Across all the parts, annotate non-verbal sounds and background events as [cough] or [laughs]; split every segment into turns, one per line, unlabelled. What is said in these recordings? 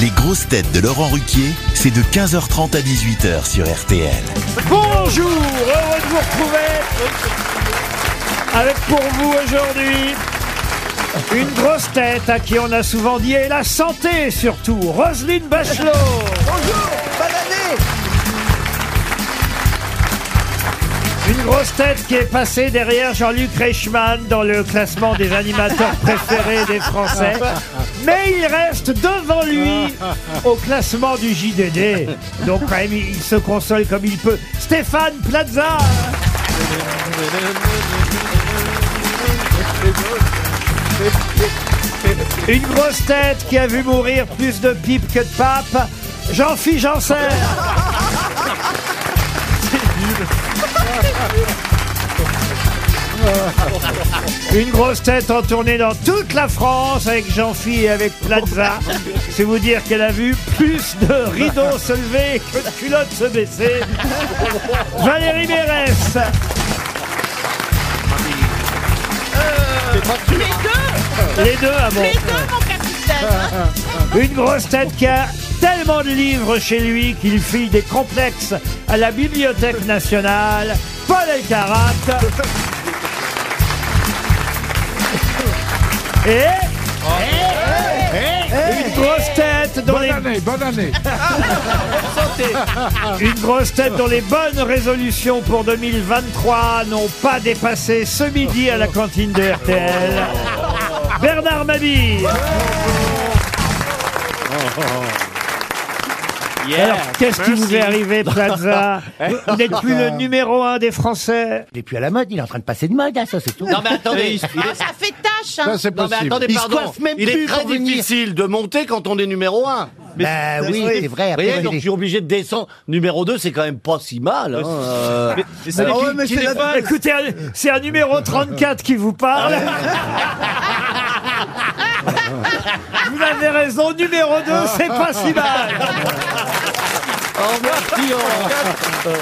Les grosses têtes de Laurent Ruquier, c'est de 15h30 à 18h sur RTL.
Bonjour, heureux de vous retrouver avec pour vous aujourd'hui une grosse tête à qui on a souvent dit et la santé surtout, Roselyne Bachelot.
Bonjour, bonne année
Une grosse tête qui est passée derrière Jean-Luc Reichmann dans le classement des animateurs préférés des Français. Mais il reste devant lui au classement du JDD. Donc quand même, il se console comme il peut. Stéphane Plaza Une grosse tête qui a vu mourir plus de pipes que de papes. Jean-Philippe Janssen.
[laughs]
Une grosse tête en tournée dans toute la France avec Jean-Philippe et avec Plaza. C'est vous dire qu'elle a vu plus de rideaux se lever que de culottes se baisser. Valérie Mérès.
Les deux
Les deux, ah bon.
Les deux, mon capitaine
Une grosse tête qui a tellement de livres chez lui qu'il file des complexes à la Bibliothèque nationale. Paul Elkarat.
Eh,
Et une grosse tête dont les...
bonne année.
[laughs] Une grosse tête dont les bonnes résolutions pour 2023 n'ont pas dépassé ce midi à la cantine de RTL.
Oh.
Bernard Mabille Alors, qu'est-ce qui vous est
[laughs]
arrivé, Plaza Vous n'êtes plus le numéro un des Français.
Il est plus à la mode, il est en train de passer de mode, hein, ça c'est tout.
Non mais attendez, il
Ah,
est...
ça fait tâche, hein
Ça, c'est
non, mais
possible.
attendez,
Il se
pardon.
coiffe même
il est
plus
très
pour venir.
difficile de monter quand on est numéro 1.
bah oui, c'est vrai.
Vous
Après,
voyez,
il
donc je
est-
suis obligé de descendre. Numéro 2, c'est quand même pas si mal. hein, euh.
Ah ouais, mais c'est la- Ah.
Écoutez, c'est un numéro 34 qui vous parle. Vous avez raison, numéro 2,
Ah.
c'est pas si mal.
Ah,
Oh,
Au revoir, Tion.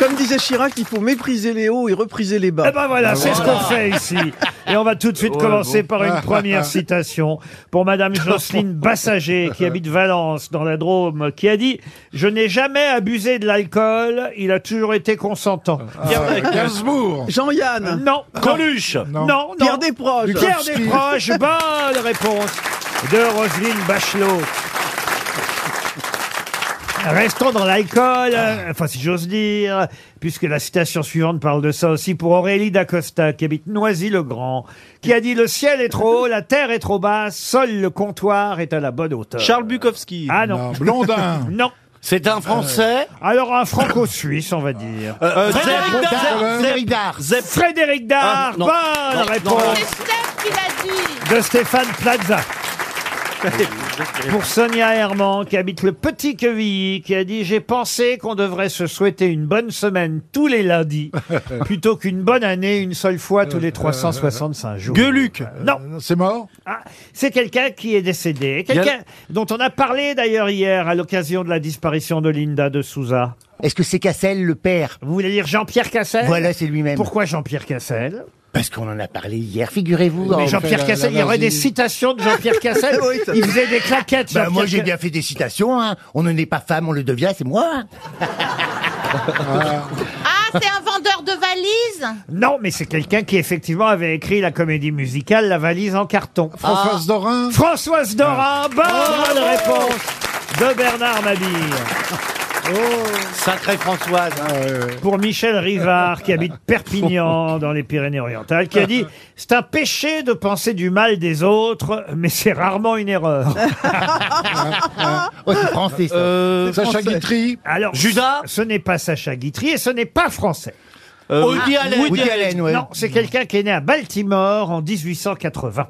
Comme disait Chirac, il faut mépriser les hauts et repriser les
Eh
bas.
ben voilà, c'est ce qu'on fait ici. Et on va tout de suite commencer par une
[laughs]
première citation pour Madame Jocelyne Bassager, qui habite Valence, dans la Drôme, qui a dit « Je n'ai jamais abusé de l'alcool, il a toujours été consentant. Euh,
Euh, Gainsbourg.
Ah, Jean-Yann,
Non. Coluche. Non, non.
Pierre Desproges.
Pierre Desproges, bonne réponse de Roselyne Bachelot. Restons dans l'alcool, euh, enfin si j'ose dire, puisque la citation suivante parle de ça aussi pour Aurélie Dacosta qui habite Noisy-le-Grand, qui a dit le ciel est trop haut, la terre est trop basse, seul le comptoir est à la bonne hauteur.
Charles Bukowski.
Ah
Non,
non,
Blondin.
[laughs] non. Euh,
C'est un Français.
Alors un franco-suisse, on va dire.
Euh, Zeb-
Frédéric Dard.
Zeb- Zeb-
Frédéric Dard,
Ah, non.
bonne
Non, non,
réponse.
non.
C'est Steph qui l'a dit
de Stéphane Plaza. Pour Sonia Herman, qui habite le Petit Quevilly, qui a dit J'ai pensé qu'on devrait se souhaiter une bonne semaine tous les
[laughs]
lundis, plutôt qu'une bonne année une seule fois tous les 365 jours.
Gueuluc.
Non,
Euh, C'est mort
ah, c'est quelqu'un qui est décédé, quelqu'un dont on a parlé d'ailleurs hier à l'occasion de la disparition de Linda de Souza.
Est-ce que c'est Cassel, le père
Vous voulez dire Jean-Pierre Cassel
Voilà, c'est lui-même.
Pourquoi Jean-Pierre Cassel
Parce qu'on en a parlé hier, figurez-vous.
Mais
en-
Bah, fait,
Jean-Pierre
la-
Cassel,
la
il y aurait des
nazie.
citations de Jean-Pierre
[laughs]
Cassel.
Oui, ça-
Il faisait des claquettes.
Bah, moi
Jean-Pierre
j'ai
Ca-
bien fait des citations, hein. on ne n'est pas femme, on le devient, c'est moi.
Ah, c'est un vendeur de valises
Non, mais c'est quelqu'un qui effectivement avait écrit la comédie musicale La valise en carton.
Ah. Françoise Dorin. Ah.
Françoise Dorin, bonne réponse de Bernard Mabille.
Sacré Françoise.
Ah, ouais, ouais.
Pour Michel Rivard, qui habite
[laughs]
Perpignan dans les Pyrénées-Orientales, qui a dit « C'est un péché de penser du mal des autres, mais c'est rarement une erreur.
Oh, c'est français ça.
Euh,
Sacha Guitry. »
Alors,
Judas
ce n'est pas Sacha Guitry et ce n'est pas français. Ah,
Audi Allen.
Woody Allen, ouais.
Non, c'est quelqu'un qui est né à Baltimore en 1880.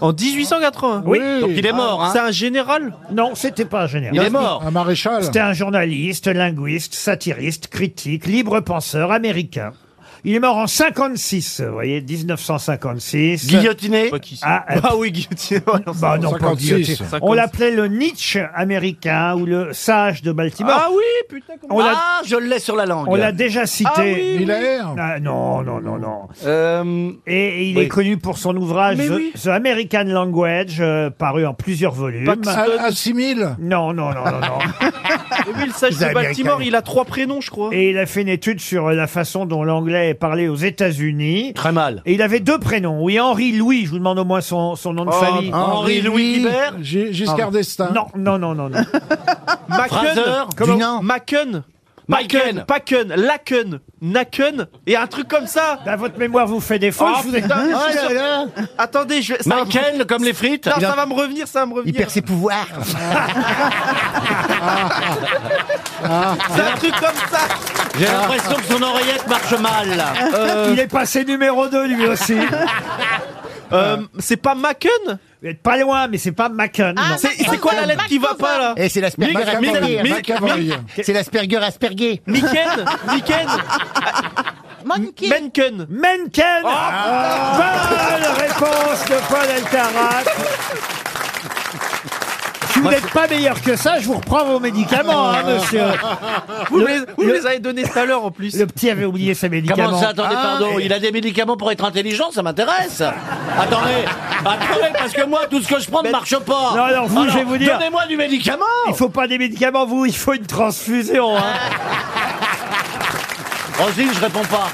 en 1880.
Oui.
Donc il est mort. Hein.
C'est un général.
Non, c'était pas un
Il
général.
est mort.
Un maréchal.
C'était un journaliste, linguiste, satiriste, critique, libre penseur américain Il est mort en 56, vous voyez, 1956.
Guillotiné
Ah, euh,
Ah oui, guillotiné. ouais, non,
bah non, pas
56.
guillotiné. On l'appelait le Nietzsche américain ou le sage de Baltimore.
Ah oui, putain, comment
on l'a
Ah, je l'ai sur la langue.
on l'a déjà cité.
Ah oui.
Miller.
Ah, non, non, non, non.
Euh,
Et il
Oui.
est connu pour son ouvrage
Mais
The,
oui.
The American Language, euh, paru en plusieurs volumes.
À, à 6000.
Non, non, non, non, non.
Et oui, le [laughs] sage
Les
de Baltimore,
Américains.
il a trois prénoms, je crois.
Et il a fait une étude sur euh, la façon dont l'anglais est parlé aux États-Unis.
Très mal.
Et il avait deux prénoms. Oui, Henri Louis, je vous demande au moins son, son
Oh,
nom de famille.
Henri-Louis Guibert
Gi- Giscard d'Estaing.
Non, non, non, non, non.
Macken.
Fraser
Dunant.
Macken.
Macken.
Packen. Lacken. Nacken. Et un truc comme ça.
Bah, votre mémoire vous fait défaut.
Oh,
je vous ai-
putain, je suis
Oh là
sûr.
là Eh
Attendez, je vais. ça va-
Macken, comme les frites
Non,
[laughs]
ça va me revenir, ça va me
Il
revenir. Ah,
perd ses pouvoirs. Ah.
C'est un truc comme ça.
J'ai l'impression que son oreillette marche mal. là.
Euh,
Il est passé numéro 2 lui aussi.
[laughs] Euh, c'est pas Macken
Vous êtes pas loin, mais c'est pas Macken.
Ah,
non.
C'est c'est quoi la lettre qui va pas là
Et c'est l'asperger
Mille-
aspergé.
Mille-
C'est l'asperger aspergé.
Niken Niken
Monkey.
Menken Oh,
Menken Bonne réponse de Paul Elkarat Si vous n'êtes pas meilleur que ça, je vous reprends vos médicaments, hein, monsieur.
Oh. Vous, me les, vous me les avez donnés tout à l'heure en plus.
Le petit avait oublié ses médicaments. Ah,
Comment ça, attendez, pardon, il a des médicaments pour être intelligent, ça m'intéresse. attendez, attendez, parce que moi, tout ce que je prends ne marche pas.
Non, alors, vous, je vais vous dire-
Donnez-moi du médicament.
Il faut pas des médicaments, vous, il faut une transfusion. hein.
Roselyne, je réponds pas.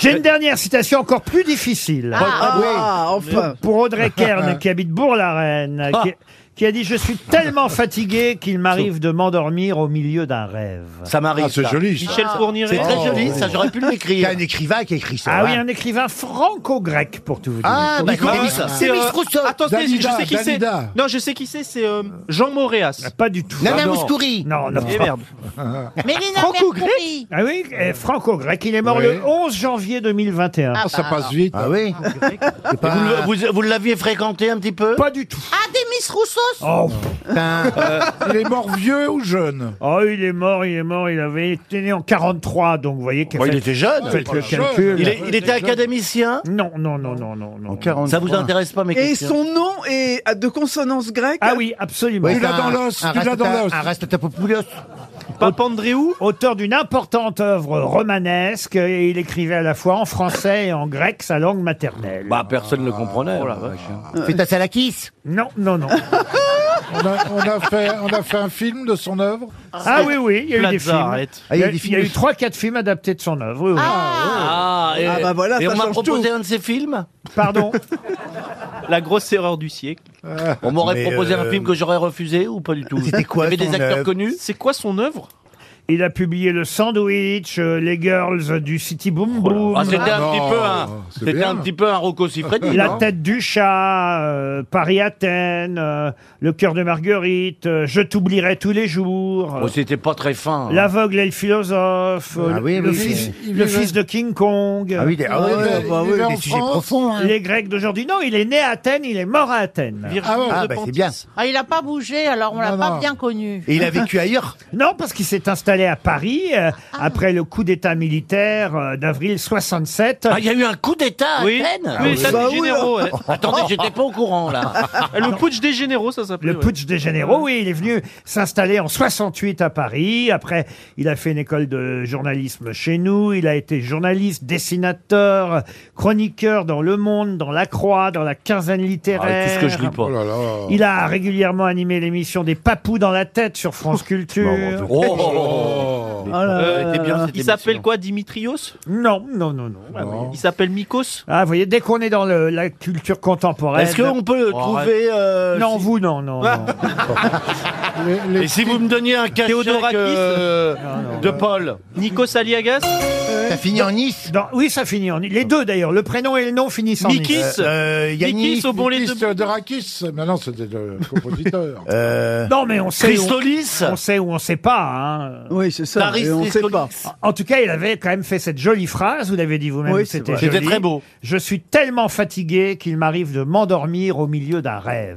J'ai une dernière citation encore plus difficile.
Ah, enfin.
Pour Audrey Kern, qui habite Bourg-la-Reine, qui, qui a dit « Je suis tellement fatigué qu'il m'arrive de m'endormir au milieu d'un rêve.
Ça m'arrive.
Ah, c'est
ça.
joli. ça.
Michel Fourniret.
C'est très joli, ça, j'aurais pu
Il y a
l'écrire.
un écrivain qui a écrit » ça.
Ah oui,
hein.
un écrivain franco-grec, pour tout vous dire.
[laughs] Ah, bah,
Nicolas. euh,
c'est- c'est Miss Rousseau.
Attendez,
Dalida,
je sais qui c'est.
Dalida.
Non, je sais qui c'est, c'est euh, Jean Moréas.
Pas du tout.
Nana
Ah non.
Mouskouri.
Non, non.
[laughs]
Et merde.
Mélina Mercouri.
Ah oui, eh, franco-grec. Il est mort
Oui.
le 11 janvier 2021.
Ah,
bah,
ça passe vite.
Ah oui C'est pas
Vous, le- vous- vous l'aviez fréquenté un petit peu
Pas du tout. Euh,
Ah, Demis Roussos.
Oh.
un-
Il est mort vieux ou jeune
oh, il est mort, il est mort. Il avait été né en 43, donc vous voyez. qu'il
Bon, Il
fait-
était jeune.
Faites le
jeune.
calcul.
Il, est- il était académicien.
Non, non, non, non, non, non.
Ça vous intéresse pas, mes
Et
questions
son nom est de consonance grecque.
Ah oui, absolument.
Oui. Tu
c'est
l'as dans
un-
l'os,
un
tu l'as dans
rastata-
l'os.
Un rastatapopoulos.
Papandréou
Auteur d'une importante œuvre romanesque, et il écrivait à la fois en français et en grec sa langue maternelle.
Bah, personne ne le comprenait. hein, Ah.
Fais à la kiss.
Non, non, non.
on a, on a fait, on a fait un film de son œuvre.
Ah oui, oui, il y a eu des
Plaza,
films.
arrête.
Ah,
Il y a, il y a eu trois, quatre films adaptés de son œuvre. oui, oui.
Ah,
Ah,
et,
bah voilà,
et
ça
on m'a
change
proposé un de ses films
Pardon.
La grosse erreur du siècle.
On m'aurait
Mais,
proposé un
euh,
film que j'aurais refusé ou [laughs] pas du tout
C'était quoi
Il y avait
ton
des acteurs
œuvre
connus
C'est quoi son œuvre
Il a publié le Sandwich, euh, les Girls du City Boom Boom,
Ah, C'était un
Non,
petit peu un,
c'est
c'était
bien.
un petit peu un Rocco Siffredi.
La
non
tête du chat, euh, Paris-Athènes, euh, Le cœur de Marguerite, euh, Je t'oublierai tous les jours, euh,
Oh, c'était pas très fin. hein.
L'aveugle et le philosophe, euh,
Ah oui,
le,
oui,
fils,
il- il
le
vivait-
fils de King Kong,
Ah oui, des, ah oui,
Il
bah,
est-
bah,
il
oui,
est en
des sujets
France.
profonds. hein.
les Grecs d'aujourd'hui. Non, il est né à Athènes, il est mort à Athènes.
Virginie
ouais.
de
Ah bah c'est
Pantin.
bien.
Ah, il a pas bougé, alors on l'a
Non,
pas
non.
bien connu.
Et il a vécu ailleurs.
[laughs] Non, parce qu'il s'est installé à Paris euh,
Ah.
après le coup d'État militaire euh, d'avril 67.
Ah, il y a eu un coup d'État à
Oui,
Athènes
Ah
Ah
oui, ça,
Bah
des
oui,
hein.
généraux.
[laughs]
ouais.
Attendez, j'étais pas au courant là.
[laughs] Le putsch des généraux, ça s'appelait.
Le
ouais.
putsch des généraux, oui, il est venu s'installer en 68 à Paris. Après, il a fait une école de journalisme chez nous. Il a été journaliste, dessinateur, chroniqueur dans Le Monde, dans La Croix, dans la quinzaine littéraire.
Ah, tout ce que je lis pas.
Oh là là.
Il a régulièrement animé l'émission des Papous dans la tête sur France Culture.
Oh, oh,
Oh.
oh.
là là
Euh,
là
c'était bien,
là.
cette
Il s'appelle
émission.
quoi Dimitrios
Non, non, non, non. Ah, oui.
Non.
Il s'appelle Mikos
Ah, vous voyez, dès qu'on est dans le- la culture contemporaine.
Est-ce qu'on peut
Oh,
trouver euh,
Non,
si-
vous, non, non. non.
Les- les-
Et si vous me donniez un cachet
Théodorakis
euh,
Ah,
de Paul
Nikos Aliagas
T'as fini en Nice.
Dans- Euh, oui, ça finit en. Les deux, d'ailleurs. Le prénom et le nom finissent en.
Mikis
Euh, Yannis.
Mikis au bon les
Christ
deux.
de Rakis. Mais non, c'était le compositeur.
Euh,
Non, mais on sait. où-
Christolis
On sait ou on sait pas. Hein.
Oui, c'est ça.
Paris
et on sait
Christolis.
pas.
En tout cas, il avait quand même fait cette jolie phrase. Vous l'avez dit vous-même.
Oui, c'est
c'était
vrai.
C'était
joli.
très beau.
Je suis tellement fatigué qu'il m'arrive de m'endormir au milieu d'un rêve.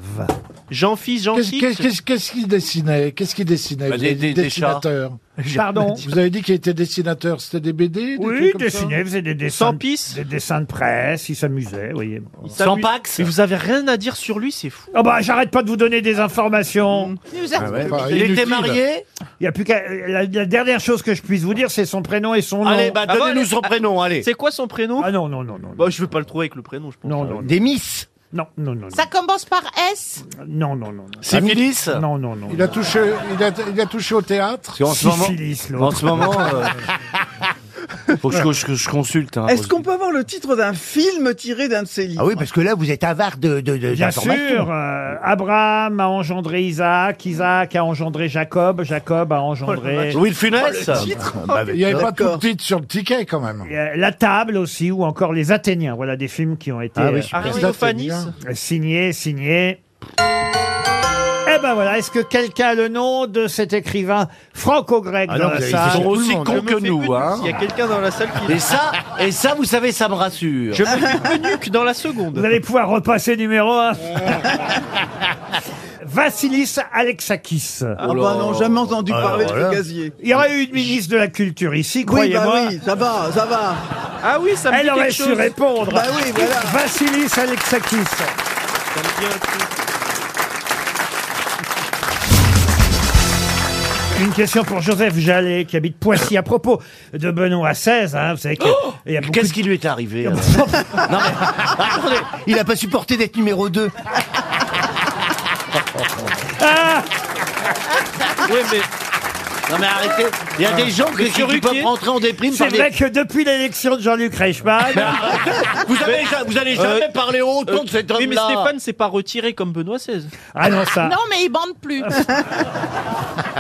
Jean-Fils,
Qu'est-ce
Jean-Fils.
qu'est-ce- qu'est-ce- qu'est-ce qu'il dessinait Qu'est-ce qu'il dessinait
Bah,
Vous
des-
avez dit
des- des
dessinateur.
[laughs] Pardon
[laughs] Vous avez dit qu'il était dessinateur, c'était des BD des
Oui,
trucs comme ça
dessiné, il faisait des dessins,
Sans
de-
pisse.
des dessins de presse, il s'amusait, vous voyez.
Sans Pax
Mais vous avez rien à dire sur lui, c'est fou.
Ah bah j'arrête pas de vous donner des informations.
Nous a-
Enfin,
Il était
bah, inutile.
marié
Il y a plus qu'à la, la dernière chose que je puisse vous dire, c'est son prénom et son nom.
Allez, bah
Ah bon,
donnez-nous
allez.
son prénom, allez.
C'est quoi son prénom
Ah non non non non. non.
Bah, je veux pas le trouver avec le prénom, je pense.
Non non non
Des Miss
non non non
Ça commence par S.
non non non
Syphilis
non non non non.
Il a touché, il a, il a touché au théâtre.
Parce qu'en ce moment,
Syphilis, l'autre.
en ce moment
[laughs]
euh, [laughs] faut que je, que je consulte. hein,
Est-ce
parce
qu'on peut avoir le titre d'un film tiré d'un de ses livres
Ah oui, parce que là, vous êtes avare de, de, de-
Bien
d'informations.
sûr, euh, Abraham a engendré Isaac, Isaac a engendré Jacob, Jacob a
Oh,
engendré
que- Louis de Funès
Bah,
Ah, Il n'y avait pas
D'accord.
tout titre sur le ticket quand même.
euh, La Table aussi, ou encore Les Athéniens. Voilà des films qui ont été
Ah oui,
euh,
Aristophanis
Ça,
signés, signés. Eh ben voilà, est-ce que quelqu'un a le nom de cet écrivain franco-grec
Ah
dans
non,
la
vous avez-
salle
Ils sont
tout le
aussi
monde.
cons
Je me
que
fais
nous,
eunuque.
hein.
Il y a quelqu'un dans la salle qui.
Et ça, et ça, vous savez, ça me
[laughs]
rassure.
Je me fais eunuque dans la seconde.
Vous allez pouvoir repasser numéro
[laughs]
1. Vassilis Alexakis.
Ah bah non, jamais entendu parler de ce gazier.
Il y aurait eu une ministre de la Culture ici,
Oui,
croyez-moi.
bah oui, ça va, ça va.
Ah oui, ça me
Elle
dit
aurait
quelque
su
chose.
répondre.
Bah oui, voilà.
Vassilis Alexakis.
Ça me dit un truc.
Une question pour Joseph Jallet, qui habite Poissy. À propos de Benoît XVI, hein, vous savez qu'il y a-
Oh
il y a beaucoup
Qu'est-ce
de-
qui lui est
[laughs]
arrivé
hein
euh
Il a pas supporté d'être numéro 2.
Ah,
Oui, mais
Non mais arrêtez. Il y a des gens que- qui,
Monsieur
qui peuvent
Ruquier
rentrer en déprime
Ah. C'est
par des-
vrai que depuis l'élection de Jean-Luc Reichmann,
[laughs]
Ah
[laughs] Euh,
Vous avez, vous allez jamais parler autant de cet
Euh, Oui, mais
homme-là.
Stéphane, c'est pas retiré comme Benoît XVI.
ah non ça,
Non, mais il bande
[laughs]
plus.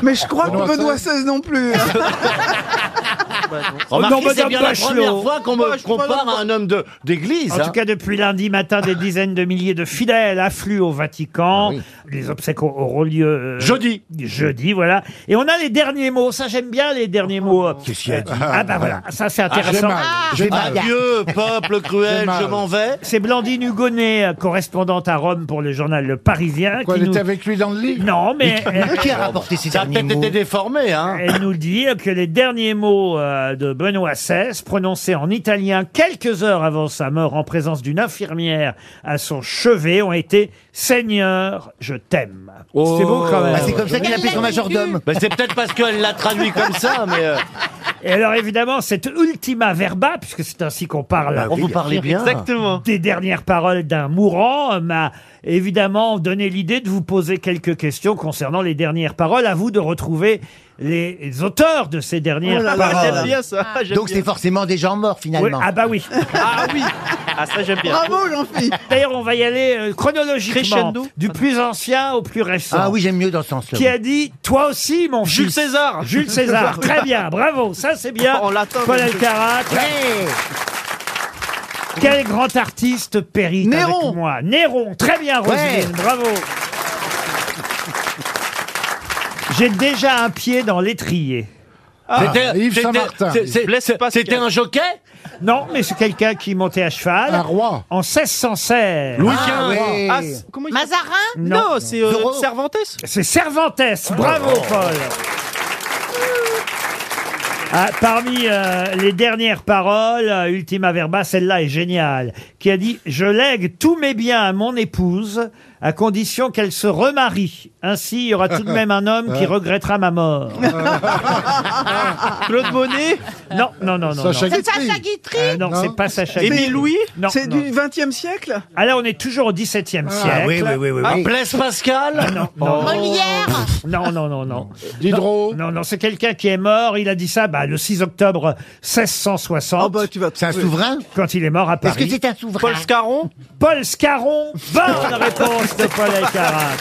Mais je crois
Benoît
que Benoît XVI non plus.
Remarquez,
oh, Non,
c'est
Madame
bien la
Bachelot.
première fois qu'on me compare à un homme de d'église.
en
hein.
tout cas depuis lundi matin, des dizaines de milliers de fidèles affluent au Vatican. Les obsèques au- auront lieu euh,
Ah Jeudi.
jeudi, voilà. Et on a les derniers mots. Ça j'aime bien les derniers
Oh,
mots.
Qu'est-ce qu'il a dit
Ah bah voilà, ça c'est
J'ai
intéressant. Ah, bah,
mal. J'ai mal.
Adieu, peuple
J'ai
cruel,
mal.
je m'en vais.
c'est Blandine Hugonnet, euh, correspondante à Rome pour le journal Le Parisien,
Quoi,
qui
il
nous...
était avec lui dans le lit
Non, mais elle-
Qui a rapporté ces
Ça a
derniers
peut-être
mots
été déformé, hein.
Elle nous dit que les derniers mots euh, de Benoît XVI, prononcés en italien quelques heures avant sa mort en présence d'une infirmière à son chevet, ont été « Seigneur, je t'aime
Oh.
C'est beau quand même.
Ah, C'est comme ça qu'il a appelé son majordome.
Bah, c'est peut-être parce qu'elle l'a traduit comme ça, mais euh,
Et alors évidemment, cette ultima verba, puisque c'est ainsi qu'on parle
Bah
on vous parlait bien.
Exactement.
des dernières paroles d'un mourant, euh, m'a évidemment donné l'idée de vous poser quelques questions concernant les dernières paroles. À vous de retrouver les auteurs de ces dernières
Oh là là,
paroles.
J'aime bien
Ah.
ça. j'aime
Donc
bien.
c'est forcément des gens morts
Oui,
finalement.
ah bah oui
Ah oui. Ah ça j'aime bien.
Bravo, Jean-Philippe.
D'ailleurs, on va y aller euh, chronologiquement,
Crescendo.
du plus ancien au plus récent.
Ah oui, j'aime mieux dans ce sens-là.
Qui a dit Toi aussi, mon
Jules
fils.
César.
Jules César. Très bien, bravo, ça c'est bien.
En latin,
Paul
même.
Alcarat.
Ouais.
Quel grand artiste périt
Néron.
avec moi Néron. Très bien, Roselyne, bravo. J'ai déjà un pied dans l'étrier.
Ah, Yves Saint-Martin.
c'est- c'est-
Blaise
c'est-
Pascal.
c'était un jockey
Non, mais c'est quelqu'un qui montait à cheval.
Un roi.
En 1616.
Louis
Ah,
XV.
ouais.
Ah, c'est- comment il s'appelle
Mazarin
Non, c'est euh,
Zorro.
Cervantes.
C'est Cervantes. Bravo, Paul. Ah, parmi euh, les dernières paroles, euh, Ultima Verba, celle-là est géniale, qui a dit « Je lègue tous mes biens à mon épouse, à condition qu'elle se remarie. Ainsi, il y aura tout de même un homme
[laughs]
qui regrettera ma mort.
Claude Monet. »
Non, non, non, non.
Sacha
C'est
non.
Guitry.
Sacha Guitry
Euh, non,
Non.
c'est pas Sacha
Émile
Guitry.
Louis.
Non,
C'est
non.
du XXe siècle
Ah là, on est toujours au XVIIe siècle. Ah,
Ah Oh. oui, oui, oui, oui.
Ah,
oui.
Blaise Pascal
Non, non,
Molière
non, non, non, non.
Diderot.
Non, non, c'est quelqu'un qui est mort. Il a dit ça bah, le 6 octobre 1660,
Ah bah tu vas te
C'est un
trouver.
souverain
quand il est mort à
Est-ce
Paris.
que c'est un souverain
Paul Scarron.
Paul Scarron,
[laughs]
bonne réponse de Paul Alcarat.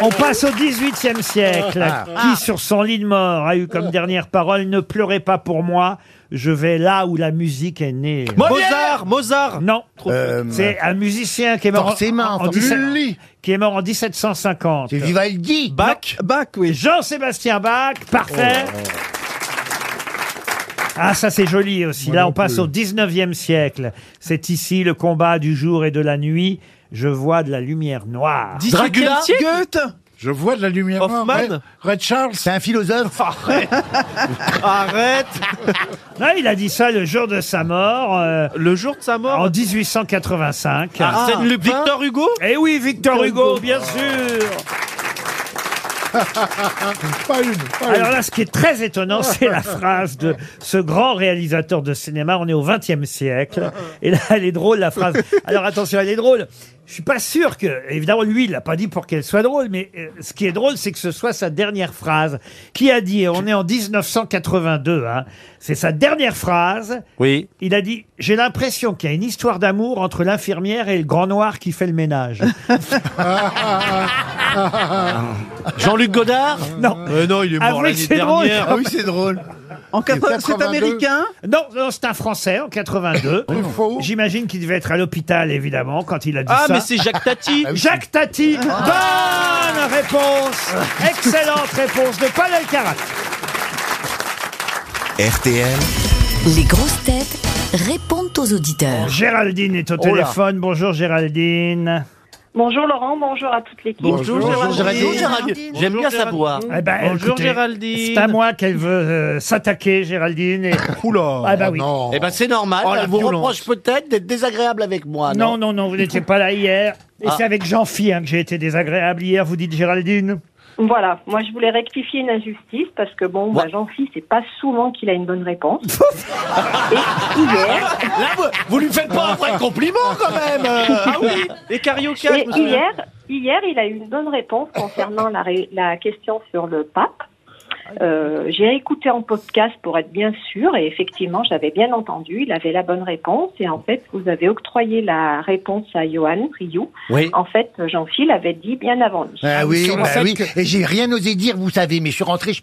On passe au XVIIIe siècle,
Ah.
qui sur son lit de mort a eu comme dernière parole Ne pleurez pas pour moi, je vais là où la musique est née.
Mozart. Mozart.
Non,
Euh,
c'est un musicien qui est mort en-
Forcément,
en, en
forcément.
17
Lully.
qui est mort en 1750.
C'est Vivaldi. Oh.
Bach.
Bach, oui.
Jean-Sébastien Bach, parfait. Ah, ça c'est joli aussi.
Moi
Là,
non
on passe
plus.
au 19e siècle. C'est ici le combat du jour et de la nuit, je vois de la lumière noire.
17e
Dracula
siècle
Goethe
Je vois de la lumière noire.
Hoffman
Ray- Ray Charles.
C'est un
[laughs]
philosophe.
Arrête
Là, il a dit ça le jour de sa mort, euh,
Le jour de sa mort
en 1885.
Arsène Lupin Victor Hugo
Eh oui, Victor Hugo, bien sûr
[laughs] Pas une. Pas
Alors là, ce qui est très étonnant, c'est la phrase de ce grand réalisateur de cinéma. On est au XXe siècle. Et là, elle est drôle, la phrase. Alors attention, elle est drôle. Je suis pas sûr que, évidemment, lui, il l'a pas dit pour qu'elle soit drôle, mais euh, ce qui est drôle, c'est que ce soit sa dernière phrase. Qui a dit, et on est en 1982, hein, c'est sa dernière phrase.
Oui.
Il a dit, j'ai l'impression qu'il y a une histoire d'amour entre l'infirmière et le grand noir qui fait le ménage. [laughs]
Jean-Luc Godard
Ah. non.
Mais non, il est
mort
mort
Avouez
l'année
que l'année c'est drôle.
dernière.
dernière.
Ah oui, c'est drôle. En quatre- C'est
82.
américain
Non, non, c'est un Français en 82.
une. Truffaut.
J'imagine qu'il devait être à l'hôpital, évidemment, quand il a dit
Ah,
ça.
mais c'est Jacques Tati
[laughs] Jacques Tati,
Ah.
bonne réponse Excellente réponse de Paul Elkarat.
RTL,
Les grosses têtes répondent aux auditeurs.
Géraldine est au
Oh
téléphone. Bonjour Géraldine.
Bonjour Laurent, bonjour à toute l'équipe.
Bonjour,
Bonjour Géraldine.
Bonjour,
Géraldine.
J'aime bien
Bonjour,
savoir.
Eh ben,
Bonjour
écoutez,
Géraldine.
C'est à moi qu'elle veut euh, s'attaquer, Géraldine. et-
Oula.
Ah bah oui.
non.
Eh ben c'est normal,
Oh, la
elle vous
violence.
reproche peut-être d'être désagréable avec moi.
non, non, non, vous n'étiez pas là hier. Et c'est avec Jean-Phi hein, que j'ai été désagréable hier, vous dites Géraldine.
Voilà, moi je voulais rectifier une injustice parce que bon, bah, Jean-Philippe, c'est pas souvent qu'il a une bonne réponse. Et hier,
Là, vous, vous lui faites pas un vrai compliment quand même euh.
Ah oui Et Carioca,
et
je me souviens.
hier, hier, il a eu une bonne réponse concernant la, ré- la question sur le pape. Euh, J'ai écouté en podcast pour être bien sûr et effectivement, j'avais bien entendu, il avait la bonne réponse et en fait, vous avez octroyé la réponse à Johan Rioux.
Oui.
En fait, Jean-Philippe avait dit bien avant lui.
Ah oui,
sur le
bah
fait
oui.
que-
Et j'ai rien osé dire, vous savez, mais je suis rentré, je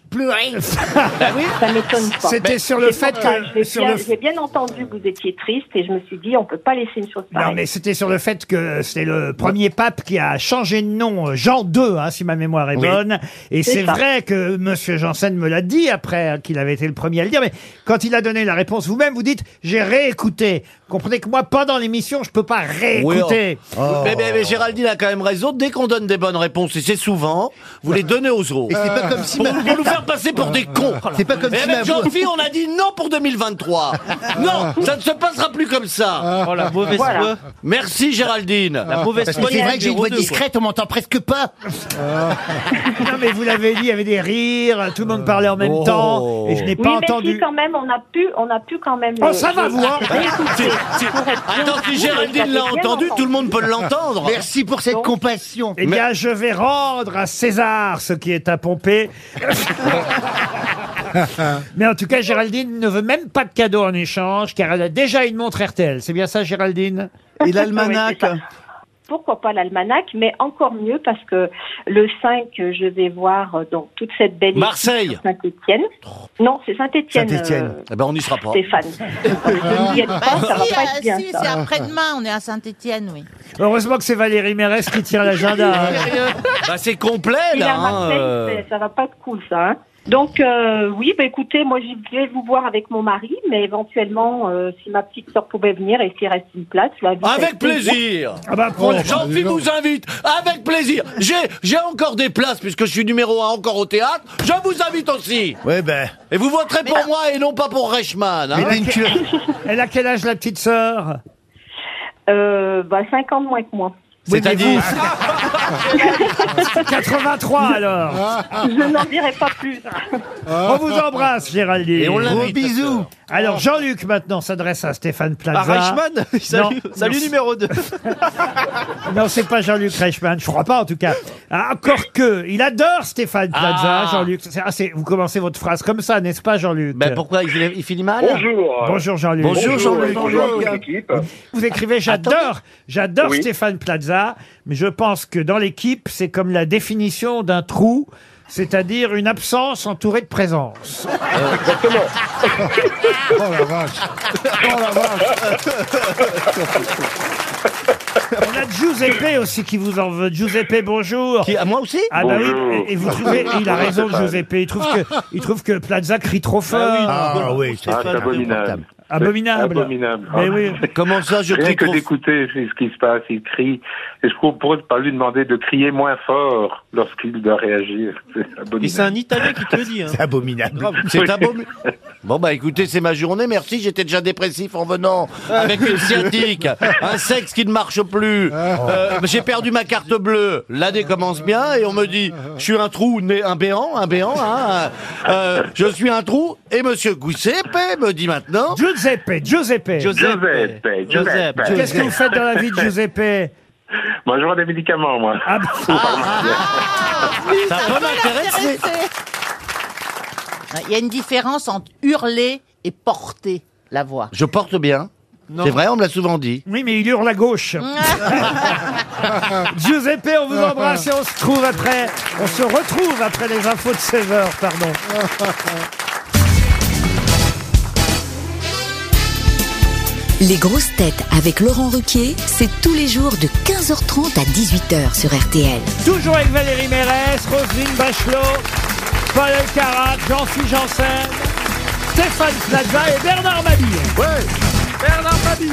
[laughs]
pleurais.
Ça m'étonne pas.
C'était sur le fait
Ah, J'ai
que... sur
bien,
le-
j'ai bien entendu que vous étiez triste et je me suis dit, on peut pas laisser une chose
Non,
pareille.
mais c'était sur le fait que c'est le premier pape qui a changé de nom, euh, Jean II, hein, si ma mémoire est bonne. Et
C'est
c'est
ça.
vrai que Monsieur Janssen me l'a dit après hein, qu'il avait été le premier à le dire. Mais quand il a donné la réponse vous-même, vous dites j'ai réécouté. Comprenez que moi, pendant l'émission, je peux pas réécouter.
Oh.
Mais, mais- mais Géraldine a quand même raison, dès qu'on donne des bonnes réponses, et c'est souvent, vous les donnez aux autres.
Et c'est pas comme si
Pour,
ma-
pour nous faire passer pour des cons.
[laughs]
Eh ben,
C'est pas comme
Et
si ma
avec
voix-
Jean-Phi, on a dit non pour 2023. Non, ça ne se passera plus comme
Ah.
ça.
Oh la mauvaise
Voilà.
foi
Merci Géraldine.
Ah, La mauvaise
Parce que
foi
c'est vrai que j'ai une voix
02, quoi.
discrète, on m'entend presque pas.
[laughs] non, mais vous l'avez dit, il y avait des rires, tout le monde parlait en même
Oh.
temps, et je
Oui,
n'ai pas
mais si,
entendu.
quand même, on a pu, on a pu quand même.
Oh,
le-
ça va,
le-
vous, hein Ah,
réécouter. Pour être bien
Attends,
Ah
sûr,
si Géraldine
vous
l'a
avez bien
entendu, tout le monde peut l'entendre.
[laughs] Merci pour cette
Non.
compassion.
Eh bien, je vais rendre à César ce qui est à
[laughs]
pomper. Mais en tout cas, Géraldine ne veut même pas de cadeau en échange, car elle a déjà une montre RTL. C'est bien ça, Géraldine
Et l'almanach
[laughs] Oui, c'est Pourquoi pas l'almanach, mais encore mieux parce que le 5, je vais voir euh, donc toute cette belle. équipe
Marseille.
sur Saint-Étienne. Non, c'est Saint-Étienne.
Saint-Étienne.
euh,
Eh ben on n'y sera pas.
Stéphane.
Oh.
Donc, euh, je n'y aide pas, ça va
Bah, Si,
pas
euh,
être bien.
si,
ça.
c'est après-demain, on est à Saint-Étienne, oui.
Heureusement que c'est Valérie Mérès qui tient l'agenda. hein.
Bah, c'est complet
Il est
là.
à
hein,
Marseille,
euh.
c'est- ça va pas être cool ça. hein. Donc euh, oui, bah écoutez, moi je vais vous voir avec mon mari, mais éventuellement euh, si ma petite sœur pouvait venir et s'il reste une place, la vie-
Avec plaisir.
Ah bah, pour-
Oh.
Jean-Philippe
dis donc.
vous invite avec plaisir. J'ai j'ai encore des places puisque je suis numéro un encore au théâtre. Je vous invite aussi.
Ouais, ben.
Et vous voterez pour
bah-
moi et non pas pour Reichmann. hein.
Mais là, une cure-
Elle a quel âge, la petite sœur
Euh, bah 50 moins que moi.
C'est-à-dire
[laughs] 83,
Ah.
alors.
[laughs] Je n'en dirai pas plus. hein.
On vous embrasse, Géraldine.
et on
Gros
l'invite.
bisous.
Alors, Jean-Luc, maintenant, s'adresse à Stéphane Plaza.
Ah,
[laughs]
Reichmann [laughs] Salut,
Non.
salut
Non.
numéro
[laughs]
2
Non, c'est pas Jean-Luc Reichmann, je crois pas en tout cas. Ah, encore que, il adore Stéphane Plaza,
Ah.
Jean-Luc. C'est- ah, c'est- vous commencez votre phrase comme ça, n'est-ce pas, Jean-Luc
Ben pourquoi il finit, il finit mal
Bonjour.
Bonjour Jean-Luc.
Bonjour, Jean-Luc.
Bonjour à toute l'équipe.
Vous écrivez j'adore, j'adore
Euh, Oui.
Stéphane Plaza, mais je pense que dans l'équipe, c'est comme la définition d'un trou, c'est-à-dire une absence entourée de présence.
[laughs]
Euh,
[laughs]
Oh la vache. Oh la vache.
On a Giuseppe aussi qui vous en veut. Giuseppe, bonjour.
Qui- à moi aussi
Ah bah oui,
Bonjour.
et et vous trouvez,
[laughs]
il a raison
Stéphane.
Giuseppe, il trouve que, il trouve que Plaza crie trop fort.
Ah oui,
Ah, c'est abominable.
Abominable.
Abominable. Ah.
Mais oui.
[laughs]
Comment ça, je
Rien
crie
que
trop
d'écouter ce qui se passe, il crie. Et je propose de pas lui demander de crier moins fort lorsqu'il doit réagir. [laughs] C'est
Et c'est un
abominable.
Italien qui te le dit. Hein.
C'est abominable.
Grave.
C'est abominable. Bon, bah écoutez, c'est ma journée, merci. J'étais déjà dépressif en venant. Avec une sciatique, un sexe qui ne marche plus. Euh, J'ai perdu ma carte bleue. L'année commence bien et on me dit Je suis un trou, né- un béant, un béant. Hein, euh, je suis un trou. Et monsieur Giuseppe me dit maintenant
Giuseppe, Giuseppe.
Giuseppe, Giuseppe.
Qu'est-ce que vous faites dans la vie de Giuseppe
Moi, je vends des médicaments, moi.
Ah,
Ça peut m'intéresser.
Il y a une différence entre hurler et porter la voix.
Je porte bien.
Non.
C'est vrai, on me l'a souvent dit.
Oui, mais il hurle à gauche. Giuseppe, on vous embrasse et on se trouve après. On se retrouve après les infos de 16 heures, pardon.
Les grosses têtes avec Laurent Ruquier, c'est tous les jours de 15h30 à 18h sur RTL.
Toujours avec Valérie Mérès, Roselyne Bachelot, Paul Elkarat, Jean-Philippe Janssen, Stéphane Plaza et Bernard Mabille.
Bernard Mabille.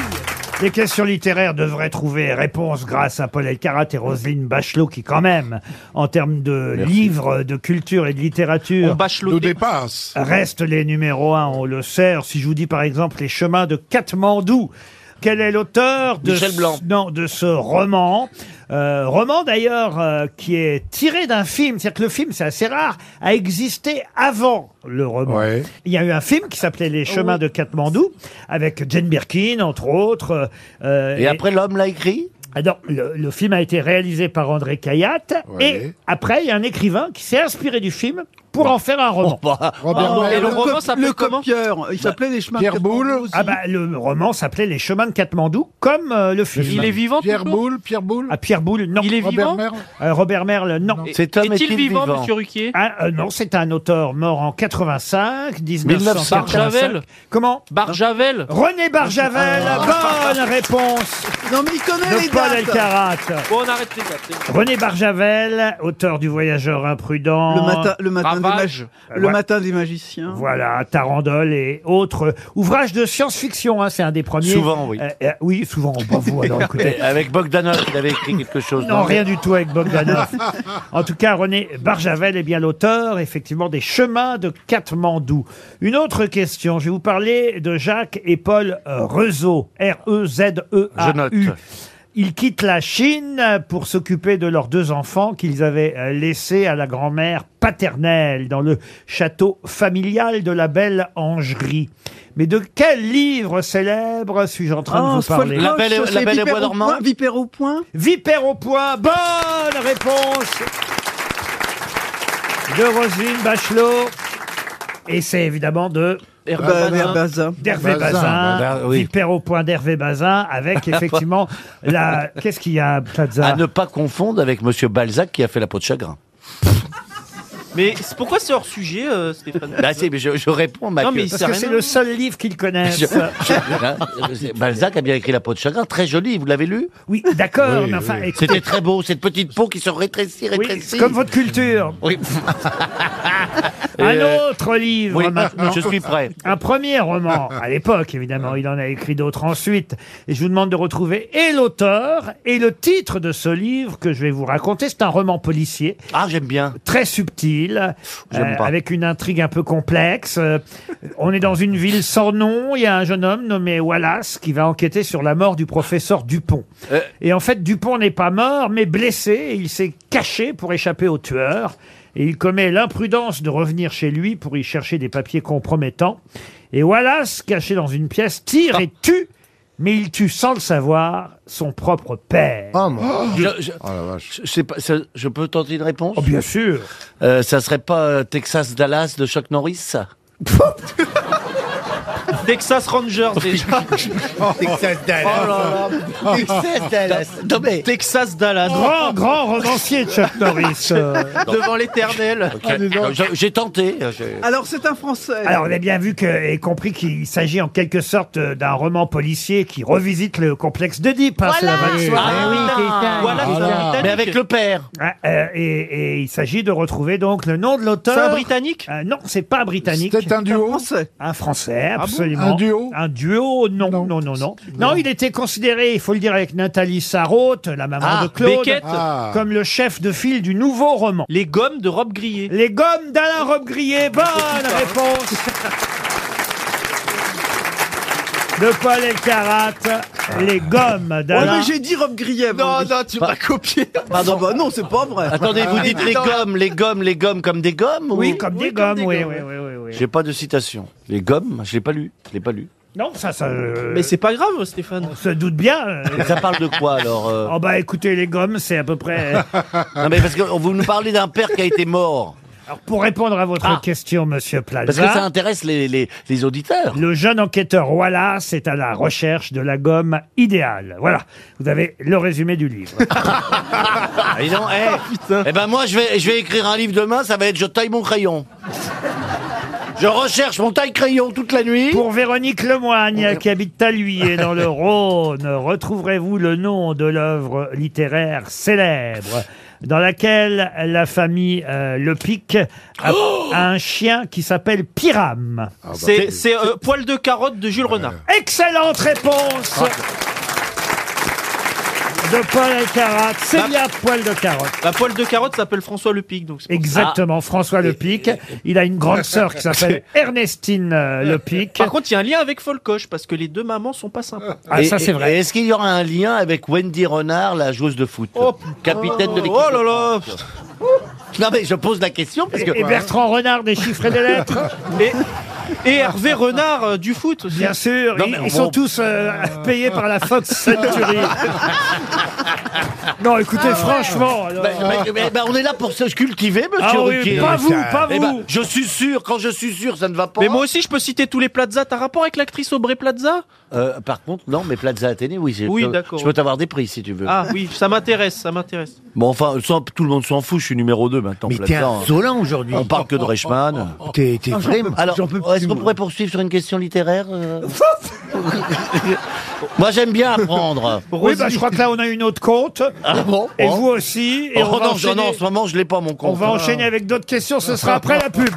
Les questions littéraires devraient trouver réponse grâce à Paul Elkarat et Roselyne Bachelot qui, quand même, en termes de livres, de culture et de
On
littérature,
nous
bachelotait.
dépasse.
restent les numéros un, on le sait. Alors, Si je vous dis, par exemple, Les chemins de Katmandou, quel est l'auteur de,
Michel
ce-
Blanc.
non, de ce roman Euh, roman d'ailleurs euh, qui est tiré d'un film, c'est-à-dire que le film, c'est assez rare, a existé avant le roman.
Ouais.
Il y a eu un film qui s'appelait Les chemins de Katmandou, avec Jane Birkin, entre autres. euh,
Et après, l'homme l'a écrit
ah non, le, le film a été réalisé par André Cayatte
Ouais.
et après il y a un écrivain qui s'est inspiré du film pour en faire
[laughs]
un roman.
Bah,
Oh,
Robert
Et
Noël,
le roman
cop-
s'appelait
le
comment
copieur, il s'appelait les chemins
Pierre
de Katmandou
Boulle.
aussi.
Ah bah le roman s'appelait Les chemins de Katmandou comme euh, le film.
Il est vivant
Pierre
toujours
Boulle, Pierre Boulle,
à Ah, Pierre Boulle non.
Il est
Robert
vivant
Merle.
Euh, Robert Merle non.
Et-
Cet homme
Est-il
est-il
vivant,
vivant
monsieur Ruquier
Ah, euh, non, c'est un auteur mort en 85, 1985.
Barjavel.
Comment
Barjavel
René Barjavel,
Ah.
bonne réponse
Non, mais il connaît les
de
dates.
Paul Elkarat.
Bon, on arrête les dates. c'est bon.
René Barjavel, auteur du Voyageur imprudent.
Le matin, le matin, des,
Ravage.
mag- le
Ouais.
matin des magiciens.
Voilà, Tarandole et autres ouvrages de science-fiction, hein, c'est un des premiers.
Souvent, oui.
Euh, euh, oui, souvent, bravo,
[laughs]
alors écoutez.
Eh, Avec Bogdanov, il avait écrit quelque chose.
Non, rien du tout avec
[laughs]
Bogdanov. en tout cas, René Barjavel est bien l'auteur, effectivement, des chemins de Katmandou. Une autre question, je vais vous parler de Jacques et Paul euh, Rezeau, E
Je note.
R-E-Z-E-A-U. Ils quittent la Chine pour s'occuper de leurs deux enfants qu'ils avaient euh, laissés à la grand-mère paternelle dans le château familial de la belle Angerie. Mais de quel livre célèbre suis-je en train de
Ah,
vous parler
La
Sfolcloche,
Belle et-
c'est
La Belle et
Vipère
Bois
au
dormant.
point, Vipère au point.
Vipère au point, bonne réponse de Roselyne Bachelot. Et c'est évidemment de
Hervé
Bah,
Bazin.
Bazin.
d'Hervé
Bazin,
Bazin, bah,
Bazin, oui.
Vipère au point d'Hervé Bazin, [laughs] avec effectivement la... Qu'est-ce qu'il y a, Plaza
À ne pas confondre avec Monsieur Balzac qui a fait la peau de chagrin.
Mais c'est- pourquoi c'est hors sujet, euh, Stéphane
Bah, si, mais
[laughs]
je, je réponds, ma
Non,
queue.
mais il
Parce que
sert
c'est
à
le
rien.
seul livre qu'ils
[laughs] Je-
connaissent.
je- je- Balzac a bien écrit La peau de chagrin, très joli, vous l'avez lu
Oui, d'accord,
Oui,
mais enfin...
oui.
écoute-
C'était très beau, cette petite peau qui se rétrécit,
oui,
rétrécit.
c'est comme votre culture. [laughs]
Oui.
Un
Euh,
autre livre
oui,
maintenant.
je suis prêt.
Un premier roman, à l'époque évidemment, il en a écrit d'autres ensuite. Et je vous demande de retrouver et l'auteur et le titre de ce livre que je vais vous raconter. C'est un roman policier,
Ah, j'aime bien.
très subtil, euh,
J'aime pas.
avec une intrigue un peu complexe. Euh, on est dans une ville sans nom, il y a un jeune homme nommé Wallace qui va enquêter sur la mort du professeur Dupont.
Euh.
Et en fait, Dupont n'est pas mort, mais blessé, et il s'est caché pour échapper au tueur. Et il commet l'imprudence de revenir chez lui pour y chercher des papiers compromettants. Et Wallace, caché dans une pièce, tire et tue, mais il tue sans le savoir son propre père.
Oh, mon-
Je, je-
Oh la vache.
je sais pas, ça- je peux tenter une réponse
Oh, bien sûr.
Euh, Ça serait pas euh, Texas Dallas de Chuck Norris ça
Texas Rangers, déjà.
Texas Dallas.
Oh
Texas Dallas. Non, mais-
Texas Dallas.
Grand, grand romancier de Chuck
[laughs]
Norris. Ah, euh.
Devant l'éternel.
Je- J'ai tenté. je-
Alors, c'est un Français.
Alors, on a bien vu que, et compris qu'il s'agit en quelque sorte euh, d'un roman policier qui revisite le complexe d'Oedipe. hein, c'est la
Voilà.
vraie histoire.
Eh
Ah,
Voilà, c'est
Voilà.
un Britannique.
Mais avec le père.
Ah, euh, et, et il s'agit de retrouver donc le nom de
C'est un
l'auteur.
Britannique
Euh, non, c'est pas britannique.
C'était
C'est un
un duo.
Français.
Un
Ah
français,
bon
absolument.
Un duo
Un duo, non, non, non, non. Non, il était considéré, il faut le dire avec Nathalie Sarraute, la maman
Ah,
de Claude,
Beckett. Ah.
comme le chef de file du nouveau roman. Les gommes de Robe Grillé. Les gommes d'Alain Robe
Ah,
Grillé, bonne réponse de Paul Elkarat, Ah. les gommes
Ouais,
d'Alain.
mais j'ai dit robe grillée. Non, non, tu
m'as
copié. Pardon. bah non, c'est pas vrai.
Attendez, vous dites les gommes, les gommes, les gommes comme des gommes ou- Ah,
Oui, comme des gommes, oui, oui, oui, oui, oui.
J'ai pas de citation. Les gommes, je l'ai pas lu. Je l'ai pas lu.
Non, ça, ça. euh,
Mais c'est pas grave, Stéphane.
On se doute bien. euh.
Mais Ça parle de quoi alors euh
Oh bah écoutez, les gommes, c'est à
[laughs]
peu près.
Ah.
Non mais parce que vous nous parlez d'un père qui a été mort.
Alors pour répondre à votre
Ah.
question, Monsieur Plaza.
Parce que ça intéresse les, les, les auditeurs.
Le jeune enquêteur Wallace est à la recherche de la gomme idéale. Voilà, vous avez le résumé du
[laughs]
livre.
Et non,
[laughs]
eh,
Ah,
eh ben moi je vais, je vais écrire un livre demain, ça va être je taille mon crayon. Je recherche mon taille crayon toute la nuit.
Pour Véronique Lemoigne, qui habite à lui et dans le Rhône, retrouverez-vous le nom de l'œuvre littéraire célèbre dans laquelle la famille euh, Lepic a,
[gasps] Oh
a un chien qui s'appelle Pyram.
Ah, bah,
C'est- C'est euh, poil de carotte de Jules Renard.
Excellente réponse
Ah.
de Paul Alcarat. C'est bien poil de carotte.
La poil de carotte s'appelle François Lepic, donc. c'est pour ça.
Exactement, François Lepic. Il a une grande sœur
[laughs]
qui [laughs] s'appelle Ernestine euh, Lepic.
Par contre, il y a un lien avec Folcoche parce que les deux mamans sont pas sympas.
Ah,
Et-
ça c'est
et-
vrai.
et Est-ce qu'il y aura un lien avec Wendy Renard, la joueuse de foot
Oh,
Capitaine de l'équipe.
Oh là là
Non mais je pose la question parce que
Et Bertrand Renard des chiffres et
[laughs]
des lettres,
Et, et Hervé Renard euh, du foot aussi.
bien sûr.
Non,
ils
mais on
ils sont
va-
tous euh, payés par
[laughs]
la Fox Century. non, écoutez, franchement. alors-
Bah, bah, bah, bah, on est là pour se cultiver, monsieur
Ah oui,
Ruquier.
pas vous, pas
Eh ben,
vous.
je suis sûr, quand je suis sûr, ça ne va pas.
Mais moi aussi, je peux citer tous les Plaza. T'as rapport avec l'actrice Aubrey Plaza
Euh, par contre, non, mais Plaza Athénée, oui. c'est-
Oui,
je peux-
d'accord.
Je peux t'avoir des prix si tu veux.
Ah oui, ça m'intéresse, ça m'intéresse.
Bon, enfin, ça, tout le monde s'en fout, je suis numéro 2 maintenant.
Mais t'es
Plaza, hein.
un Zolan aujourd'hui.
On parle que de [laughs] Reichmann.
T'es t'es vraiment.
Alors, est-ce qu'on pourrait poursuivre sur une question littéraire euh [laughs] Moi, j'aime bien apprendre.
Oui, bah, je crois que là on a une autre compte.
Ah bon
Et vous aussi. Et
Oh,
on va
non,
enchaîner-
non, en ce moment, je l'ai pas, mon
On
compte. Ah.
va enchaîner avec d'autres questions, ce sera après
[laughs]
la pub.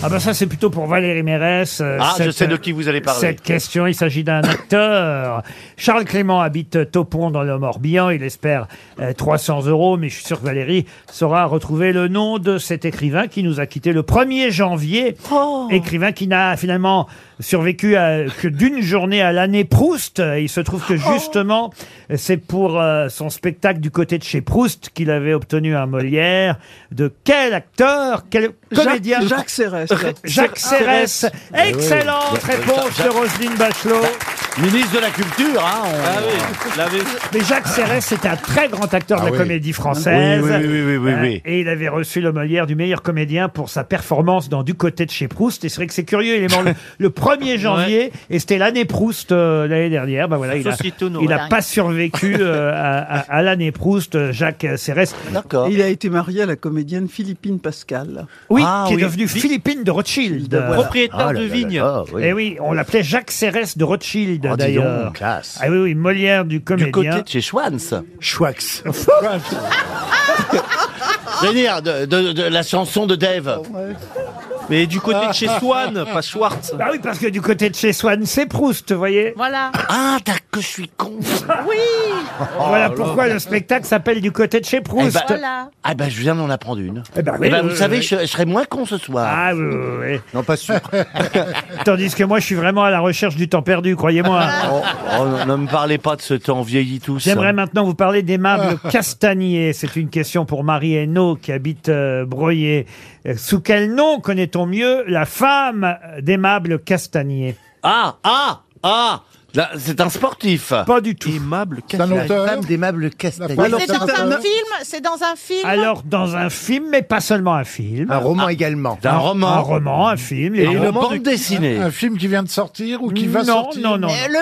Ah ben ça c'est plutôt pour Valérie Mérès. euh,
Ah, je
cette-
sais de qui vous allez parler.
Cette question, il s'agit
[coughs]
d'un acteur. Charles Clément habite Topon dans le Morbihan, il espère euh, 300 euros, mais je suis sûr que Valérie saura retrouver le nom de cet écrivain qui nous a quitté le 1er janvier. Écrivain qui n'a finalement survécu à- que d'une journée à l'année Proust. Et Il se trouve que justement, c'est pour euh, son spectacle du côté de chez Proust qu'il avait obtenu un Molière. De quel acteur, quel comédien
Jacques, Jacques Serres.
Jacques Serres.
Eh
Excellente réponse de Roselyne Bachelot.
Bah, Ministre de la Culture, hein. on-
Ah oui, l'avait.
Mais Jacques Serres, c'est un très grand acteur de la
oui.
comédie française.
Ah Oui, oui, oui, oui, oui,
Euh,
oui.
Et il avait reçu le Molière du meilleur comédien pour sa performance dans Du côté de chez Proust. Et c'est vrai que c'est curieux, il
[laughs]
est mort le, le 1er janvier et c'était l'année Proust euh, l'année dernière. Ben voilà, il a,
Société honorée.
il a pas survécu euh, à, à- à l'année Proust, euh, Jacques Serres.
D'accord.
Il a été marié à la comédienne Philippine Pascal.
Oui,
Ah,
qui
oui.
est devenu Philippine de Rothschild.
Voilà.
Propriétaire
Ah là
de
là
vigne.
là, oui.
Et Eh oui, on l'appelait Jacques Serres de Rothschild
Oh, dis
d'ailleurs.
donc, classe.
Ah oui, oui, Molière du comédien.
Du côté de chez Schwanz.
Schwax.
Je veux dire, de, de- de la chanson de Dave.
Mais du côté de
Ah.
chez Swan,
[laughs]
pas Schwartz.
Bah oui, parce que du côté de chez Swann, c'est Proust, vous voyez.
Voilà.
Ah, t'as que je suis con.
Oh voilà pourquoi le spectacle s'appelle du côté de chez Proust.
Eh ben-
Voilà.
Ah ben, je viens d'en apprendre une.
Eh ben oui,
Eh ben, vous
oui,
savez,
oui.
je, je serai moins con ce soir.
Ah oui, oui, oui.
Non,
[laughs]
pas sûr.
[laughs] Tandis que moi, je suis vraiment à la recherche du temps perdu, croyez-moi.
Oh, oh, ne- ne me parlez pas de ce temps, on vieillit tous.
J'aimerais maintenant vous parler d'Aimable Castanier. C'est une question pour Marie Hainaut qui habite euh, Breuillé. Euh, Sous quel nom connaît-on mieux la femme d'Aimable Castanier
Ah, ah, ah Là, C'est un sportif.
Pas du tout.
Aimable
C'est un
Castaner.
auteur
Femme d'aimable
La
Castagne.
Alors,
C'est
ça
dans
va
un
pas
film. C'est dans un film.
Alors, dans un film, mais pas seulement un film.
Un roman également.
D'un
Un
roman.
roman, un film. les
Et
deux.
une
roman
bande dessinée.
Un film qui vient de sortir ou qui va
non,
sortir
non, non,
Euh, Le,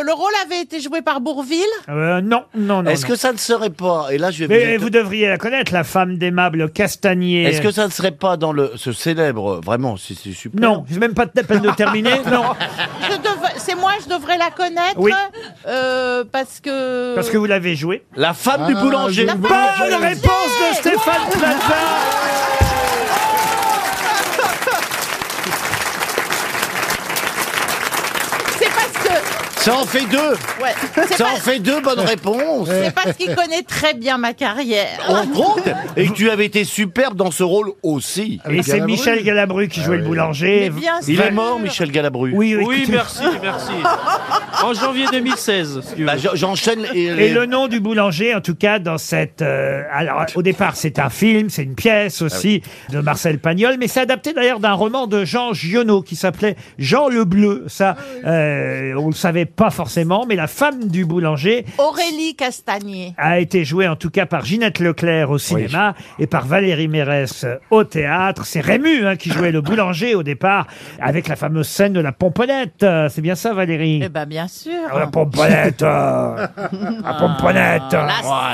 le, le rôle avait été joué par
[laughs]
Bourville.
Euh, non, non, non.
Est-ce
non.
que ça ne serait pas, et là je vais
Mais
vous-
vous devriez la connaître, la femme d'aimable Castanier.
Est-ce que ça ne serait pas dans le ce célèbre vraiment c'est c'est super [laughs]
Non, j'ai même pas de peine de terminer. Non,
Je dev- C'est moi, je devrais la connaître.
Oui.
Euh, parce que.
Parce que vous l'avez joué.
La femme
Ah,
du boulanger.
Bonne
La femme du boulanger.
réponse de Stéphane Plaza.
C'est parce que.
Ça en fait deux.
Ouais. C'est
Ça en
parce-
fait deux bonnes réponses.
C'est parce qu'il connaît très bien ma carrière.
Oh,
Entre autres, et tu avais été superbe dans ce rôle aussi. Ah
Et c'est Michel Galabru qui jouait le boulanger.
Mais bien
Il
sûr.
est mort, Michel Galabru.
Oui,
Oui, merci, merci. En janvier 2016. si tu veux.
Bah, J'enchaîne et
Et le nom du boulanger, en tout cas, dans cette. euh, alors, au départ, c'est un film, c'est une pièce aussi de Marcel Pagnol, mais c'est adapté d'ailleurs d'un roman de Jean Giono qui s'appelait Jean le Bleu. Ça, euh, on le savait pas forcément, mais la femme du boulanger
Aurélie Castagnier.
a été joué en tout cas par Ginette Leclerc au cinéma et par Valérie Mérès euh, au théâtre. C'est Rému hein, qui jouait le boulanger au départ avec la fameuse scène de la pomponnette. Euh, C'est bien ça Valérie
Eh ben, bien sûr.
Ah, La pomponnette euh,
[laughs]
La pomponnette
Ah,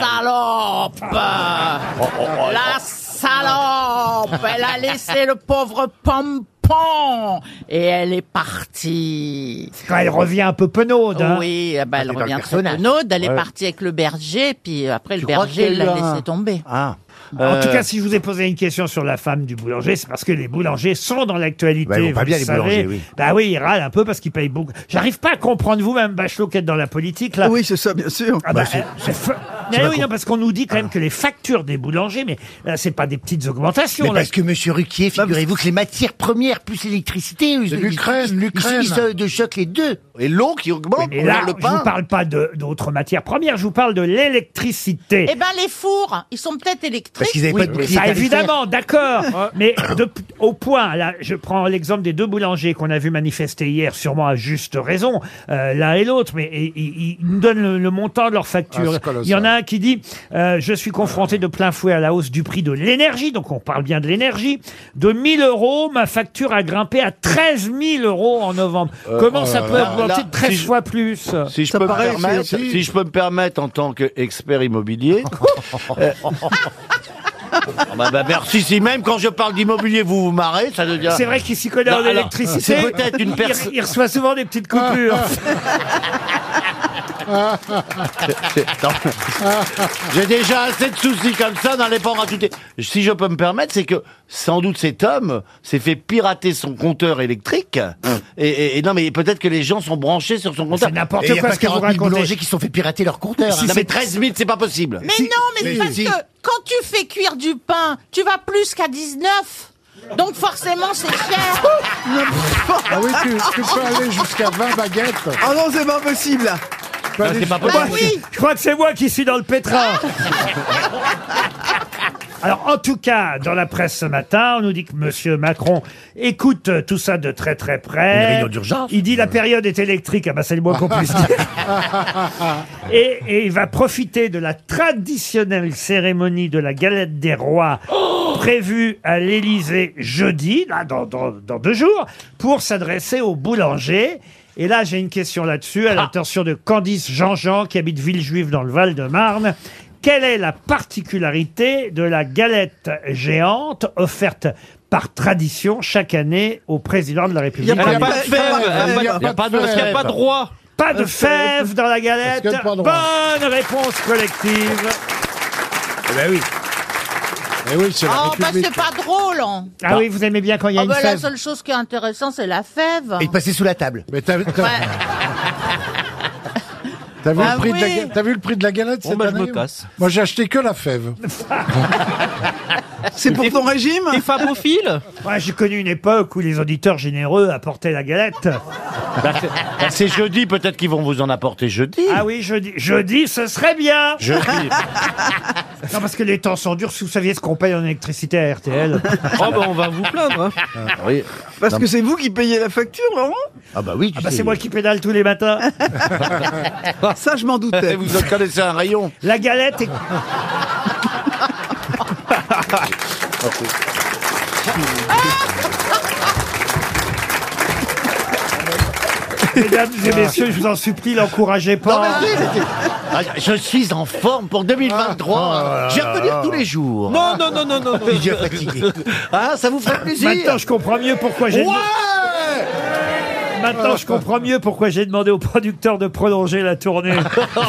Ah, oh,
La salope La salope Elle a laissé le pauvre pompon Et elle est partie
Quand elle revient un peu penaude. hein.
Oui, eh ben, elle
dans le
revient très
personnage.
penaude, elle est
Ouais.
partie avec le berger, puis après le
crois
berger
qu'il y a eu
l'a
un-
laissé tomber.
Ah.
En tout cas, si je vous ai posé une question sur la femme du boulanger, c'est parce que les boulangers sont dans l'actualité.
Bah, ils vont
vous
pas
le
bien, les
savez.
boulangers, oui.
Bah oui, ils râlent un peu parce qu'ils payent beaucoup. J'arrive pas à comprendre vous-même, Bachelot, qui êtes dans la politique là. Oui,
c'est ça, bien sûr.
Ah bah, euh, c'est fa- Mais oui, non, parce qu'on nous dit quand
Ah.
même que les factures des boulangers, mais euh, c'est pas des petites augmentations.
Mais
là.
parce que Monsieur Ruquier, figurez-vous que les matières premières plus l'électricité, ils-
l'Ukraine,
ils- ils-
l'Ukraine.
ils subissent de choc les deux.
Et l'eau qui
Oui,
augmente,
mais là, je vous parle pas de- d'autres matières premières, je vous parle de l'électricité.
Eh ben les fours, ils sont peut-être électriques.
Oui, mais ça, évidemment, d'accord.
[laughs]
mais de- au point, là, je prends l'exemple des deux boulangers qu'on a vu manifester hier, sûrement à juste raison, euh, l'un et l'autre, mais et- et- ils nous donnent le, le montant de leur
Ah,
facture.
c'est colossal.
Il y en a un qui dit euh, Je suis confronté de plein fouet à la hausse du prix de l'énergie, donc on parle bien de l'énergie. De 1000 euros, ma facture a grimpé à 13 000 euros en novembre.
Euh,
Comment
oh
ça
là
peut
là.
augmenter
Là,
de 13
si je-
fois plus
Si je, peux me permettre, si je peux me permettre en tant qu'expert [laughs] immobilier. euh, ah bah, bah, merci, si même quand je parle d'immobilier, vous vous marrez, ça devient.
C'est vrai qu'il s'y connaît
Non,
en
alors,
électricité.
C'est peut-être une Ah. personne.
Il, il reçoit souvent des
[laughs]
petites coupures. [laughs]
J'ai déjà assez de soucis comme ça, n'allez pas en rajouter. Si je peux me permettre, c'est que sans doute cet homme s'est fait pirater son compteur électrique. Et, et- et non, mais peut-être que les gens sont branchés sur son compteur.
C'est n'importe
Et
quoi
il y a pas
ce que vous
40 000
racontez.
boulangers qui se sont fait pirater leur compteur.
Si
hein.
non,
c'est-
mais 13 000, c'est pas possible.
Mais non, mais, c'est parce que quand tu fais cuire du pain, tu vas plus qu'à 19. Donc forcément, c'est
[laughs]
cher.
bah
Ah oui, tu, tu peux aller jusqu'à 20 baguettes.
Oh non, c'est pas possible
Tu peux aller
Bah, c'est pas
jusqu'à-
possible. Ah
oui.
Bah, Je crois que c'est moi qui suis dans le pétrin.
Ah.
[laughs] Alors, en tout cas, dans la presse ce matin, on nous dit que Monsieur Macron écoute euh, tout ça de très très près.
Une réunion d'urgence.
Il dit la période est électrique. Ah bah, c'est le moins qu'on puisse dire. Et, et il va profiter de la traditionnelle cérémonie de la galette des rois prévue à l'Élysée jeudi, là, dans, dans- dans deux jours, pour s'adresser aux boulangers. Et là, j'ai une question là-dessus, à l'attention de Candice Jean-Jean, qui habite Villejuif dans le Val-de-Marne. Quelle est la particularité de la galette géante offerte par tradition chaque année au président de la
Il n'y
République
a, pas de
fèves,
fèves,
elle
il y a
Il n'y a pas de,
Parce qu'il n'y a pas de droit.
Pas de fèves dans la galette.
Parce qu'il y a pas de droit.
Bonne réponse collective.
ben
Eh oui, c'est la
Oh, bah
République.
c'est pas drôle. hein.
Ah oui, vous aimez bien quand il y a
Ah
une
bah, la
fève.
seule chose qui est intéressante, c'est la fève.
Et de passer [laughs] sous la table.
Mais t'as t'as-
Ouais.
t'as vu,
Bah
Ah
le prix de la
oui.
ga- t'as vu le prix de la galette cette
bah, je
année,
me
ou-
casse.
Moi, j'ai acheté que la fève.
C'est pour ton régime
T'es fabophile
Ouais, J'ai connu une époque où les auditeurs généreux apportaient la galette.
Bah, c'est- bah, c'est jeudi, peut-être qu'ils vont vous en apporter jeudi.
Ah oui, jeudi, jeudi, ce serait bien. [laughs]
Jeudi.
Non, parce que les temps sont durs. Si vous saviez ce qu'on paye en électricité à RTL.
Oh, bah, on va vous plaindre. hein.
Ah, oui.
Parce que c'est vous qui payez la facture, Laurent
Ah bah oui,
Ah bah c'est moi qui pédale tous les matins.
Ça, je m'en
Et [laughs]
doutais.
vous en connaissez un rayon.
La
[laughs]
galette est... Mesdames et messieurs, je vous en supplie, l'encouragez
Ah. Non,
pas.
mais si, c'était- Ah, je suis en forme pour
Ah.
2023. Ah, J'ai revenir tous les jours.
Non, non, non, non, non. non.
Dieu fatigué.
Ah, ça vous fait plaisir
Maintenant, je comprends mieux pourquoi j'ai...
Ouais
maintenant, je comprends mieux pourquoi j'ai demandé au producteur de prolonger
[laughs]
la tournée.
bah.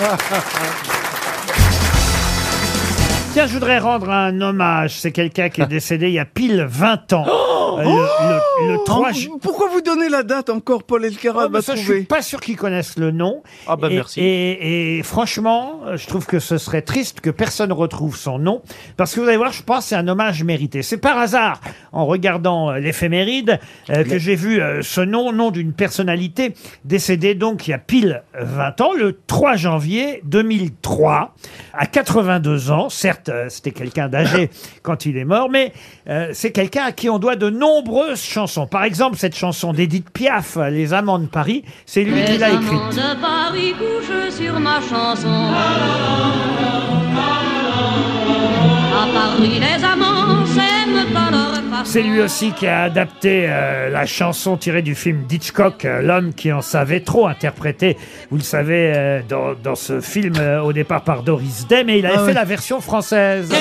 euh, Tiens, je voudrais rendre un hommage. C'est quelqu'un qui est décédé il y a pile 20 ans.
Oh
Euh, le, le- le 3 ju-
Pourquoi vous donnez la date encore, Paul Elkarat
Oh, mais ça, je suis pas sûr qu'ils connaissent le nom. Ah
bah,
et,
merci.
Et, et franchement, euh, je trouve que ce serait triste que personne retrouve son nom, parce que vous allez voir, je pense que c'est un hommage mérité. C'est par hasard, en regardant euh, l'éphéméride, euh, que j'ai vu euh, ce nom, nom d'une personnalité décédée donc il y a pile 20 ans, le 3 janvier 2003, à 82 ans. Certes, euh, c'était quelqu'un d'âgé quand il est mort, mais euh, c'est quelqu'un à qui on doit de nombreuses chansons. Par exemple, cette chanson d'Edith Piaf, euh, Les Amants de Paris, c'est lui qui l'a écrite.
de Paris couche sur ma chanson. À Paris, les amants s'aiment pas leur parfum.
C'est lui aussi qui a adapté euh, la chanson tirée du film d'Hitchcock, euh, L'homme qui en savait trop, interprété, vous le savez, euh, dans, dans ce film euh, au départ par Doris Day, mais il avait
Ah
fait
ouais.
la version française.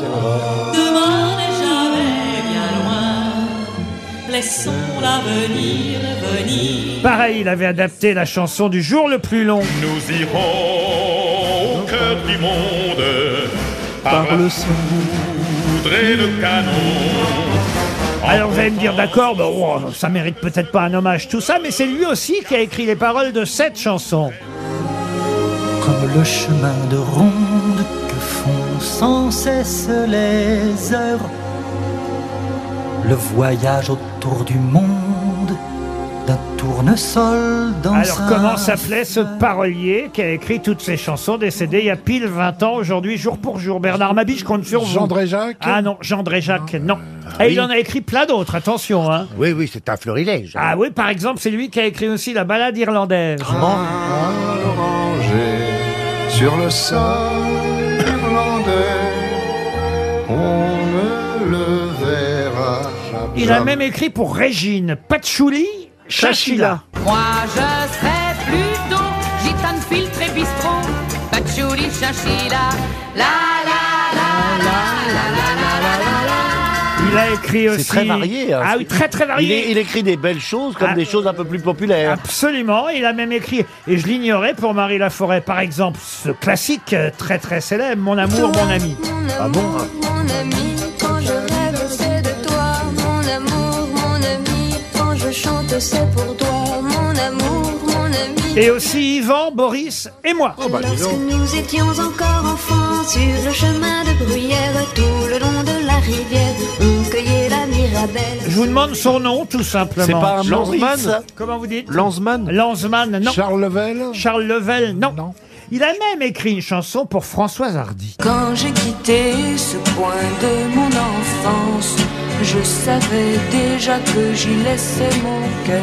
Demain n'est jamais bien loin. Laissons l'avenir venir.
Pareil, il avait adapté la chanson du jour le plus long.
Nous irons au cœur du monde par, le foudre et le canon.
Alors vous allez me dire, d'accord, bah, oh, ça mérite peut-être pas un hommage tout ça, mais c'est lui aussi qui a écrit les paroles de cette chanson.
Comme le chemin de ronde que font sans cesse les heures. Le voyage autour du monde d'un tournesol dans
Alors
un-
comment s'appelait ce parolier qui a écrit toutes ces chansons décédé il y a pile 20 ans aujourd'hui, jour pour jour Bernard Mabie, je compte sur vous.
Gendre et Jacques
Ah non, Gendre et Jacques, non. Et il en a écrit plein d'autres, attention. Hein.
Ah Oui, oui, c'est un florilège.
Ah oui, par exemple, c'est lui qui a écrit aussi la balade irlandaise.
Ah,
Sur le sol irlandais, on ne le verra jamais.
Il a même écrit pour Régine Patchouli, Chachila.
Moi, je serais plutôt gitane filtre et bistrot. Patchouli, chachila. La la la la la la la la la
Il a écrit aussi.
C'est très varié. hein.
Ah oui, très très varié.
Il, est- il écrit des belles choses comme
Ah.
des choses un peu plus populaires.
Absolument, il a même écrit, et je l'ignorais pour Marie Laforêt, par exemple, ce classique euh, très très célèbre, Mon amour, mon ami. Ah bon
hein.
Mon ami, quand je rêve, c'est de toi. Mon amour, mon ami, quand je chante, c'est pour toi. Mon amour, mon ami.
Et aussi Yvan, Boris et moi.
Oh, bah,
Lorsque nous étions encore enfants, sur le chemin de Bruyère, tout le long de la rivière, on cueillait la mirabelle.
Je vous demande son nom, tout simplement.
C'est pas un Lanzmann Maurice.
Comment vous dites Lanzmann Lanzmann, non. Charles Level Charles Level, non. Il a même écrit une chanson pour Françoise Hardy.
Quand j'ai quitté ce point de mon enfance, je savais déjà que j'y laissais mon cœur.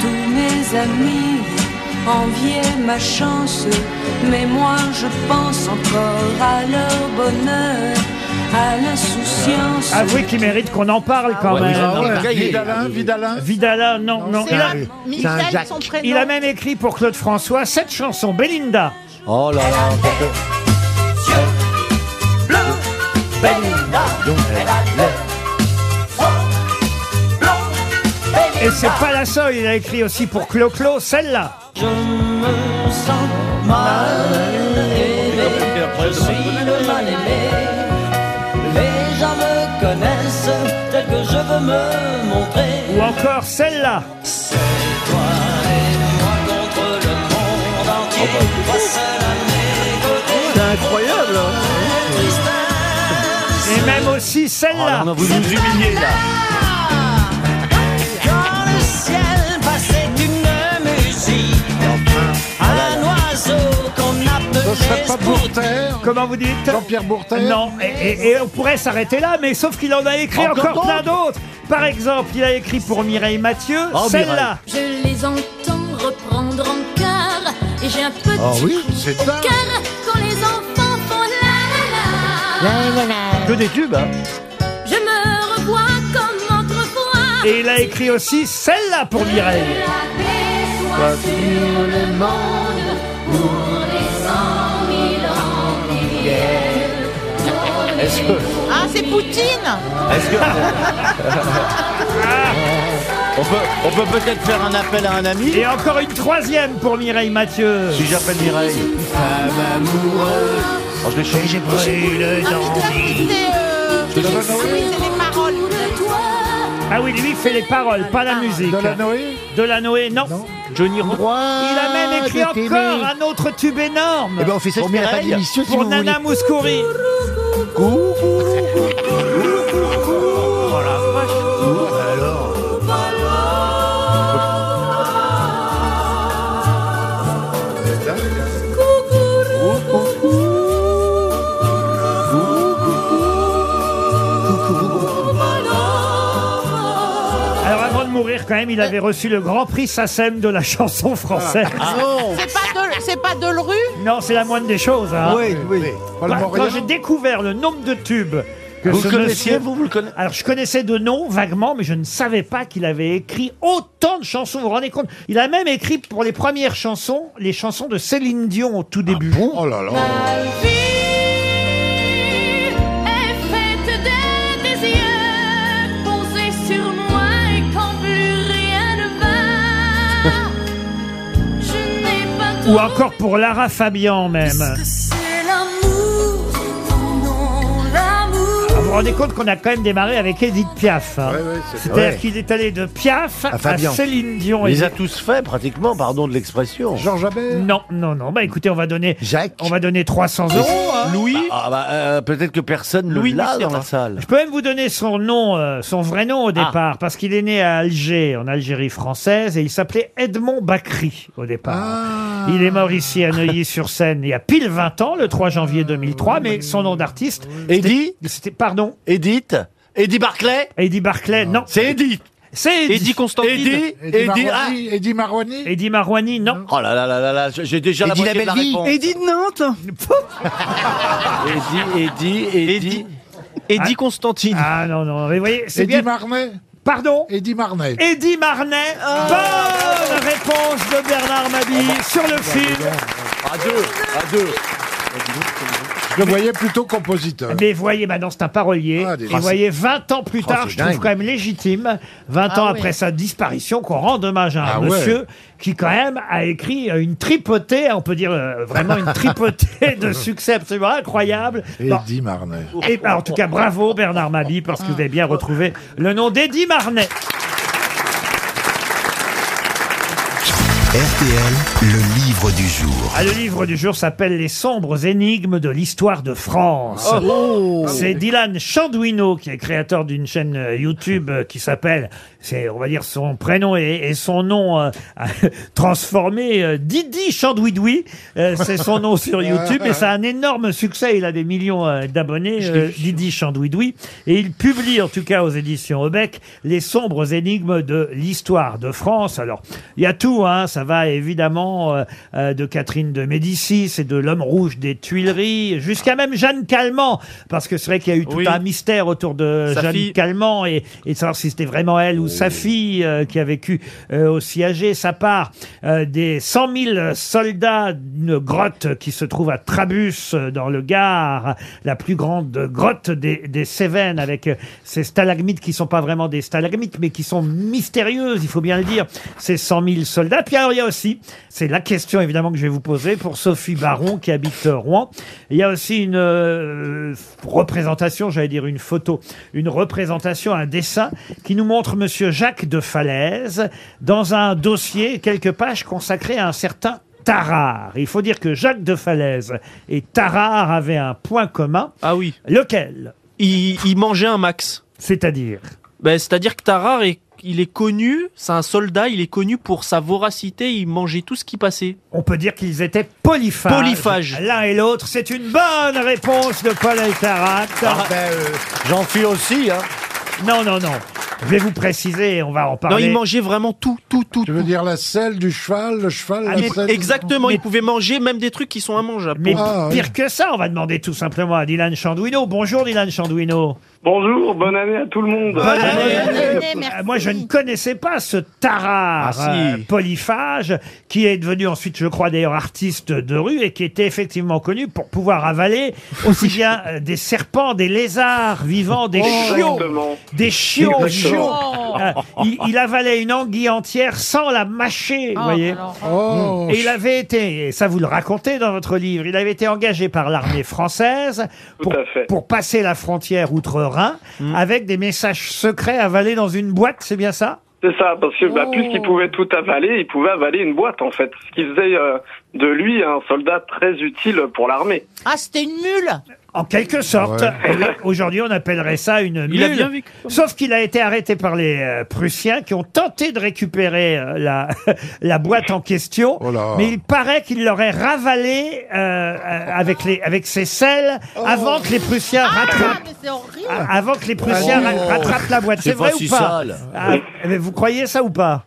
Tous mes amis enviaient ma chance, mais moi je pense encore à leur bonheur, à l'insouciance.
Avouez qu'il mérite qu'on en parle quand
Ouais,
même.
Vidalin, Ah ouais. Vidalin, Vidalin.
Vidalin, non, non.
c'est
Il a-
un- Michel, C'est un Jacques. son prénom.
Il a même écrit pour Claude François cette chanson, Belinda.
Oh là là.
Et c'est pas la seule, il a écrit aussi pour Clo-Clo, celle-là.
Je me sens mal aimé, je suis le mal aimé. Les gens me connaissent tel que je veux me montrer.
Ou encore celle-là.
C'est toi et moi contre le monde entier. Toi seul à mes côtés.
C'est incroyable. hein.
Et même aussi celle-là. vous nous humiliez là.
Quand le ciel passait une musique à un oiseau qu'on appelait Bourter.
Comment vous dites Jean-Pierre
Bourter
Non, et, et- et on pourrait s'arrêter là, mais sauf qu'il en a écrit
Encore
encore, plein d'autres. Par exemple, il a écrit pour Mireille Mathieu,
Oh,
celle-là.
Je les entends reprendre en chœur et j'ai un petit
Ah oui, c'est
coup au
dingue.
cœur quand les enfants font la la la.
Que des tubes. hein.
Je me revois comme autrefois.
Et il a écrit aussi celle-là pour Mireille.
La paix soit sur le monde pour les cent mille ans qui viennent. Nos
Est-ce que.
Ah, c'est Poutine Ah,
Est-ce que. on peut on peut peut-être faire un appel à un ami.
Et encore une troisième pour Mireille Mathieu.
Si j'appelle Mireille. Oh, je l'ai changé. J'ai brûlé
C'est euh, oui, c'est les paroles.
Ah oui, lui il fait les paroles, pas
Ah.
la musique. De la Noé De la Noé, non.
Johnny Roy.
Il a même écrit
t'aimer.
encore un autre tube énorme.
Eh ben, on fait ça
pour
jusqu'à la fin de
Mireille,
l'émission, si
pour
vous
Nana
voulez.
Mouskouri. Alors avant de mourir quand même, il avait reçu le grand prix SACEM de la chanson française.
Ah. C'est pas, de, c'est pas Delru
Non, c'est la moindre des choses. hein.
Oui, oui.
Bah, quand j'ai découvert le nombre de tubes que
Vous
ce
le
monsieur-
connaissiez, vous, vous le connaissez
Alors, je connaissais de nom, vaguement, mais je ne savais pas qu'il avait écrit autant de chansons. Vous vous rendez compte Il a même écrit pour les premières chansons, les chansons de Céline Dion au tout début.
Oh là là.
est faite de tes yeux posés sur moi et quand plus rien ne va, je n'ai pas
Ou encore pour Lara Fabian, même.
C'est l'amour, non l'amour.
Vous vous rendez compte qu'on a quand même démarré avec Edith Piaf. hein.
c'est
C'est-à-dire
vrai.
qu'il est allé de Piaf à,
Fabian.
Céline Dion.
Ah, Il
Et-
les a tous faits pratiquement, pardon de l'expression.
Georges Abel
Non, non, non. Bah écoutez, on va donner.
Jacques.
On va donner 300 euros. hein.
Louis. Ah bah, euh, peut-être que personne ne
Louis
l'a
Lucien.
dans la salle.
Je peux même vous donner son nom, euh, son vrai nom au départ, parce qu'il est né à Alger, en Algérie française, et il s'appelait Edmond Bacry au départ.
Ah.
Il est mort ici à Neuilly-sur-Seine il y a pile 20 ans, le 3 janvier 2003, mais son nom d'artiste.
Eddie
C'était, pardon
Edith Eddie Barclay
Eddie Barclay, non.
C'est Eddie
C'est Eddie.
Eddie Constantine.
Eddie
Eddie
Eddie ah.
Marouani, Eddie Marouani
Eddie Marouani, non.
Oh là là là là là, j'ai déjà
Eddie
la moitié de la
Labelvie.
réponse.
Et dit de Nantes
Eddie, Eddie, Eddie.
Eddie Constantine.
Ah non, non, mais vous voyez, c'est
Eddie
bien.
Marnet
Pardon
Eddie Marnet.
Eddie Marnet,
Ah.
bonne réponse de Bernard Mabille
Ah
sur le film.
À deux, à deux.
Je le voyais plutôt compositeur.
Mais voyez, maintenant c'est un parolier.
Ah, des-
et
Ah,
voyez, 20 ans plus tard,
c'est
je trouve
dingue.
quand même légitime, 20
Ah
ans
ouais.
après sa disparition, qu'on rende hommage à un
Ah ouais.
monsieur qui quand même a écrit euh, une tripotée, on peut dire euh, vraiment une tripotée
[laughs]
de succès absolument incroyable. Bon,
Eddie Marnet.
et bah, en tout cas, bravo Bernard Mabie parce que vous avez
Ah.
bien retrouvé le nom d'Eddie Marnet.
RTL, le livre du jour.
Ah, le livre du jour s'appelle Les sombres énigmes de l'histoire de France. C'est Dylan Chandouineau qui est créateur d'une chaîne euh, YouTube euh, qui s'appelle, c'est on va dire son prénom et, et son nom euh, [laughs] transformé, euh, Didi Chandouidoui. Euh, c'est son nom sur YouTube et ça a un énorme succès. Il a des millions euh, d'abonnés, euh, Didi Chandouidoui. Et il publie en tout cas aux éditions Obec les sombres énigmes de l'histoire de France. Alors, il y a tout, hein, ça va évidemment euh, euh, de Catherine de Médicis et de l'homme rouge des Tuileries jusqu'à même Jeanne Calment, parce que c'est vrai qu'il y a eu tout
Oui.
un mystère autour de
Sa
Jeanne
fille.
Calment et, et de savoir si c'était vraiment elle ou sa fille euh, qui a vécu euh, aussi âgée. Ça part euh, des 100 000 soldats d'une grotte qui se trouve à Trabus euh, dans le Gard, la plus grande grotte des, des Cévennes avec euh, ces stalagmites qui sont pas vraiment des stalagmites mais qui sont mystérieuses, il faut bien le dire, ces 100 000 soldats. Puis alors il y a aussi, c'est la question évidemment que je vais vous poser pour Sophie Baron qui habite euh, Rouen, il y a aussi une euh, représentation, j'allais dire une photo, une représentation, un dessin qui nous montre Monsieur Jacques de Falaise dans un dossier, quelques pages consacrées à un certain Tarare. Il faut dire que Jacques de Falaise et Tarare avaient un point commun.
Ah oui.
Lequel
Il, il mangeait un max.
C'est-à-dire
Ben, C'est-à-dire que Tarare, est- il est connu, c'est un soldat, il est connu pour sa voracité, il mangeait tout ce qui passait.
On peut dire qu'ils étaient polyphages.
Polyphages.
L'un et l'autre. C'est une bonne réponse de Paul Alcarat.
J'en suis aussi, hein.
Non, non, non. Je vais vous préciser, on va en
Non,
parler.
il mangeait vraiment tout, tout, tout.
Tu veux dire la selle du cheval, le cheval,
Ah,
la
Mais-
selle
exactement,
Mais-
il pouvait manger même des trucs qui sont immangeables.
Mais
Ah, oui.
pire que ça, on va demander tout simplement à Dylan Chandouineau. Bonjour Dylan Chandouineau.
Bonjour, bonne année à tout le monde.
Bonne année. Euh, Moi, je ne connaissais pas ce
Ah,
tarare
si.
euh, polyphage qui est devenu ensuite, je crois d'ailleurs, artiste de rue et qui était effectivement connu pour pouvoir avaler aussi bien euh, des serpents, des lézards vivants, des chiots,
Oh, Exactement.
des chiots, des chiots.
Exactement.
Euh, il, il avalait une anguille entière sans la
Ah,
mâcher, vous voyez. Hmm.
Oh.
Et il avait été, et ça vous le racontez dans votre livre, il avait été engagé par l'armée française pour, pour passer la frontière outre-Rhin
Hmm.
avec des messages secrets avalés dans une boîte, c'est bien ça
C'est ça, parce que bah,
Oh.
puisqu'il pouvait tout avaler, il pouvait avaler une boîte en fait, ce qui faisait euh, de lui un soldat très utile pour l'armée.
Ah, c'était une mule
En quelque sorte,
Ouais.
Eh oui, aujourd'hui on appellerait
[laughs]
ça une
Il a
mule.
bien vécu.
Sauf qu'il a été arrêté par les euh, Prussiens qui ont tenté de récupérer euh, la, [laughs] la boîte en question. Mais il paraît qu'il l'aurait ravalée euh, euh, avec, les, avec ses selles avant que les Prussiens rattrapent. Ah, Avant que les Prussiens
Oh.
ra- rattrapent la boîte,
C'est
c'est
pas
vrai
si
ou pas
sale.
Ah, mais Vous croyez ça ou pas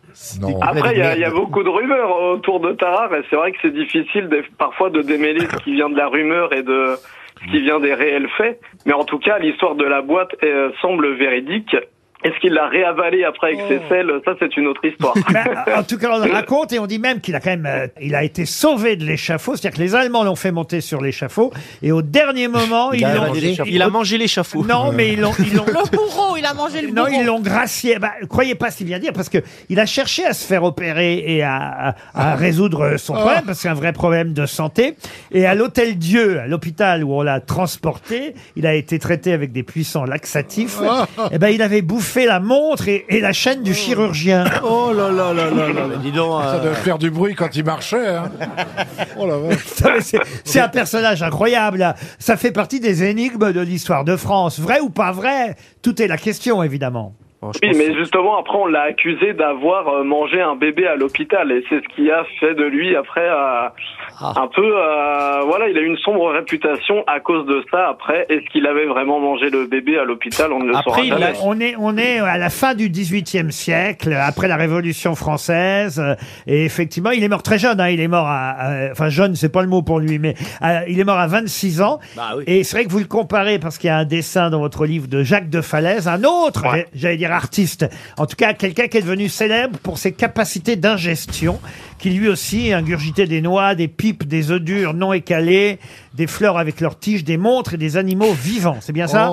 Après, il y, a- il y a beaucoup de rumeurs autour de Tarare, et c'est vrai que c'est difficile des- parfois de démêler ce qui vient de la rumeur et de ce qui vient des réels faits. Mais en tout cas, l'histoire de la boîte euh, semble véridique. Est-ce qu'il l'a réavalé après avec ses selles Ça, c'est une autre histoire.
En tout cas, on le raconte et on dit même qu'il a quand même, euh, il a été sauvé de l'échafaud. C'est-à-dire que les Allemands l'ont fait monter sur l'échafaud et au dernier moment,
Il
ils
a
l'ont-
mangé l'échafaud. Il a mangé l'échafaud.
Non, mais ils l'ont, ils
[laughs]
l'ont.
Le bourreau, il a mangé le
Non,
bourreau.
ils l'ont gracié. Bah, croyez pas si bien dire, parce que il a cherché à se faire opérer et à, à-
Ah.
à résoudre son
Oh.
problème, parce que c'est un vrai problème de santé. Et à l'hôtel Dieu, à l'hôpital où on l'a transporté, il a été traité avec des puissants laxatifs.
Oh.
Et ben, il avait bouffé la montre et, et la chaîne du chirurgien.
Oh là là là là là.
Dis donc.
Ça
euh,
devait faire du bruit quand il marchait. Hein. Oh la vache.
[laughs] Non, mais c'est- C'est un personnage incroyable. là. Ça fait partie des énigmes de l'histoire de France. Vrai ou pas vrai Tout est la question, évidemment.
Oui, mais justement, après, on l'a accusé d'avoir euh, mangé un bébé à l'hôpital, et c'est ce qui a fait de lui, après, euh, un peu... euh, voilà, il a eu une sombre réputation à cause de ça. Après, est-ce qu'il avait vraiment mangé le bébé à l'hôpital On ne le saura jamais.
on est on est à la fin du XVIIIe siècle, après la Révolution française, euh, et effectivement, il est mort très jeune. hein, il est mort à, à- enfin jeune, c'est pas le mot pour lui, mais euh, il est mort à 26 ans.
Bah oui.
Et c'est vrai que vous le comparez parce qu'il y a un dessin dans votre livre de Jacques de Falaise, un autre, j'ai- j'allais dire artiste, en tout cas quelqu'un qui est devenu célèbre pour ses capacités d'ingestion, qui lui aussi ingurgitait des noix, des pipes, des œufs durs non écalés, des fleurs avec leurs tiges, des montres et des animaux vivants. C'est bien
Oh.
ça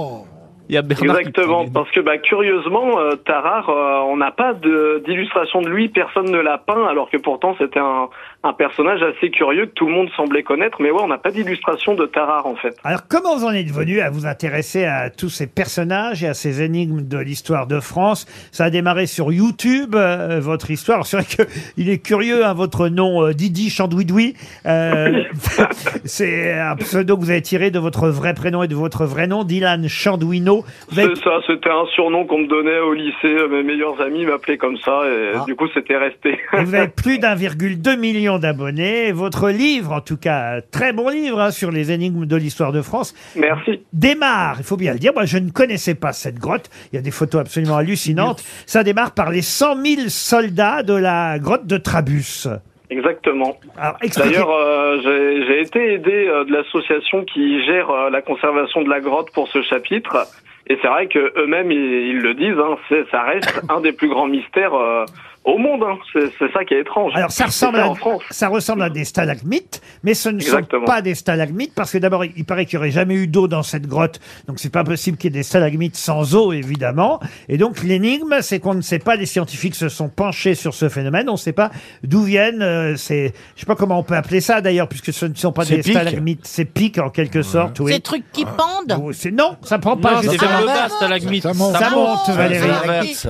Il y a Bernard qui-
Exactement, parce que bah, curieusement, euh, Tarare, euh, on n'a pas de- d'illustration de, lui, personne ne l'a peint, alors que pourtant c'était un, un personnage assez curieux que tout le monde semblait connaître, mais ouais, on n'a pas d'illustration de Tarare en fait.
Alors, comment vous en êtes venu à vous intéresser à tous ces personnages et à ces énigmes de l'histoire de France Ça a démarré sur YouTube, euh, votre histoire. Alors, C'est vrai que il est curieux, hein, votre nom, euh, Didi Chandouidoui. Euh, [laughs] c'est un pseudo que vous avez tiré de votre vrai prénom et de votre vrai nom, Dylan Chandouineau. Vous avez-
C'est ça, c'était un surnom qu'on me donnait au lycée, euh, mes meilleurs amis m'appelaient comme ça, et du coup c'était resté.
Ah. Et
[laughs]
vous avez plus d'1,2 million d'abonnés. Votre livre, en tout cas, très bon livre hein, sur les énigmes de l'histoire de France.
Merci.
Démarre, il faut bien le dire. Moi, je ne connaissais pas cette grotte. Il y a des photos absolument hallucinantes. Ça démarre par les 100 000 soldats de la grotte de Trabus.
Exactement.
expliquez-
D'ailleurs, euh, j'ai j'ai été aidé euh, de l'association qui gère euh, la conservation de la grotte pour ce chapitre. Et c'est vrai que eux-mêmes ils, ils le disent, hein, c'est- ça reste un des plus grands mystères euh, au monde. hein. C'est c'est ça qui est étrange.
Alors, ça ressemble,
C'est
à,
en France.
ça ressemble à des stalagmites, mais ce ne
Exactement.
sont pas des stalagmites parce que d'abord, il paraît qu'il n'y aurait jamais eu d'eau dans cette grotte. Donc, c'est pas possible qu'il y ait des stalagmites sans eau, évidemment. Et donc, l'énigme, c'est qu'on ne sait pas, les scientifiques se sont penchés sur ce phénomène, on ne sait pas d'où viennent euh, ces, je sais pas comment on peut appeler ça d'ailleurs, puisque ce ne sont pas
Ces
des
pics.
stalagmites, ces pics en quelque sorte, oui.
Ces trucs qui pendent.
Oh, c'est- Non, ça prend pas
Non, c'est
justement.
vers le bas, stalagmite.
Ça monte,
Ça monte,
Ça monte, Valérie.
c'est l'inverse.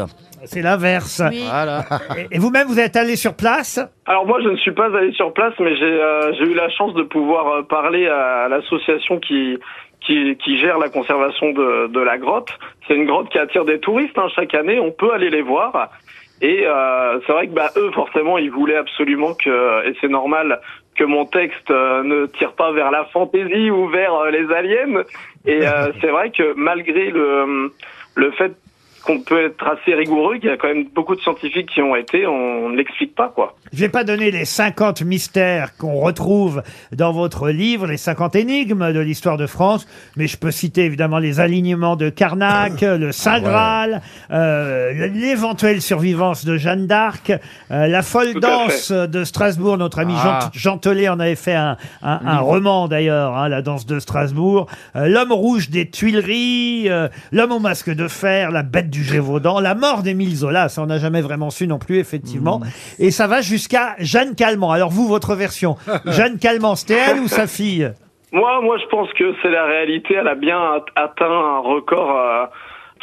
C'est l'inverse.
Oui.
Et, et vous-même, vous êtes allé sur place
Alors moi, je ne suis pas allé sur place, mais j'ai euh, j'ai eu la chance de pouvoir euh, parler à, l'association qui, qui qui gère la conservation de, de la grotte. C'est une grotte qui attire des touristes hein, chaque année. On peut aller les voir. Et euh, c'est vrai que bah, eux, forcément, ils voulaient absolument que, et c'est normal, que mon texte euh, ne tire pas vers la fantaisie ou vers euh, les aliens. Et euh, c'est vrai que malgré le, le fait qu'on peut être assez rigoureux, qu'il y a quand même beaucoup de scientifiques qui ont été, on ne l'explique pas, quoi.
Je vais pas donner les 50 mystères qu'on retrouve dans votre livre, les 50 énigmes de l'histoire de France, mais je peux citer évidemment les alignements de Carnac,
Ah
le Saint Graal, euh, l'éventuelle survivance de Jeanne d'Arc, euh, la folle
Tout à
danse de Strasbourg. Notre ami
Ah.
Jean, Jean Telet en avait fait un, un- un roman d'ailleurs, hein, la danse de Strasbourg, Euh, l'homme rouge des Tuileries, euh, l'homme au masque de fer, la bête du Gévaudan, la mort d'Émile Zola. Ça on n'a jamais vraiment su non plus effectivement. Et ça va jusqu'à Jeanne Calment. Alors vous, votre version, Jeanne Calment, c'était elle ou sa fille
Moi, moi, je pense que c'est la réalité. Elle a bien at- atteint un record euh,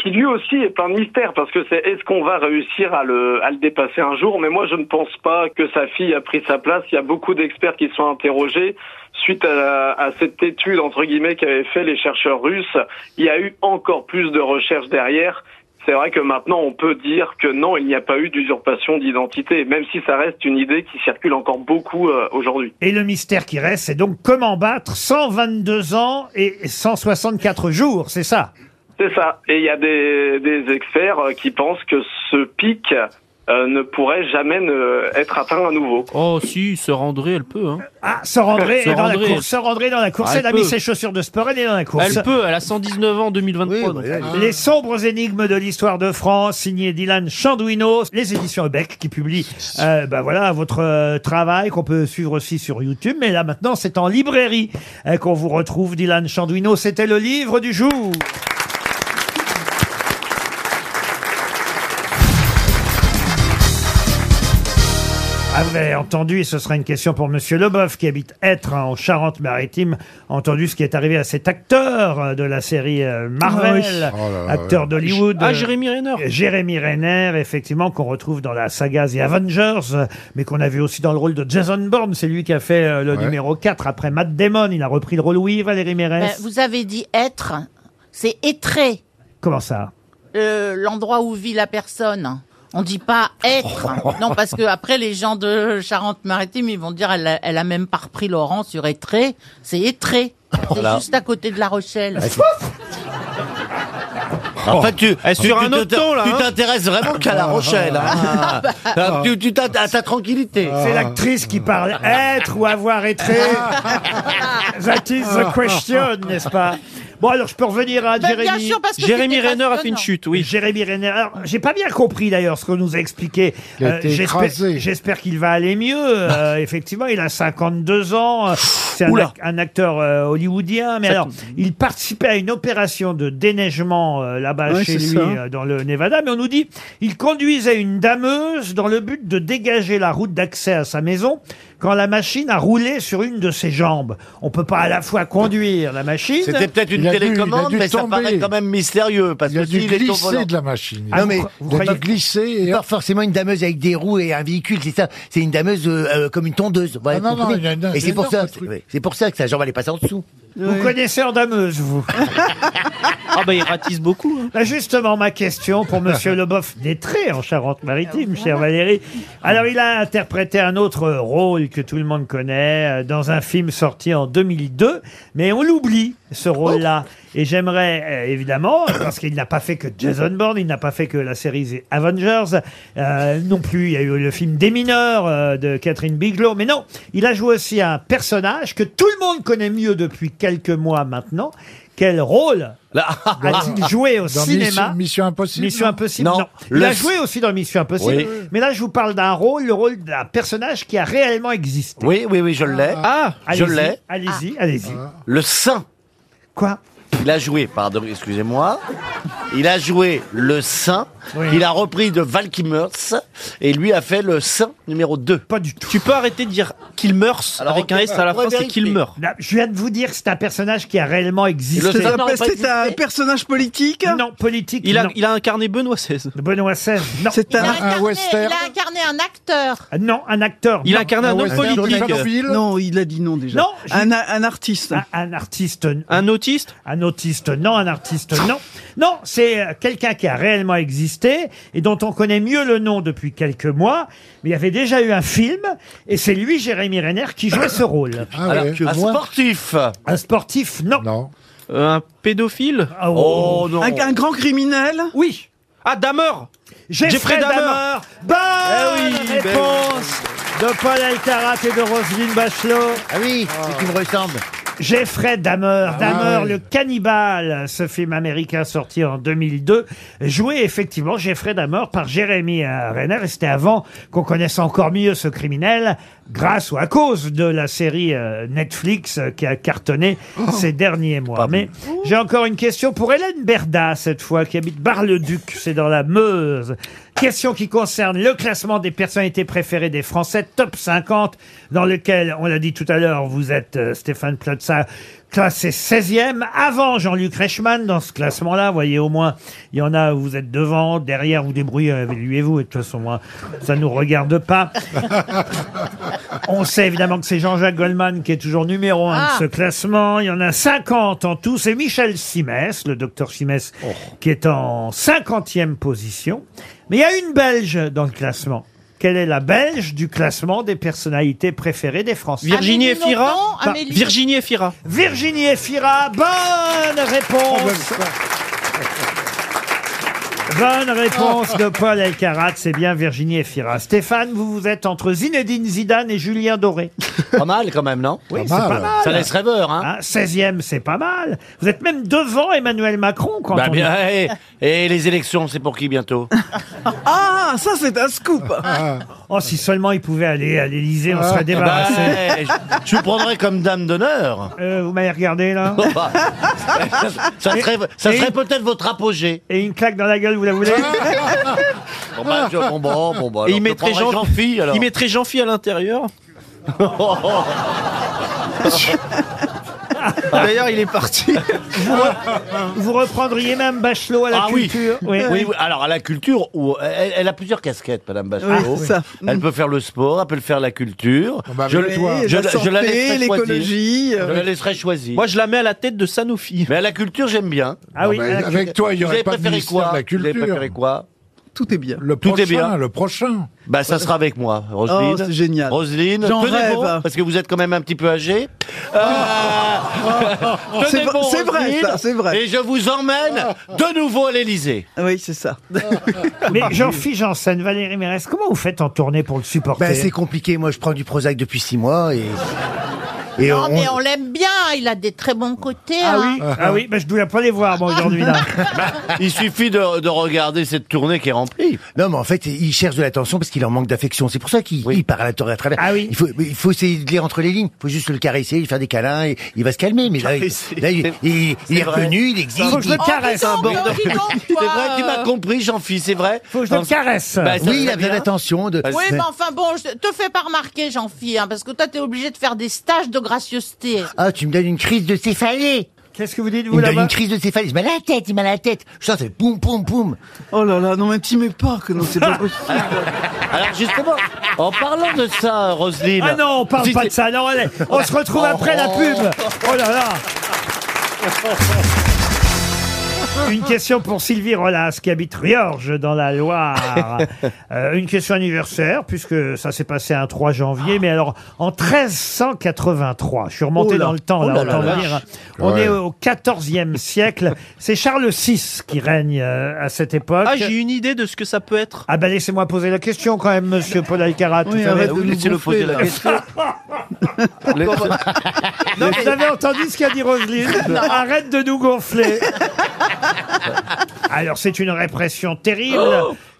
qui lui aussi est plein de mystères parce que c'est est-ce qu'on va réussir à le, à le dépasser un jour Mais moi, je ne pense pas que sa fille a pris sa place. Il y a beaucoup d'experts qui sont interrogés suite à, à cette étude entre guillemets qu'avaient fait les chercheurs russes. Il y a eu encore plus de recherches derrière. C'est vrai que maintenant, on peut dire que non, il n'y a pas eu d'usurpation d'identité, même si ça reste une idée qui circule encore beaucoup euh, aujourd'hui.
Et le mystère qui reste, c'est donc comment battre 122 ans et 164 jours, c'est ça
C'est ça. Et il y a des, des experts euh, qui pensent que ce pic euh, ne pourrait jamais ne- être atteint à nouveau.
Oh, si, se rendrait, elle peut. Hein.
Ah, Sœur André
Se
est dans la
rendrait.
course. Sœur André est dans la course.
Ah, elle
elle a mis
peut.
ses chaussures de sport. Elle est dans la course.
Elle peut, elle a 119 ans en 2023.
bah,
donc.
Les sombres énigmes de l'histoire de France, signé Dylan Chandouineau, les éditions Ebec qui publient euh, bah voilà, votre euh, travail qu'on peut suivre aussi sur YouTube. Mais là maintenant, c'est en librairie euh, qu'on vous retrouve. Dylan Chandouineau, c'était le livre du jour. Ah, Vous avez entendu, et ce sera une question pour Monsieur Leboeuf qui habite Être en Charente-Maritime, entendu ce qui est arrivé à cet acteur euh, de la série euh, [laughs] Marvel,
Ah oui. Oh là là,
acteur
ouais.
d'Hollywood.
Ah,
euh,
Jérémy Renner.
Jérémy Renner, effectivement, qu'on retrouve dans la saga The Avengers, euh, mais qu'on a vu aussi dans le rôle de Jason Bourne. C'est lui qui a fait euh, le
Ouais.
numéro 4 après Matt Damon. Il a repris le rôle, oui, Valérie
Ben,
Bah,
Mérès.
vous avez dit être, c'est étrer,
Comment ça
euh, l'endroit où vit la personne. On dit pas être. Non, parce que après, les gens de Charente-Maritime, ils vont dire, elle a, elle a même pas repris Laurent sur étrer. C'est étrer. C'est
là.
juste à côté de La Rochelle.
Ah,
Oh.
En fait, tu,
Ah,
Eh,
tu-
sur
tu
un autre
t'inté-
ton, là,
tu
hein.
t'intéresses vraiment qu'à La Rochelle. hein. Ah, tu, tu t'in- à ta tranquillité.
Ah.
C'est l'actrice qui
[laughs]
parle être ou avoir été. That is the question, n'est-ce pas Bon, alors je peux revenir à
Ben, bien
Jérémy.
sûr, parce que Jérémy c'était Renner a fait une passionnant. chute,
oui. Jérémy Renner. Alors, j'ai pas bien compris d'ailleurs ce qu'on nous a expliqué. euh,
Il a été
j'espère-
écrasé.
J'espère qu'il va aller
[laughs]
mieux. Euh, effectivement, il a 52 ans. Euh, C'est un,
Bah. Oula.
ac- un acteur euh, hollywoodien. Mais
Ça
alors, il participait à une opération de déneigement euh, là-bas
Ouais,
chez
c'est
lui,
ça.
euh, dans le Nevada. Mais on nous dit, il conduisait une dameuse dans le but de dégager la route d'accès à sa maison quand la machine a roulé sur une de ses jambes. On peut pas à la fois conduire la machine.
C'était peut-être une télécommande, mais ça paraît quand même mystérieux. Parce
Il a
que
dû
s'il est au volant-
glisser de la machine.
Ah,
Il a-
non, mais-
il a
vous
dû
croyez-
glisser et
Pas forcément une dameuse avec des roues et un véhicule, c'est ça. C'est une dameuse euh, euh, comme une tondeuse. Voilà,
Ah non,
comprenez.
non, il y en a-
et
c'est
c'est pour
énorme,
ça,
ce truc.
ouais, c'est pour ça que sa jambe elle est passée en dessous.
Vous connaissez en dameuse,
[laughs]
vous Ah
bah,
ben, il ratisse beaucoup.
hein.
justement, ma question pour Monsieur Leboeuf d'Étré, en Charente-Maritime, cher Valérie. Alors, il a interprété un autre rôle que tout le monde connaît euh, dans un film sorti en 2002, mais on l'oublie, ce rôle-là. Et j'aimerais, euh, évidemment, parce qu'il n'a pas fait que Jason Bourne, il n'a pas fait que la série The Avengers, euh, non plus, il y a eu le film Des mineurs euh, de Catherine Bigelow, mais non, il a joué aussi un personnage que tout le monde connaît mieux depuis quelques mois maintenant. Quel rôle a-t-il joué au
Dans
cinéma
Mission- Mission Impossible,
Mission
non
Impossible, non.
Non.
Il
Le-
a joué aussi dans Mission Impossible,
Oui.
mais là je vous parle d'un rôle, le rôle d'un personnage qui a réellement existé.
Oui, oui, oui, je l'ai.
Ah,
je
Allez-y,
l'ai. Ah.
Allez-y, allez-y.
Le saint.
Quoi
Il a joué, pardon, excusez-moi. Il a joué le saint. Il a repris de Val Kilmer et lui a fait le saint numéro 2.
Pas du tout.
Tu peux arrêter de dire Kilmer avec
un S à la fin, c'est Kilmer.
Là, je viens de vous dire que c'est un personnage qui a réellement existé.
C'est un- C'est un personnage politique
Non, politique.
Il a-
il incarné Benoît XVI. Benoît XVI, non.
C'est
Il a incarné- il a incarné un acteur.
Ah, Non, un acteur.
Il
non. Ah
incarne un homme politique.
Non, il a dit non déjà.
Non,
un, un artiste.
Un, un artiste. Un autiste Un autiste, non. Un artiste, non. Non, c'est euh, quelqu'un qui a réellement existé et dont on connaît mieux le nom depuis quelques mois. Mais il y avait déjà eu un film et c'est lui, Jérémy Renner, qui jouait ce rôle.
Ah
Alors, Ah un sportif.
Un sportif, non.
Non.
Euh, un pédophile
Oh,
non.
Un, un grand criminel
Oui.
Ah, Damer
Jeffrey Dahmer. Bonne
Eh oui, ben
réponse de Paul Alcarat et de Roselyne Bachelot. Oh.
Ah oui, c'est qui me ressemble.
Jeffrey Dahmer,
Ah
Dahmer
ouais.
le cannibale, ce film américain sorti en 2002, joué effectivement Jeffrey Dahmer par Jérémy euh, Renner, et c'était avant qu'on connaisse encore mieux ce criminel, grâce ou à cause de la série euh, Netflix euh, qui a cartonné
Oh.
ces derniers mois. Mais j'ai encore une question pour Hélène Berda, cette fois, qui habite Bar-le-Duc, c'est dans la Meuse. Question qui concerne le classement des personnalités préférées des Français, top 50, dans lequel, on l'a dit tout à l'heure, vous êtes euh, Stéphane Plaza, classé 16e, avant Jean-Luc Reichmann dans ce classement-là. Vous voyez, au moins, il y en a où vous êtes devant, derrière, vous débrouillez-vous, et de toute façon, moi, ça nous regarde pas. On sait évidemment que c'est Jean-Jacques Goldman qui est toujours numéro un
Ah.
de ce classement. Il y en a 50 en tout. C'est Michel Simès, le docteur Simès,
Oh.
qui est en 50e position. Mais il y a une Belge dans le classement. Quelle est la Belge du classement des personnalités préférées des Français
Virginie Efira Bah, Virginie Efira.
Virginie Efira, bonne réponse Bonne réponse de Paul Elkarat, c'est bien Virginie Efira. Stéphane, vous vous êtes entre Zinedine Zidane et Julien Doré.
Pas mal quand même, non
Oui, c'est pas mal.
Ça laisse rêveur, hein,
16e, c'est pas mal. Vous êtes même devant Emmanuel Macron quand
Bah,
on
bien,
dit-
eh, Et les élections, c'est pour qui bientôt
Ah, ça c'est un scoop. oh, si seulement il pouvait aller à l'Elysée,
Ah.
on serait débarrassé.
Bah, eh, [laughs] je- je vous prendrai comme dame d'honneur.
Euh, vous m'avez regardé là
[laughs] Oh,
[laughs]
bah, ça serait, ça
Et-
serait peut-être votre apogée.
Et une claque dans la gueule, vous
[laughs]
la voulez
Bon, bah, je- bon, bon, bon, bah,
Et
alors,
il
je
mettrait
prendrai [laughs]
Jean-
[laughs]
Jean-Phi, alors.
Il mettrait Jean-Phi à l'intérieur. Ah, D'ailleurs, il est parti.
vous, re- vous reprendriez même Bachelot à la
Ah oui.
culture
Oui, oui. Alors à la culture, où elle, elle a plusieurs casquettes, Madame Bachelot.
Ah, c'est ça.
Elle peut faire le sport, elle peut faire la
Ah
culture.
bah, mais toi. La santé,
laisserai choisir.
l'écologie, euh.
Je la laisserai choisir.
Moi, je la mets à la tête de Sanofi.
Mais à la culture, j'aime bien.
Ah oui, Non, mais à la avec culture. toi, il y
Vous
aurait
avez
pas de
préféré
ministère de
quoi
la
Vous
culture.
avez préféré quoi
Tout est bien.
Le
prochain,
Tout est bien.
le prochain.
Bah, ça sera avec moi, Roselyne.
Oh, c'est génial.
Roselyne,
J'en
tenez
rêve.
bon, parce que vous êtes quand même un petit peu Euh, âgé.
[laughs]
C'est vrai- c'est vrai, ça, c'est vrai.
Et je vous emmène de nouveau à l'Elysée.
Oui,
[laughs]
c'est ça.
Mais Jean-Philippe Janssen, Valérie Mérès, comment vous faites en tournée pour le supporter
Ben, c'est compliqué. Moi, je prends du Prozac depuis six mois et. et
non,
Ah, on-
Oh, mais on l'aime bien, il a des très bons côtés.
Ah
hein.
oui, ah oui, bah, je ne voulais pas les voir moi aujourd'hui
[laughs]
là.
Bah, Il suffit de, de regarder cette tournée qui est remplie.
Non, mais en fait, il cherche de l'attention parce qu'il en manque d'affection. C'est pour ça qu'il il parle à la tour à travers.
Ah oui.
Il faut, il faut essayer de lire entre les lignes. Il faut juste le caresser, lui faire des câlins et il va se calmer. Mais là, il, là, il- il- il est
vrai.
reconnu, il existe.
Faut que je le
il-
caresse, un bordel.
dis
[laughs]
donc,
[laughs] C'est vrai, tu m'as compris, Jean-Fils, c'est vrai. Bah, Faut
que je le caresse.
oui, il a bien l'attention
Ah,
de.
Oui, mais enfin bon, je te fais pas remarquer, Jean-Phi, hein, parce que toi, t'es obligé de faire des stages de gracieuseté.
Ah, tu me donnes une crise de céphalée.
Qu'est-ce que vous dites,
Il me donne une crise de céphalée. Il m'a la tête, il m'a la tête. Je sens, ça fait poum, poum, poum.
Oh là là, non mais t'y mets pas, que non, c'est
[laughs]
pas possible.
Alors justement, en parlant de ça, Roselyne.
Ah non, on parle
Si,
pas
si.
de ça. Non, allez,
Oh,
on se retrouve après la pub. Oh là là. Une question pour Sylvie Rollas qui habite Riorges dans la Loire. Euh, une question anniversaire puisque ça s'est passé un 3 janvier, mais alors en 1383. Je suis remonté
Oh là.
dans le temps
Oh
là,
là
autant
là.
dire. On
Ouais.
est au 14e siècle. C'est Charles VI qui règne euh, à cette époque.
Ah, j'ai une idée de ce que ça peut être.
Ah ben laissez-moi poser la question quand même, monsieur Paul Alcarat.
Eh Oui,
Vous avez-
arrête de nous Laissez-le poser gonfler, la là. question.
Non, vous avez entendu ce qu'a dit [laughs] Roselyne Ah, Arrête de nous gonfler. Alors c'est une répression terrible.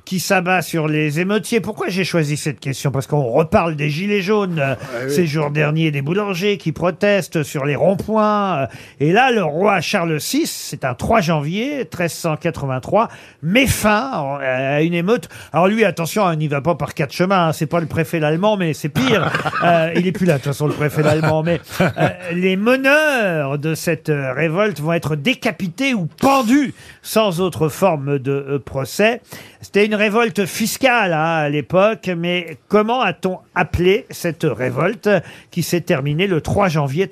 qui s'abat sur les émeutiers. Pourquoi j'ai choisi cette question Parce qu'on reparle des gilets jaunes euh,
oui.
ces jours derniers, des boulangers qui protestent sur les ronds-points. euh, Et là, le roi Charles VI, c'est un 3 janvier 1383, met fin euh, à une émeute. Alors lui, attention, hein, il n'y va pas par quatre chemins. hein. C'est pas le préfet l'allemand, mais c'est pire. Euh, il est plus là de toute façon, le [laughs] préfet l'allemand. Mais euh, les meneurs de cette euh, révolte vont être décapités ou pendus sans autre forme de euh, procès. C'était une révolte fiscale hein, à l'époque, mais comment a-t-on appelé cette révolte qui s'est terminée le 3 janvier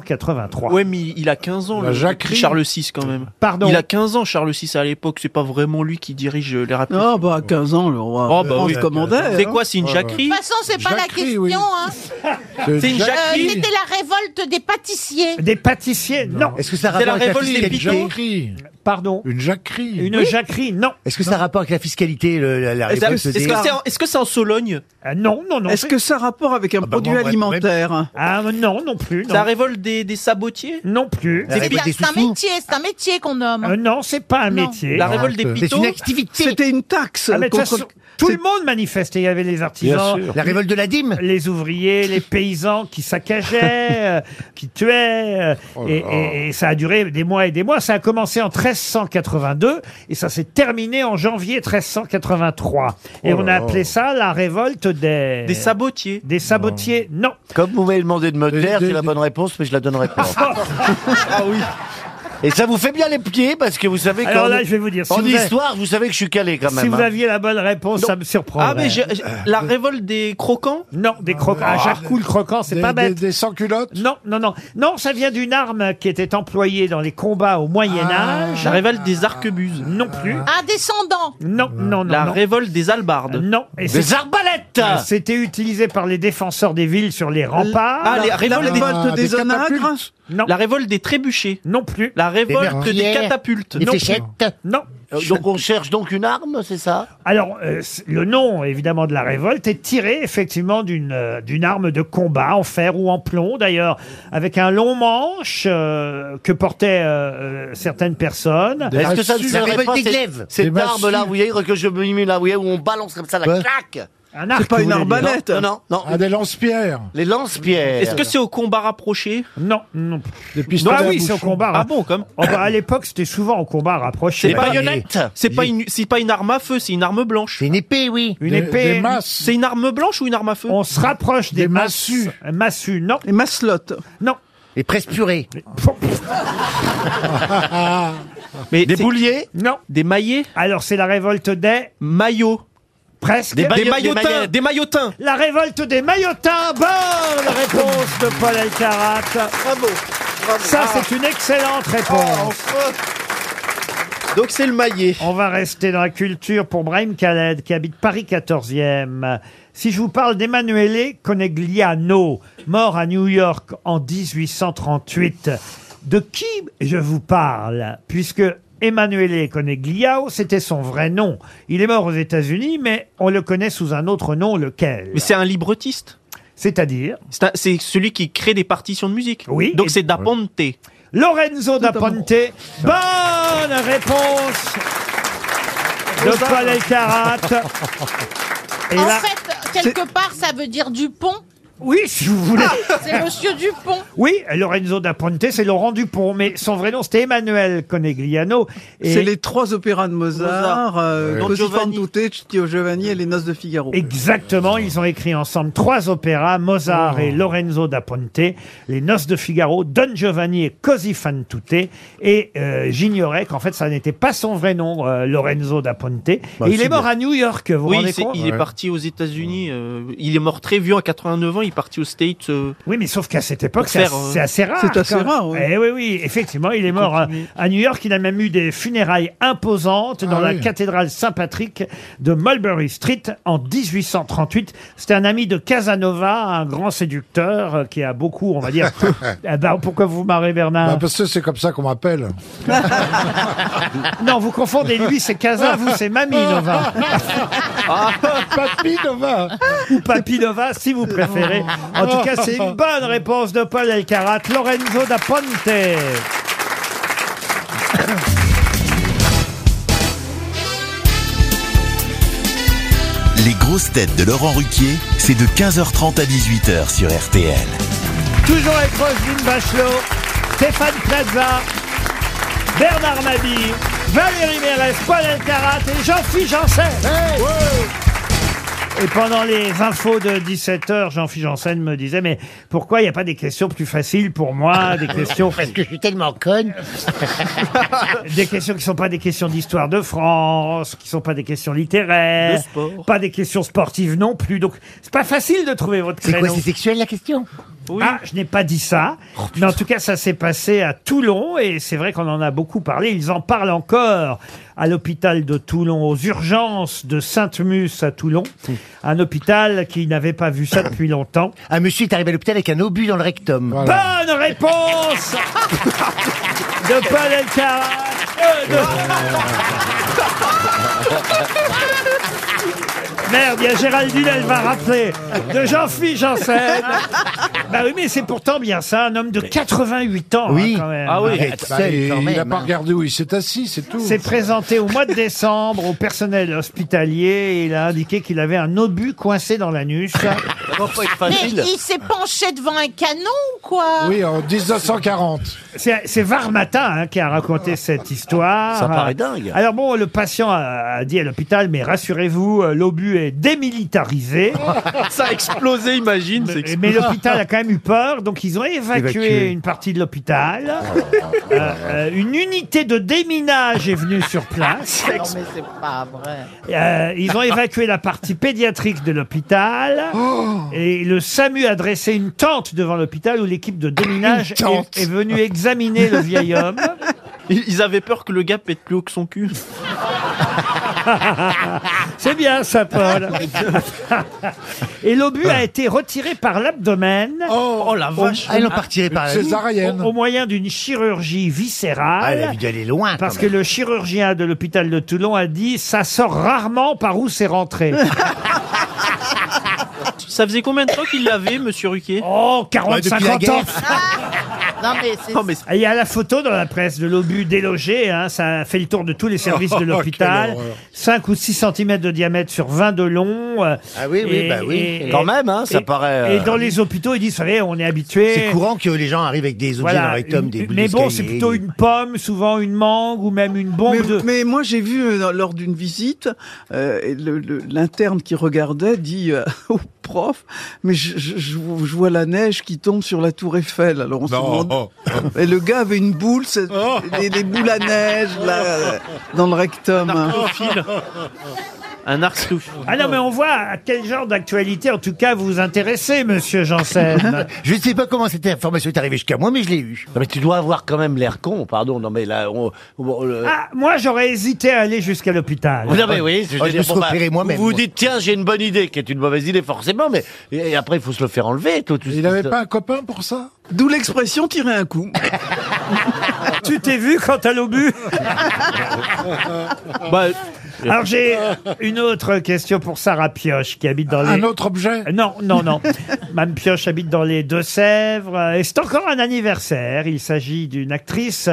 1383.
Ouais, mais il a 15 ans,
La
le
jacquerie.
Charles VI quand même.
Pardon
Il a 15 ans, Charles VI à l'époque. C'est pas vraiment lui qui dirige euh, les rapaces.
Ah bah à 15 ans le roi.
Oh, bah
on
oui.
se commandait.
C'est
hein.
quoi, c'est une
De
jacquerie
toute façon, c'est pas la question, hein.
C'est une
Euh,
jacquerie.
C'était la révolte des pâtissiers.
Des pâtissiers, non.
Est-ce que ça a
C'est
rapport
la
avec
révolte des
la fiscalité
piquets. Pardon
Une jacquerie.
Une jacquerie, non.
Est-ce que ça a rapport avec la fiscalité, le- la, la
Est-ce
révolte
est-ce que
des-
c'est en, est-ce que c'est en Sologne
Ah, Non, non, Ah, bah, non.
Est-ce que ça a rapport avec
Ah, bah,
un produit
moi, moi,
alimentaire
Ah non, non plus.
hein Ça révolte des, des sabotiers
Non plus.
C'est un, c'est un métier, c'est un métier qu'on nomme.
Euh, non, c'est pas un
Non.
métier.
La révolte des C'est
pitots une
activité.
C'était une taxe.
Ah, mais de toute
contre-
façon, tout le monde manifestait. Il y avait les artisans,
Bien sûr. La révolte de la dîme,
les ouvriers, les paysans qui saccageaient, euh, qui tuaient. euh, et, et- et ça a duré des mois et des mois. Ça a commencé en 1382 et ça s'est terminé en janvier 1383. Et
Oh
on a
là là.
appelé ça la révolte des
Des sabotiers
Euh, des sabotiers. Non. Euh,
Comme vous m'avez demandé de me taire,
des-
c'est la bonne réponse, mais je la donnerai
[laughs]
pas.
Ah oui.
Et ça vous fait bien les pieds, parce que vous savez que.
Alors là, je vais vous dire, si
En
vous avez-
histoire, vous savez que je suis calé quand même.
Si vous
hein.
aviez la bonne réponse, ça me surprend.
Ah, mais j'ai- j'ai- la révolte des croquants
Non, des croquants. Ah, Jacques Coul, croquant, c'est
Des-
pas bête.
Des, des sans-culottes
Non, non, non. Non, ça vient d'une arme qui était employée dans les combats au
Ah.
Ah. Moyen-Âge.
La révolte des arquebuses
Non plus.
Un descendant.
Non, non, non.
Ah. La
non.
révolte des albardes
Non. Et
Des
c'est-
arbalètes
euh, C'était utilisé par les défenseurs des villes sur les remparts.
Ah, les
La
révoltes des...
révolte
des
des onagres
catapultes.
Non,
La révolte des trébuchets
non plus.
La révolte des,
meurtrières.
catapultes
des
non.
fléchettes.
Non.
Euh, Donc on cherche donc une arme, c'est ça
Alors, euh, c- le nom, évidemment, de la révolte est tiré, effectivement, d'une euh, d'une arme de combat, en fer ou en plomb, d'ailleurs, avec un long manche euh, que portaient euh, euh, certaines personnes.
Des
Est-ce que ça ne
massues.
La
serait
révolte
pas
des
cette-
glaives.
Des
cette
massues.
arme-là, vous voyez, que je me là, vous voyez, où on balance comme ça la
Ouais.
claque
Un arc,
C'est pas
vous
une
voulez dire.
arbalète.
Non, non, non.
Ah, des lance-pierres.
Les lance-pierres.
Est-ce que c'est au combat rapproché
Non, non.
Des
Non,
pistolets
ah
à
oui, c'est au
bouchon.
combat.
Ah bon, comme
Oh, bah, à l'époque, c'était souvent au combat rapproché.
Des baïonnettes
C'est pas, une, c'est pas une arme à feu, c'est une arme blanche.
C'est une épée, oui.
Une
Des-
épée.
Des masses.
C'est une arme blanche ou une arme à feu
On se rapproche des,
Des
masses-
massues.
Massues, non,
Les maslottes.
non.
Les presses purées.
[laughs]
Mais
Des
c'est-
bouliers
Non.
Des maillets
Alors, c'est la révolte des...
Maillots
Presque.
Des
Des
Maillots, des
maillotins
maillets.
Des maillotins
La révolte des maillotins. Bonne réponse de Paul Alcarat.
Bravo
Ça, c'est une excellente
Oh,
réponse.
Donc c'est le maillet.
On va rester dans la culture pour Brahim Khaled, qui habite Paris 14e. Si je vous parle d'Emanuele Conegliano, mort à New York en 1838, de qui je vous parle Puisque Emanuele Conegliano, c'était son vrai nom. Il est mort aux États-Unis, mais on le connaît sous un autre nom, lequel
Mais c'est un librettiste.
C'est-à-dire
C'est un- C'est celui qui crée des partitions de musique.
Oui.
Donc
Et-
c'est Da Ponte.
Lorenzo da Ponte. Bonne réponse de
[laughs]
[laughs]
Paul Elkarat. Et
en
là,
fait, quelque part, ça veut dire Dupont.
oui, si vous voulez.
C'est Monsieur Dupont.
Oui, Lorenzo da Ponte, c'est Laurent Dupont, mais son vrai nom c'était Emmanuel Conegliano. Et
C'est les trois opéras de Mozart, euh,
Don
Così fan
Giovanni.
tutte, Tito Giovanni et Les Noces de Figaro.
Exactement, ils ont écrit ensemble trois opéras, Mozart et
Oh.
Lorenzo da Ponte, Les Noces de Figaro, Don Giovanni et Così fan tutte. Et euh, j'ignorais qu'en fait, ça n'était pas son vrai nom, euh, Lorenzo da Ponte. Et
Bah,
il est mort à New York, vous vous
Bah, Oui,
rendez
c'est-
compte
il est
Ouais.
parti aux États-Unis. euh, il est mort très vieux à 89 ans. Il est parti aux States. euh,
Oui, mais sauf qu'à cette époque,
Pour
c'est
faire,
assez,
euh,
c'est assez rare.
c'est assez
quand même.
rare, oui.
Eh oui, oui, effectivement, il est mort euh, à New York. Il a même eu des funérailles imposantes dans
Ah
la
oui.
cathédrale Saint-Patrick de Mulberry Street en 1838. C'était un ami de Casanova, un grand séducteur euh, qui a beaucoup, on va
[laughs]
dire. Ah bah, pourquoi vous vous marrez,
Bah,
Bernard
parce que c'est comme ça
[laughs]
qu'on m'appelle.
Non, vous confondez. Lui, c'est Casa, vous, c'est [laughs] Mamie
[laughs]
Nova.
Papy Nova
Ou Papy Nova, si vous préférez. En tout cas, c'est une bonne réponse de Paul Elkarat. Lorenzo da Ponte.
Les grosses têtes de Laurent Ruquier, c'est de 15h30 à 18h sur RTL.
Toujours avec Roselyne Bachelot, Stéphane Plaza, Bernard Mabille, Valérie Mérès, Paul Elkarat et Jean-Philippe Janssen. Et pendant les infos de 17h, Jean-Philippe Janssen me disait, mais pourquoi il n'y a pas des questions plus faciles pour moi, des questions... Parce que je suis tellement conne. des questions qui ne sont pas des questions d'histoire de France, qui ne sont pas des questions littéraires,
De sport.
pas des questions sportives non plus. Donc, c'est pas facile de trouver votre
C'est quoi,
créneau.
c'est
sexuel la question Ah, Oh, je n'ai pas dit ça. mais en tout cas, ça s'est passé à Toulon et c'est vrai qu'on en a beaucoup parlé. Ils en parlent encore à l'hôpital de Toulon, aux urgences de Sainte-Mus à Toulon. Un hôpital qui n'avait pas vu ça depuis longtemps.
Ah,
Un monsieur est arrivé à l'hôpital avec un obus dans le rectum.
Bah,
Bonne réponse
[laughs]
de Paul Elkarat. Euh, de- Merde, il y a Géraldine, elle va rappeler. De Jean-Philippe Janssen. Bah oui, mais c'est pourtant bien ça, un homme de 88 ans. hein, quand même.
Bah, il- Il n'a pas regardé où il s'est assis, c'est tout.
s'est présenté au mois de décembre au personnel hospitalier et il a indiqué qu'il avait un obus coincé dans l'anus.
Mais il s'est penché devant un canon ou quoi
Oui, en 1940.
C'est c'est Varmata hein, qui a raconté cette histoire.
Ça paraît dingue.
Alors bon, le patient a, a dit à l'hôpital, mais rassurez-vous, euh, l'obus est démilitarisé.
[laughs]
Euh,
Ça a explosé, imagine. c'est
eh. mais
explosé.
l'hôpital a quand même eu peur, donc ils ont évacué,
Évacué.
une partie de l'hôpital. Euh, euh, une unité de déminage est venue sur place.
Ah, Non, mais c'est pas vrai. Ah.
Euh, ils ont évacué la partie pédiatrique de l'hôpital et le SAMU a dressé une tente devant l'hôpital où l'équipe de déminage
Une tente.
est,
[laughs]
est venue examiner le vieil homme.
Ils ils avaient peur que le gars pète plus haut que son
[laughs]
cul.
C'est bien ça, Paul. [laughs] et l'obus a été retiré par l'abdomen.
Oh, la vache. Ah, ils l'ont pas retiré par la- Une césarienne.
Au, au moyen d'une chirurgie viscérale.
Ah, elle a dû aller loin, quand
Parce que
même.
le chirurgien de l'hôpital de Toulon a dit ça sort rarement par où c'est rentré.
[laughs] Ça faisait combien de temps qu'il l'avait, monsieur Ruquier
Oh, 40, 50 ans.
Ah. Non, mais c'est.
Et Ah, Il y a la photo dans la presse de l'obus délogé, hein, ça a fait le tour de tous les services
[laughs] Oh,
de l'hôpital.
quelle horreur.
5 ou 6 cm de diamètre sur 20 de long. euh,
Ah oui, oui, bah oui. Quand même, hein, ça paraît,
Et
euh,
dans les hôpitaux, ils disent, vous savez, on est habitué.
C'est courant que les gens arrivent avec des objets
Voilà,
dans le rectum,
une-
des boules
mais bon, c'est
d'escalier,
plutôt
des-
une pomme, souvent une mangue ou même une bombe
mais,
de...
mais moi, j'ai vu euh, dans- lors d'une visite, euh, et le- le- l'interne qui regardait dit euh, [laughs] au prof, mais je, je- je vois la neige qui tombe sur la tour Eiffel. Alors on se
Non.
demande... Et le gars avait une boule, c'est- des, des boules à neige là, euh, dans le rectum.
[laughs]
Un
[laughs]
arstouf.
Ah non, mais on voit à quel genre d'actualité, en tout cas, vous vous intéressez, monsieur Janssen.
[laughs] Je ne sais pas comment cette information est arrivée jusqu'à Ah, moi, mais je l'ai eue.
Non, mais tu dois avoir quand même l'air con, pardon. Non, mais là, on. on- le-
Ah, moi, j'aurais hésité à aller jusqu'à l'hôpital.
Vous avez, oui,
Oh, je me serais opéré moi-même,
bah, Vous vous
moi. [laughs]
dites, tiens, j'ai une bonne idée, qui est une mauvaise idée, forcément, mais et et après, il faut se le faire enlever. Tout, tout, il n'avait
pas un copain pour ça
D'où l'expression tirer un coup.
[laughs] tu t'es vu quand t'as l'obus Bah, [laughs]
Bah, [laughs]
Alors j'ai une autre question pour Sarah Pioche qui habite dans les...
Un autre objet
Non, non,
[laughs]
non. Mme Pioche habite dans les Deux-Sèvres euh, et c'est encore un anniversaire. Il s'agit d'une actrice,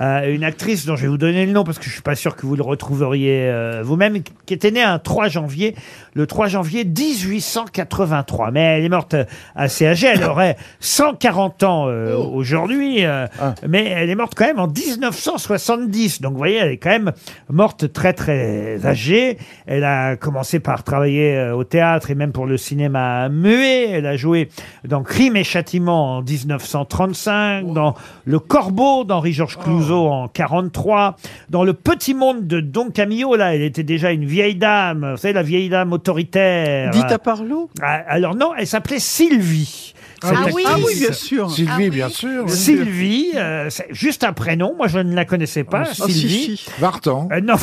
euh, une actrice dont je vais vous donner le nom parce que je suis pas sûr que vous le retrouveriez euh, vous-même, qui était née un 3 janvier, le 3 janvier 1883. Mais elle est morte euh, assez âgée, elle aurait 140 ans euh, aujourd'hui, euh,
Ah.
mais elle est morte quand même en 1970. Donc vous voyez, elle est quand même morte très très âgée. Elle a commencé par travailler euh, au théâtre et même pour le cinéma muet. Elle a joué dans Crime et Châtiment en 1935, dans Le Corbeau d'Henri-Georges
Oh.
Clouzot en 43, dans Le Petit Monde de Don Camillo. Là, elle était déjà une vieille dame, vous savez, la vieille dame autoritaire.
Dites à Parlo
Ah, Alors non, elle s'appelait Sylvie.
Ah
cette
oui.
actrice.
Ah oui, bien sûr. Sylvie, Ah oui. bien sûr.
Sylvie, euh, c'est juste un prénom. Moi, je ne la connaissais pas.
Ah, si,
Sylvie.
si. Vartan.
Euh,
[laughs]
non.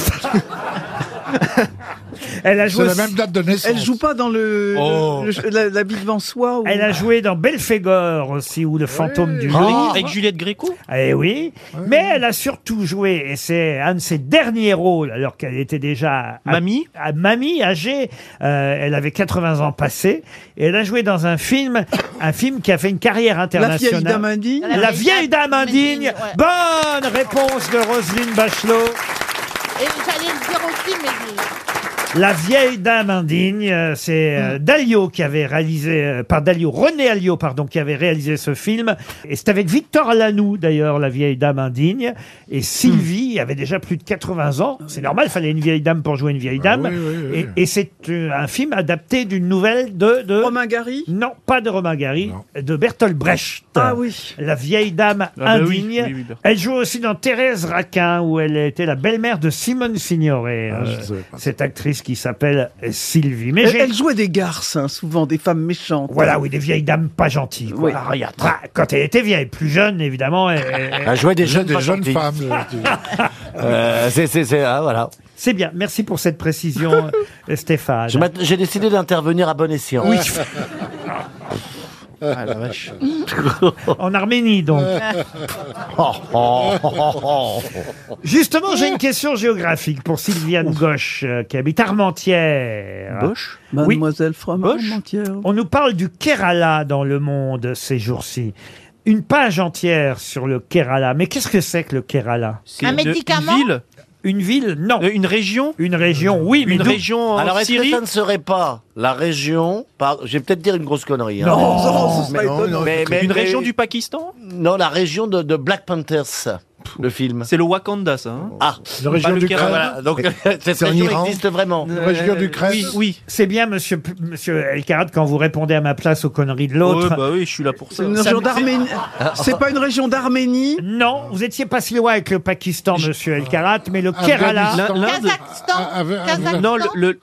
Elle a joué.
C'est la même date de naissance.
Elle joue pas dans le,
Oh.
le- le- la, la ville devant soi. Ou...
Elle a joué dans Belphégor aussi, ou le fantôme
Ah.
du Louvre.
Avec Juliette Gréco
Eh oui, mais elle a surtout joué, et c'est un de ses derniers rôles, alors qu'elle était déjà... à-
Mamie
à Mamie, âgée, Euh, elle avait 80 ans passés, et elle a joué dans un film, un film qui a fait une carrière
La vieille
internationale.
dame indigne.
La vieille dame indigne Bonne réponse de Roselyne Bachelot
Et j'allais le dire aussi, mais.
La vieille dame indigne, euh, c'est
Hmm.
euh, Dalio qui avait réalisé, euh, par Dalio, René Alliot, pardon, qui avait réalisé ce film. Et c'est avec Victor Lanoux, d'ailleurs, La vieille dame indigne. Et Sylvie
Hmm.
avait déjà plus de 80
Ah
ans. C'est normal, il fallait une vieille dame pour jouer une vieille dame. Et, et c'est euh, un film adapté d'une nouvelle de, de... Romain
Gary
Non, pas de Romain Gary, de Bertolt Brecht.
Ah oui.
La vieille dame
bah oui,
indigne.
oui, oui, Bertolt.
Elle joue aussi dans Thérèse Raquin, où elle était la belle-mère de Simone Signoret. hein,
Ah, je savais pas.
cette actrice qui s'appelle Sylvie. Mais
elle,
j'ai-
elle jouait des garces, hein, souvent, des femmes méchantes.
Voilà, oui, des vieilles dames pas gentilles. quoi.
Oui.
Alors, regarde. Bah, quand elle était vieille, plus jeune, évidemment. Elle,
Elle jouait des Elle jouait jeunes des pas jeunes gentilles. femmes, Euh, c'est, c'est, c'est, ah, voilà.
[laughs] C'est bien, merci pour cette précision, euh, Stéphane.
Je m'att- J'ai décidé d'intervenir à bon escient. [laughs]
Oui.
Ah, la vache.
[laughs] en Arménie, donc. Justement, j'ai une question géographique pour Sylviane Gauche, euh, qui habite Armentières.
Gauche Mademoiselle
Armentières. On nous parle du Kerala dans le monde ces jours-ci. Une page entière sur le Kerala. Mais qu'est-ce que c'est que le Kerala
Un une- une médicament ville
Une ville Non. Une région Une région, euh, oui. mais
Une
d'où
région en Alors, est-ce que Syrie ça ne serait pas la région par... Je vais peut-être dire une grosse connerie. hein.
Non, non, ce serait
Mais-
étonnant.
mais- mais-
Une
mais-
région du Pakistan
Non, la région de, de Black Panthers. Le film.
C'est le Wakanda, ça. hein.
Ah,
La région
pas le
du
Kerala.
Kremlin.
Voilà, Donc, [laughs]
C'est
cette
en
région
Iran.
existe vraiment.
La région du Kremlin.
Euh, Oui, oui. C'est bien, monsieur, P- monsieur Elkarat, quand vous répondez à ma place aux conneries de l'autre.
Ouais, bah oui, je suis là pour ça.
C'est une
Ça
région
me fait-
d'Arménie.
Ah.
C'est pas une région d'Arménie Non, vous étiez pas si loin avec le Pakistan, monsieur Elkarat, mais le Kerala.
L'Inde- Ah, l'Inde-
Ah,
Non, le, le-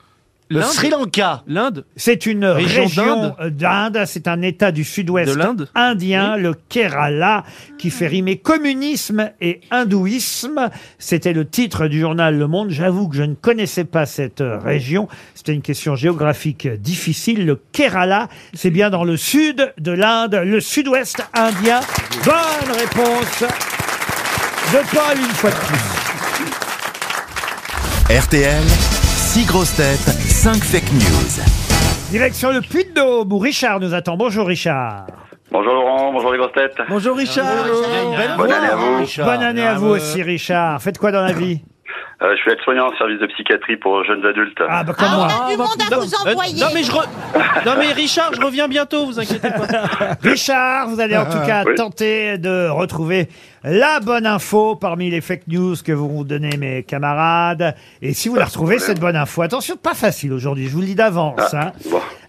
Le
l'Inde-
Sri
Lanka.
L'Inde.
C'est une
Région
région
d'Inde.
euh, d'Inde, c'est un état du sud-ouest
De l'Inde
indien, le Kerala, qui fait rimer communisme et hindouisme. C'était le titre du journal Le Monde. J'avoue que je ne connaissais pas cette euh, région. C'était une question géographique euh, difficile. Le Kerala, c'est bien dans le sud de l'Inde, le sud-ouest indien. Bonne réponse de Paul une fois de plus.
RTL, 6 grosses têtes, 5 fake news.
Direction le Puy-de-Dôme où Richard nous attend. Bonjour Richard.
Bonjour Laurent, bonjour les grosses têtes.
Bonjour Richard.
Bonne année à vous.
Bonne année à vous aussi Richard. Faites quoi dans la vie
Euh, je suis aide-soignant en service de psychiatrie pour jeunes adultes.
Ah bah comme moi.
du monde à vous envoyer. Non mais, je re- non, mais Richard, je reviens bientôt, vous inquiétez pas.
Richard, vous allez en tout cas
Oui.
tenter de retrouver la bonne info parmi les fake news que vont vous donner mes camarades. Et si vous la retrouvez, cette bonne info, attention, pas facile aujourd'hui, je vous le dis d'avance.
Ah,
hein.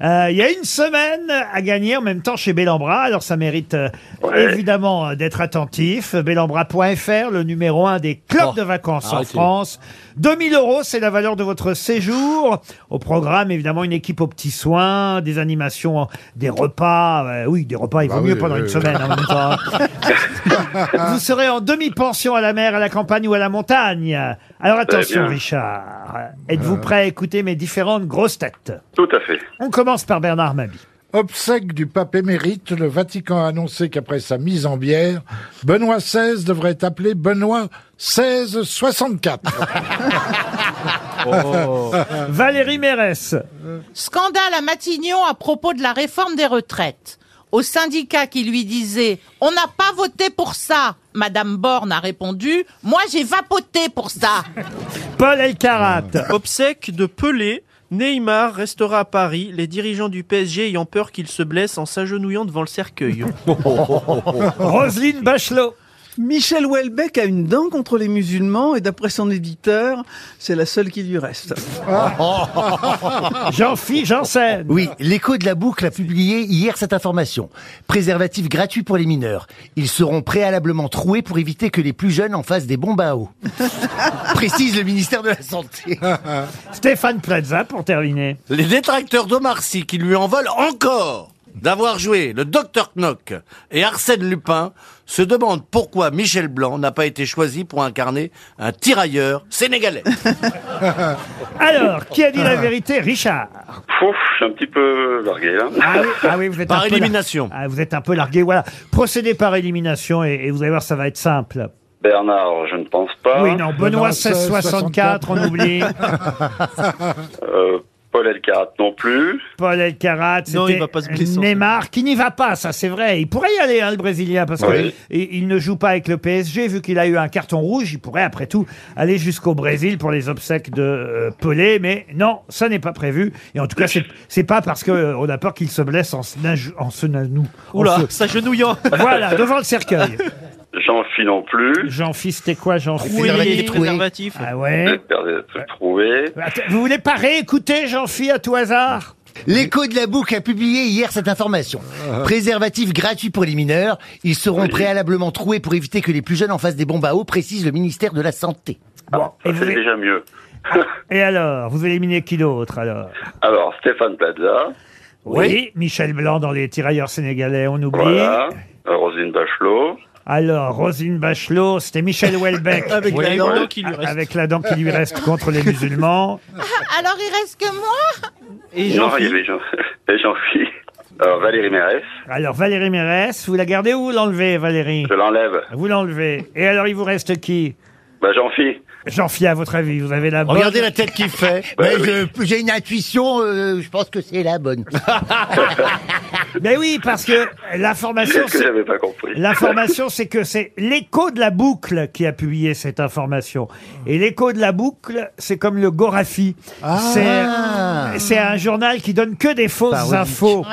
Euh, Il y a une semaine à gagner en même temps chez Bellambra, alors ça mérite euh, évidemment euh, d'être attentif. Bellambra.fr, le numéro un des clubs de
Ah,
vacances en
arrêtez.
France. 2000 euros, c'est la valeur de votre séjour. Au programme, évidemment, une équipe aux petits soins, des animations, des repas. Euh, oui, des repas, il vaut
Bah
mieux
oui,
pendant
oui,
une
oui.
semaine hein, en même temps. hein.
[laughs]
Vous serez en demi-pension à la mer, à la campagne ou à la montagne. Alors
Très
attention,
bien.
Euh.
Richard. Êtes-vous prêt à écouter mes différentes grosses têtes
Tout à fait.
On commence
[laughs]
par Bernard Mabi.
Obsèque du pape émérite, le Vatican a annoncé qu'après sa mise en bière, Benoît XVI devrait être appelé Benoît
[laughs]
1664.
Oh.
Valérie Mérès.
Scandale à Matignon à propos de la réforme des retraites. Au syndicat qui lui disait « On n'a pas voté pour ça », Madame Borne a répondu « Moi, j'ai vapoté pour ça
[laughs]
[laughs]
Paul Elkarat.
Obsèque de Pelé. Neymar restera à Paris, les dirigeants du PSG ayant peur qu'il se blesse en s'agenouillant devant le cercueil.
[laughs] Roselyne Bachelot.
Oh. Michel Houellebecq a une dent contre les musulmans et d'après son éditeur, c'est la seule qui lui reste.
Ah. Oh.
[laughs]
jean philippe Janssen.
Oui, l'écho de la boucle a publié hier cette information. Préservatif gratuit pour les mineurs. Ils seront préalablement troués pour éviter que les plus jeunes en fassent des bombes à eau. [laughs] Précise le ministère de la [laughs] Santé.
Stéphane Plaza pour
[laughs]
terminer.
Les détracteurs d'Omar Sy qui lui en veulent encore d'avoir joué le Dr Knock et Arsène Lupin se demandent pourquoi Michel Blanc n'a pas été choisi pour incarner un tirailleur sénégalais.
Alors, qui a dit la vérité Richard.
Pouf, je suis un petit peu largué là.
Ah oui, ah oui, vous êtes un peu lar- Ah, vous êtes un peu largué. Voilà. Procédez par élimination et, et vous allez voir, ça va être simple.
Bernard, je ne pense
Ah,
pas.
Oui, non, Benoît 1664, on oublie.
Euh, Paul Elkarat. Elkarat non plus.
Paul Elkarat,
Non, il
c'était
va pas se blesser, en
Neymar qui n'y va pas, ça c'est vrai. Il pourrait y aller, hein, le Brésilien, parce
Oui.
qu'il il ne joue pas avec le PSG, vu qu'il a eu un carton rouge, il pourrait après tout aller jusqu'au Brésil pour les obsèques de euh, Pelé, mais non, ça n'est pas prévu. Et en tout cas, c'est- c'est pas parce qu'on a peur qu'il se blesse en se, nage- en se nanou. En
Oula,
se-
s'agenouillant. [laughs]
Voilà, devant le cercueil.
Jean-Phi non plus.
Jean-Fils, c'était quoi Jean-Fils
Préservatif,
préservatif.
Ah ouais
Trouvé.
Attends, Vous voulez pas réécouter, Jean-Phi, à tout hasard
L'écho de la boucle a publié hier cette information.
Ah,
Préservatif gratuit pour les mineurs. Ils seront préalablement troués pour éviter que les plus jeunes en fassent des bombes à eau, précise le ministère de la Santé.
Ça, c'est déjà mieux.
Et alors Vous éliminez qui d'autre, alors
Alors, Stéphane Plaza.
Michel Blanc dans les tirailleurs sénégalais, on oublie.
Voilà. Euh, Roselyne Bachelot.
Alors, Rosine Bachelot, c'était Michel
[laughs]
Houellebecq.
Avec la Oui. dent qui lui reste.
Avec la dent qui lui reste contre les musulmans.
Ah, Alors il reste que moi
non, il y avait Jean- [laughs] et Jean-Phi. Alors, Valérie Mérès.
Alors, Valérie Mérès, vous la gardez ou vous l'enlevez, Valérie
Je l'enlève.
Vous l'enlevez. Et alors, il vous reste qui
Bah, Jean-Phi.
Jean-Fi, à votre avis, vous avez la bonne...
Regardez la tête qu'il fait.
Bah
Mais
oui.
je- J'ai une intuition, euh, je pense que c'est la bonne.
[laughs] Mais oui, parce que l'information,
C'est ce que j'avais pas compris.
L'information, c'est que c'est l'écho de la boucle qui a publié cette information. Et l'écho de la boucle, c'est comme le Gorafi. C'est- C'est un journal qui donne que des fausses
Ah. Parodique.
infos.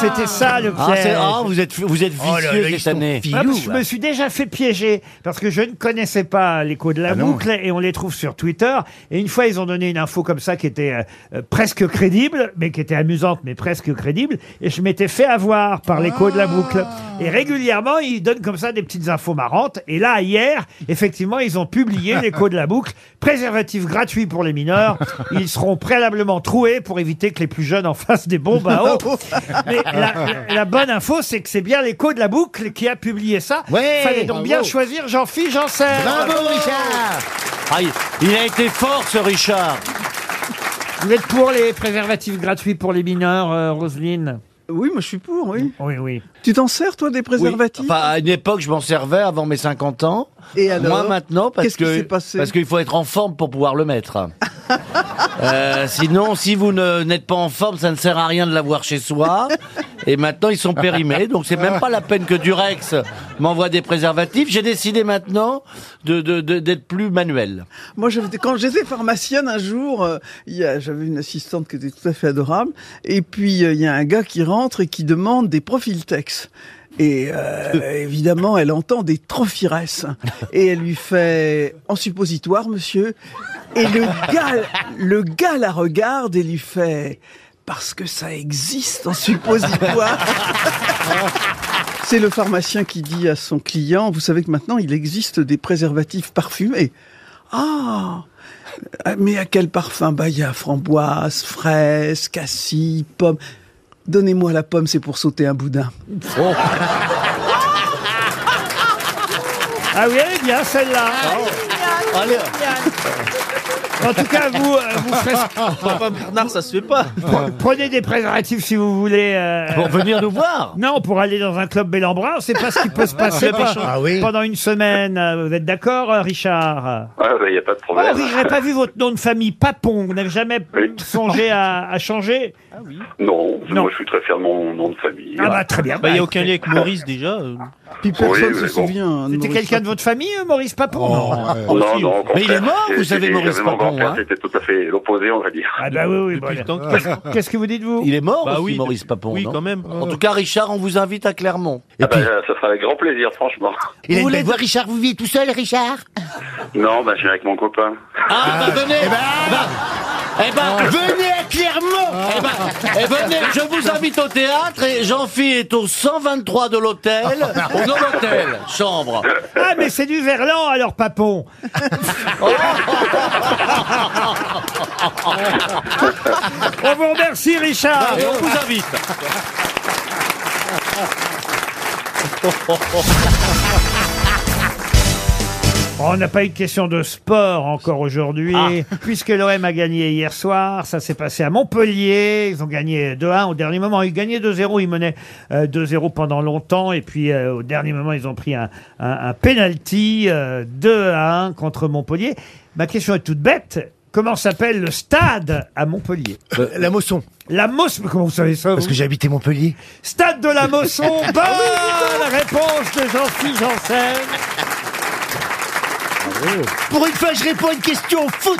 C'était ça le
Ah, c'est-
piège.
ah, vous êtes, vous êtes
Oh là
vicieux
là, ils
cette
sont
année.
Ah, parce que je me suis déjà fait piéger parce que je ne connaissais pas l'écho de la boucle et on les trouve sur Twitter. Et une fois, ils ont donné une info comme ça qui était euh, euh, presque crédible, mais qui était amusante, mais presque crédible. Et je m'étais fait avoir par l'écho de la boucle. Et régulièrement, ils donnent comme ça des petites infos marrantes. Et là, hier, effectivement, ils ont publié l'écho de la boucle. Préservatif gratuit pour les mineurs. Ils seront préalablement troués pour éviter que les plus jeunes en fassent des bombes à eau. Mais la, la bonne info, c'est que c'est bien l'écho de la boucle qui a publié ça. Fallait donc
bravo.
bien choisir Jean-Philippe Janssen.
Bravo,
Richard
Ah, il, il a été fort, ce Richard.
Vous êtes pour les préservatifs gratuits pour les mineurs, euh, Roselyne
Oui, moi je suis pour, oui.
Oui, oui.
Tu t'en sers, toi, des préservatifs
Oui. Enfin, à une époque, je m'en servais avant mes 50 ans.
Et alors
Moi maintenant, parce
Qu'est-ce qui
que
s'est passé
parce qu'il faut être en forme pour pouvoir le
[laughs]
mettre. Euh, sinon, si vous ne- n'êtes pas en forme, ça ne sert à rien de l'avoir chez soi. Et maintenant, ils sont périmés, donc c'est même pas la peine que Durex m'envoie des préservatifs. J'ai décidé maintenant de de- de- d'être plus manuel.
Moi, j'avais- quand j'étais pharmacienne un jour, euh, il y a- j'avais une assistante qui était tout à fait adorable, et puis euh, il y a un gars qui rentre et qui demande des profiltex. Et euh,
[laughs]
évidemment, elle entend des trophires et elle lui fait en suppositoire, monsieur. Et
[laughs]
le gars, le gars la regarde et lui fait parce que ça existe en suppositoire. C'est le pharmacien qui dit à son client, vous savez que maintenant il existe des préservatifs parfumés. Ah Mais à quel parfum Bah il y a framboise, fraise, cassis, pomme. Donnez-moi la pomme, c'est pour sauter un boudin.
Oh.
Ah oui, elle est bien celle-là.
Ah,
Allez.
En tout cas, vous, euh, vous ferez-
Ah, Papa Bernard, ça se fait pas.
Prenez des préservatifs si vous voulez. euh,
Pour venir nous
voir
Non, pour aller dans un club Bellambra, on sait pas ce qui peut se passer
C'est méchant. Ah oui.
pendant une semaine. Euh, Vous êtes d'accord, euh, Richard
Ah, bah, il n'y a pas de
Oh,
problème.
oui, j'aurais pas vu votre nom de famille, Papon. Vous n'avez jamais songé à, à changer
Non, moi, je suis très fier de mon nom de famille.
Ah bah, très bien.
Bah, il n'y a aucun lien avec Maurice déjà. euh.
Puis
personne Oui, se hein, mais bon.
souvient.
C'était quelqu'un de votre famille, euh, Maurice Papon Non.
Oh,
Non, Oh, non, au
oh, Mais il est
contraire,
mort,
c'est-
vous
c'est
savez,
lui,
Maurice
j'avais mon
Papon,
grand-père,
hein.
C'était tout à fait l'opposé, on va dire.
Ah bah oui, oui.
Depuis le
bon,
temps que-
Qu'est-ce qu'est-ce que vous dites, vous
Il est mort
Bah
aussi,
oui,
Maurice Papon.
oui,
non
quand même.
En tout cas, Richard, on vous invite à Clermont.
Ah bah, euh, ça sera avec grand plaisir, franchement.
Vous voulez voir Richard Vous vivez tout seul, Richard
Non, bah, je viens avec mon copain.
Ah, bah, venez
ben,
Eh ben,
ah.
venez à Clermont eh, ben, eh, venez, je vous
Ah.
invite au théâtre et Jean-Phi est au 123 de l'hôtel, au hôtel, chambre.
Ah, mais c'est du Verlan, alors, Papon Oh, On vous remercie, Richard
Et on vous invite
Oh, On n'a pas eu de question de sport encore aujourd'hui, puisque l'OM a gagné hier soir. Ça s'est passé à Montpellier. Ils ont gagné 2-1 au dernier moment. Ils gagnaient 2-0. Ils menaient euh, 2-0 pendant longtemps. Et puis, euh, au dernier moment, ils ont pris un, un, un penalty euh, 2-1 contre Montpellier. Ma question est toute bête. Comment s'appelle le stade à Montpellier Euh, La Mosson. La Mosson, comment vous savez ça Parce que j'ai habité Montpellier. Ah Stade de la [laughs] Mosson, bonne réponse de Jean-Philippe Janssen.
Pour une fois, je réponds à une question foot.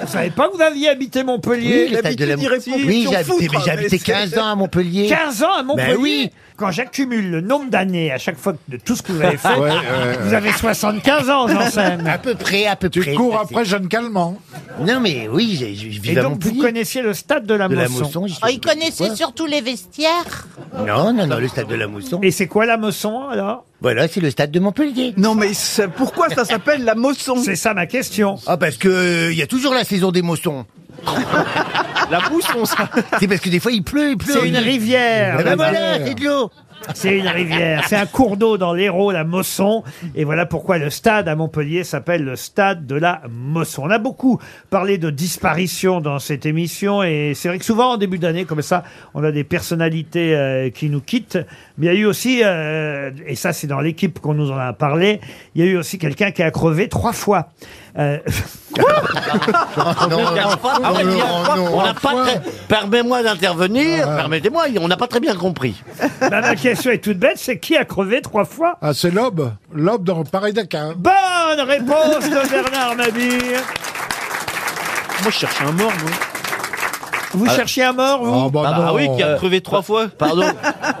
Vous savez pas que vous aviez habité Montpellier
Oui, le stade de la-
D'habitude, il répond
Oui,
question
j'ai habité-
foutre,
mais j'ai habité
c'est-
15 ans à Montpellier.
15 ans à
Ben
Montpellier
oui.
Quand j'accumule le nombre d'années à chaque fois de tout ce que vous avez fait,
Ouais, ouais, ouais.
vous avez 75 ans, Janssen.
À peu près, à peu près.
cours
après
Jeanne Calment.
Non, mais oui, j'ai- je
Et
vis à
donc, vous
Montpellier.
connaissiez le stade de la
De la
Mosson.
Mosson, j'y suis
Oh, il connaissait surtout les vestiaires.
Non, non, non, le stade de la Mousson.
Et c'est quoi la Mosson alors
Voilà, c'est le stade de Montpellier.
Non, mais pourquoi ça s'appelle la Mosson
C'est ça ma question.
Ah, parce que euh, il y a toujours la saison
[laughs]
des Mossons. la Mousson, ça. C'est parce que des fois il pleut, il pleut.
C'est une rivière.
Eh ben voilà, c'est de l'eau.
C'est une rivière, c'est un cours d'eau dans l'Hérault, la Mosson. Et voilà pourquoi le stade à Montpellier s'appelle le stade de la Mosson. On a beaucoup parlé de disparition dans cette émission. Et c'est vrai que souvent, en début d'année, comme ça, on a des personnalités euh, qui nous quittent. Mais il y a eu aussi, euh, et ça c'est dans l'équipe qu'on nous en a parlé, il y a eu aussi quelqu'un qui a crevé trois fois. Euh,
Non, non, ah ouais, il y a pas- on n'a pas très- Permets-moi d'intervenir, permettez-moi, on n'a pas très bien compris.
Ah. Bah, ma question est toute bête, c'est [laughs] qui a crevé trois fois
Ah, c'est l'aube. L'aube dans Paris-Dakar.
Bonne réponse de Bernard Mabir.
Moi, je cherche un mort, moi.
Vous
Ah.
cherchez un mort, vous
Ah bah oui, qui a
crevé trois fois.
[laughs] Pardon,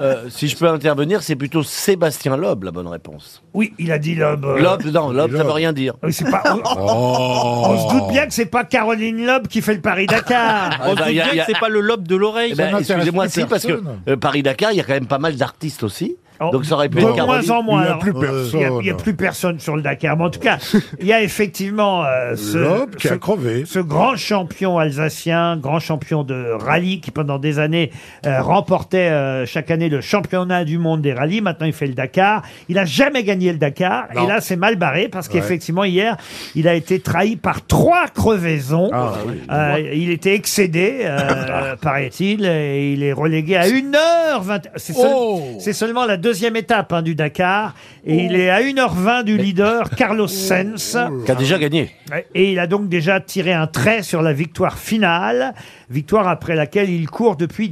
euh, si je peux intervenir, c'est plutôt Sébastien Loeb la bonne réponse.
Oui, il a dit l'homme. euh,
Loeb, non, Loeb, ça veut rien dire. Oh.
Oui,
[laughs]
c'est pas- On se doute bien que c'est pas Caroline Loeb qui fait le Paris-Dakar.
[laughs] Ah, bah, y a- y a-
le lobe de l'oreille.
Eh ben,
Ça n'intéresse
Excusez-moi,
plus
si, parce que
personne.
euh, Paris-Dakar, il y a quand même pas mal d'artistes aussi.
Oh,
donc ça aurait pu
de
être
moins
Caroline.
en moins. alors. Il y a- Il n'y a, plus personne sur le Dakar. Mais en tout cas, il y a effectivement euh, ce,
Loeb qui a
ce- ce grand champion alsacien, grand champion de rallye qui pendant des années euh, remportait euh, chaque année le championnat du monde des rallyes. Maintenant, il fait le Dakar. Il a jamais gagné le Dakar.
Non.
Et là, c'est mal barré parce
Ouais.
qu'effectivement, hier, il a été trahi par trois crevaisons.
Ah, oui.
Euh, il était excédé, euh, paraît-il, et il est relégué à 1h20. C'est seul- c'est seulement la deuxième étape hein, du Dakar. Et il est à 1h20 du leader, Carlos Sens.
Qui a déjà gagné.
Et il a donc déjà tiré un trait sur la victoire finale, victoire après laquelle il court depuis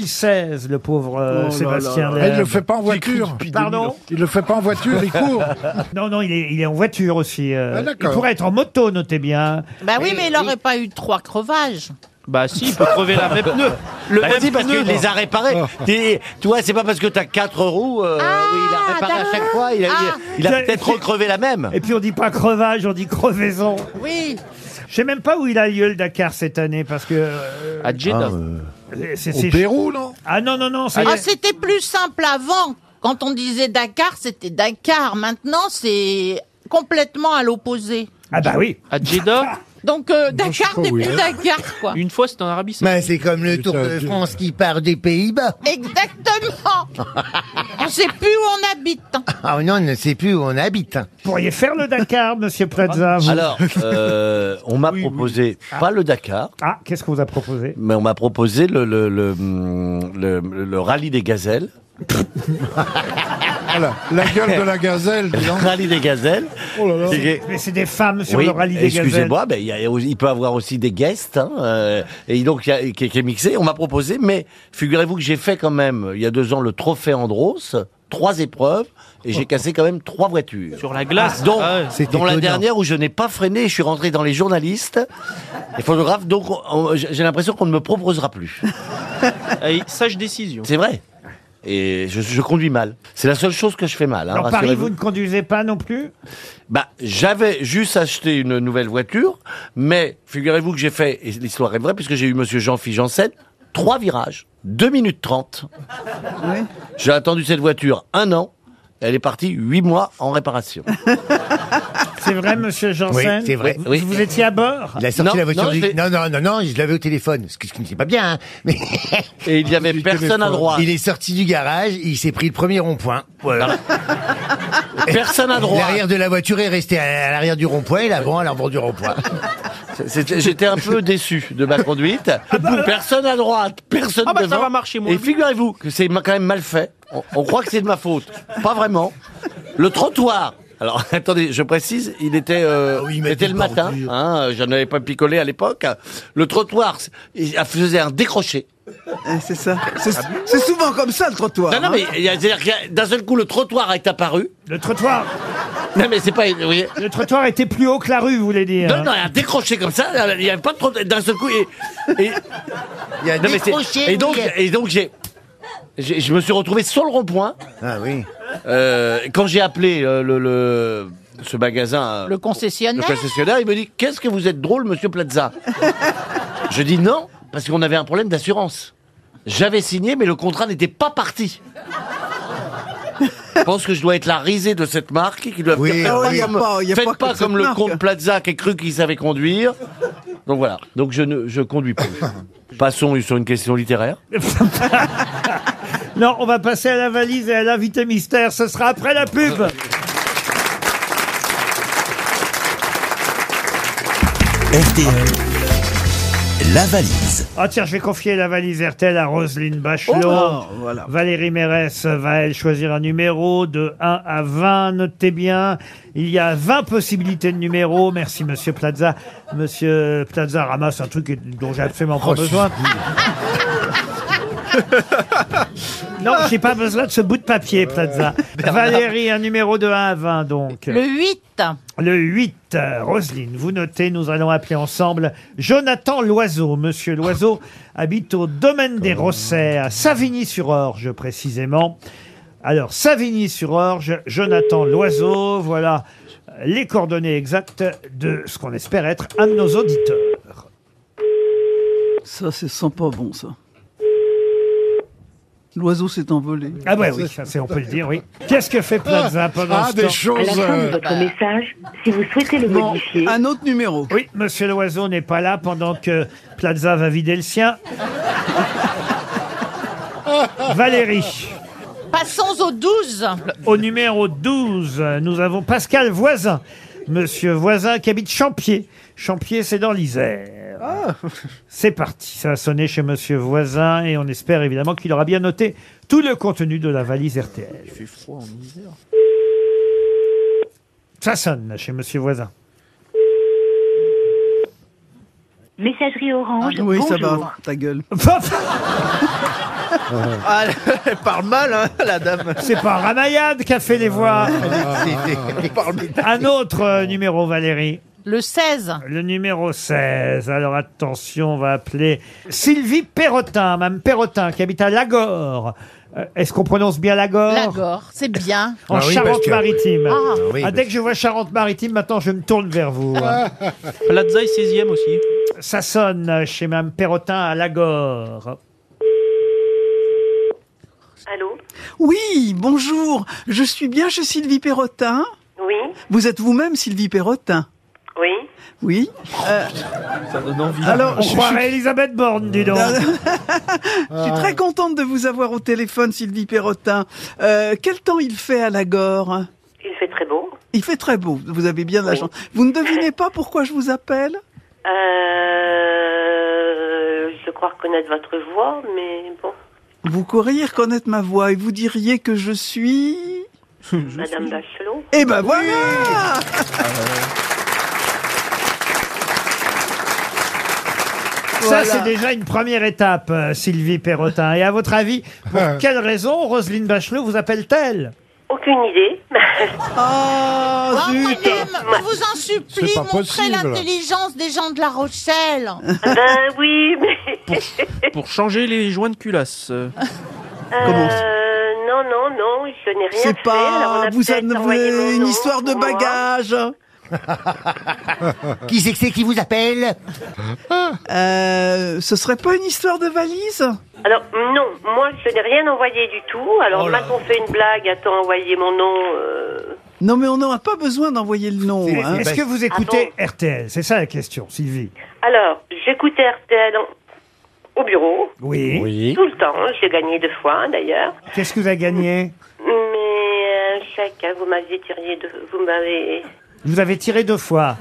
2016, le pauvre euh,
Oh là
Sébastien.
là là. Ah, il
Loeb.
le fait pas en voiture.
Pardon
Il le fait pas en voiture, il court.
[laughs] Non, non, il est, il est en voiture aussi. euh.
Ah,
il
d'accord.
pourrait être en moto, notez bien.
Bah oui, mais il n'aurait pas eu trois crevages.
Bah si, il peut crever la même pneu. Le
Bah
même
si, parce
pneu.
qu'il les a réparés.
Ah.
T'es- Tu vois, c'est pas parce que t'as quatre roues, euh, oui, il a réparé à chaque fois. Il a, il a
Ah.
peut-être recrevé la même.
Et puis on dit pas crevage, on dit crevaison.
Oui.
Je sais même pas où il a lieu le Dakar cette année parce que. euh,
À Jeddah.
Ah,
euh, c'est-
Au
c'est-
Pérou, non
Ah non, non, non, c'est.
Ah, c'était plus simple avant. Quand on disait Dakar, c'était Dakar. Maintenant, c'est complètement à l'opposé.
Ah bah oui.
À
[laughs]
Jeddah,
Donc euh, Dakar
pas
n'est
où il
plus
est.
Dakar, quoi.
une fois, c'était en Arabie
Mais Bah, c'est comme le Tour de
Dieu.
France qui part des Pays-Bas.
Exactement. on sait plus où on habite.
Ah non, on ne sait plus où on habite.
Vous pourriez faire le Dakar, monsieur Plaza. vous
Alors, euh, on m'a proposé, pas le Dakar,
Ah, qu'est-ce qu'on vous a proposé
mais on m'a proposé le, le, le, hum, le- le rallye des gazelles.
Voilà, la gueule de la gazelle, dis
Le [laughs]
donc.
rallye des gazelles.
Oh là là.
C'est-
Mais c'est des femmes sur
Oui,
le rallye des
excusez-moi, ben, il, y a- il peut avoir aussi des guests, hein, euh, et donc il y a- qui, est- qui est mixé. On m'a proposé, mais figurez-vous que j'ai fait quand même il y a deux ans le trophée Andros, trois épreuves, et j'ai cassé quand même trois voitures.
Sur la glace.
dont,
Ah ouais. C'était
dont la
étonnant.
dernière où je n'ai pas freiné, je suis rentré dans les journalistes, les photographes, donc on- j'ai l'impression qu'on ne me proposera
[laughs]
plus.
Allez, sage décision.
C'est vrai. Et je, je conduis mal. C'est la seule chose que je fais mal. Hein,
Dans Paris,
rassurez-vous.
vous ne conduisez pas non plus
Bah, j'avais juste acheté une nouvelle voiture, mais figurez-vous que j'ai fait, et l'histoire est vraie, puisque j'ai eu monsieur Jean-Philippe Janssen, trois virages, 2 minutes 30. J'ai attendu cette voiture un an, elle est partie huit mois en réparation.
C'est vrai, monsieur Janssen
Oui, c'est vrai.
Vous, vous étiez à bord
Il a sorti
Non,
la voiture.
non,
du-
je l'ai-
Non, non, non, non, je l'avais au téléphone. Ce qui ce qui ne s'est pas bien. hein, [laughs] Mais
Et il n'y
[laughs]
avait personne à droite.
Il est sorti du garage, il s'est pris le premier rond-point. Voilà.
Personne à droite.
L'arrière de la voiture est resté à à l'arrière du rond-point et l'avant à l'avant
[laughs]
du rond-point. [laughs]
C'était- J'étais un peu déçu de ma conduite. Personne à droite, personne
bah, euh, Ah bah, ça
devant.
va marcher, moi.
Et figurez-vous que c'est ma- quand même mal fait. On, on croit que c'est de ma faute. Pas vraiment. Le trottoir, Alors [laughs] attendez, je précise, il était,
Ah
euh, c'était le matin. Hein, euh, je n'avais pas picolé à l'époque. Le trottoir s- il faisait un décroché.
Eh, C'est ça. C'est c'est souvent comme ça le trottoir.
Non, non,
hein.
mais il y a- c'est-à-dire qu'il y a- d'un seul coup, le trottoir est apparu.
Le trottoir
Non, mais c'est pas. vous voyez.
Le trottoir était plus haut que la rue, vous voulez dire
Non, non, il a décroché comme ça. Il n'y avait pas de trottoir. D'un seul coup. Et, et-
Il a
Non, mais c'est-
décroché,
Et donc,
Miguel.
et donc j'ai. j'ai- Je me suis retrouvé sur le rond-point.
Ah oui.
Euh, quand j'ai appelé euh, le, le- ce magasin, euh,
Le
le
concessionnaire
concessionnaire, il me dit Qu'est-ce que vous êtes drôle, monsieur Plaza Je dis non, parce qu'on avait un problème d'assurance. J'avais signé, mais le contrat n'était pas parti. Je pense que je dois être la risée de cette marque qui doit
Oui,
faites
ah ouais, y a
pas comme,
pas- y a
faites
pas que
pas
cette
comme le
marque.
comte Plaza qui a cru qu'il savait conduire. Donc voilà. Donc je ne je conduis plus. Passons sur une question littéraire.
[laughs] Non, on va passer à la valise et à l'invité mystère. Ce sera après la pub.
La valise.
Ah tiens, je vais confier la valise RTL à Roselyne Bachelot.
Oh, voilà.
Valérie Mérès va, elle, choisir un numéro de 1 à 20. Notez bien, il y a 20 possibilités de numéros. Merci, Monsieur Plaza. Monsieur Plaza ramasse un truc dont j'ai absolument pas
Oh,
besoin. non, j'ai pas besoin de ce bout de papier, Plaza. Valérie, un numéro de 1 à 20, donc.
Le 8.
Le 8, euh, Roselyne, vous notez, nous allons appeler ensemble Jonathan Loiseau. Monsieur Loiseau habite au domaine des Rossets, à Savigny-sur-Orge précisément. Alors, Savigny-sur-Orge, Jonathan Loiseau, voilà les coordonnées exactes de ce qu'on espère être un de nos auditeurs.
Ça, c'est sent pas bon, ça. L'oiseau s'est envolé.
Ah ouais, oui, ça, c'est- on peut le dire, oui. Qu'est-ce que fait
Ah,
Plaza pendant ce temps
message, si vous souhaitez le modifier. euh, Un autre numéro.
Oui, Monsieur Loiseau n'est pas là pendant que Plaza va vider
[laughs]
le sien. Valérie.
Passons au 12.
Au numéro 12, nous avons Pascal Voisin. Monsieur Voisin qui habite Champier. Champier, c'est dans l'Isère.
Ah.
C'est parti. Ça a sonné chez Monsieur Voisin et on espère évidemment qu'il aura bien noté tout le contenu de la valise RTL.
Il fait froid en misère.
Ça sonne chez Monsieur Voisin.
Messagerie Orange.
Ah oui, ça
Ah, bonjour.
va, ta
[laughs]
gueule.
Ah,
elle parle mal, hein, la dame. Ah,
C'est pas Ramayad qui a fait les voix. Un autre euh, numéro, Valérie.
Le 16.
Le numéro 16. Alors attention, on va appeler Sylvie Perrotin, Mme Perrotin, qui habite à Lagore. Euh, Est-ce qu'on prononce bien Lagore
L'Agor, c'est bien.
En Charente-Maritime.
Ah.
Ah,
Ah oui,
dès que je vois Charente-Maritime, maintenant je me tourne vers vous.
[laughs]
hein.
[laughs]
Plaza est 16e aussi.
Ça sonne euh, chez Mme Perrotin à Lagore.
Allô Oui, bonjour. Je suis bien chez Sylvie Perrotin.
Oui,
Vous êtes vous-même Sylvie Perrotin
oui.
Oui. Euh,
Ça donne envie.
Alors,
on
je-
croirait
je-
Elisabeth Borne, dis donc.
[laughs] je suis très contente de vous avoir au téléphone, Sylvie Perrotin. Euh, quel temps il fait à Lagore
Il fait très beau.
Il fait très beau. Vous avez bien de la chance. Vous ne devinez pas pourquoi je vous appelle
Euh, je crois reconnaître votre voix, mais bon,
Vous pourriez reconnaître ma voix et vous diriez que je suis.
[laughs]
Madame Bachelot.
Eh ben voilà
Ça,
Voilà.
c'est déjà une première étape, euh, Sylvie Perrotin. Et à votre avis, pour quelle raison Roselyne Bachelot vous appelle-t-elle
Aucune idée.
Ah,
Oh, madame, je vous en
C'est
supplie,
pas
montrez
possible.
l'intelligence des gens de La Rochelle.
ben oui, mais.
Pour changer les joints de culasse. euh.
Euh, non, non, non, je n'ai rien
C'est
fait. alors on
pas.
a
Vous
peut-être envoyé mon
avez une
nom
histoire de
pour moi.
bagage
Ah,
Qui c'est que c'est qui vous appelle
Ah.
euh, Ce serait pas une histoire de valise
Alors, non, moi, je n'ai rien envoyé du tout. Alors, maintenant, on fait une blague. Attends, envoyez mon nom. euh,
Non, mais on n'aura pas besoin d'envoyer le nom.
Est-
hein.
Est-ce que vous
Ah
écoutez RTL C'est ça la question, Sylvie.
Alors, j'écoutais RTL en- au bureau.
Oui.
Tout le temps. hein, J'ai gagné deux fois, d'ailleurs.
Qu'est-ce que vous avez gagné
Mais euh, chacun, vous m'aviez tiré de... Vous
[laughs]
m'avez...
Je vous avez tiré deux fois.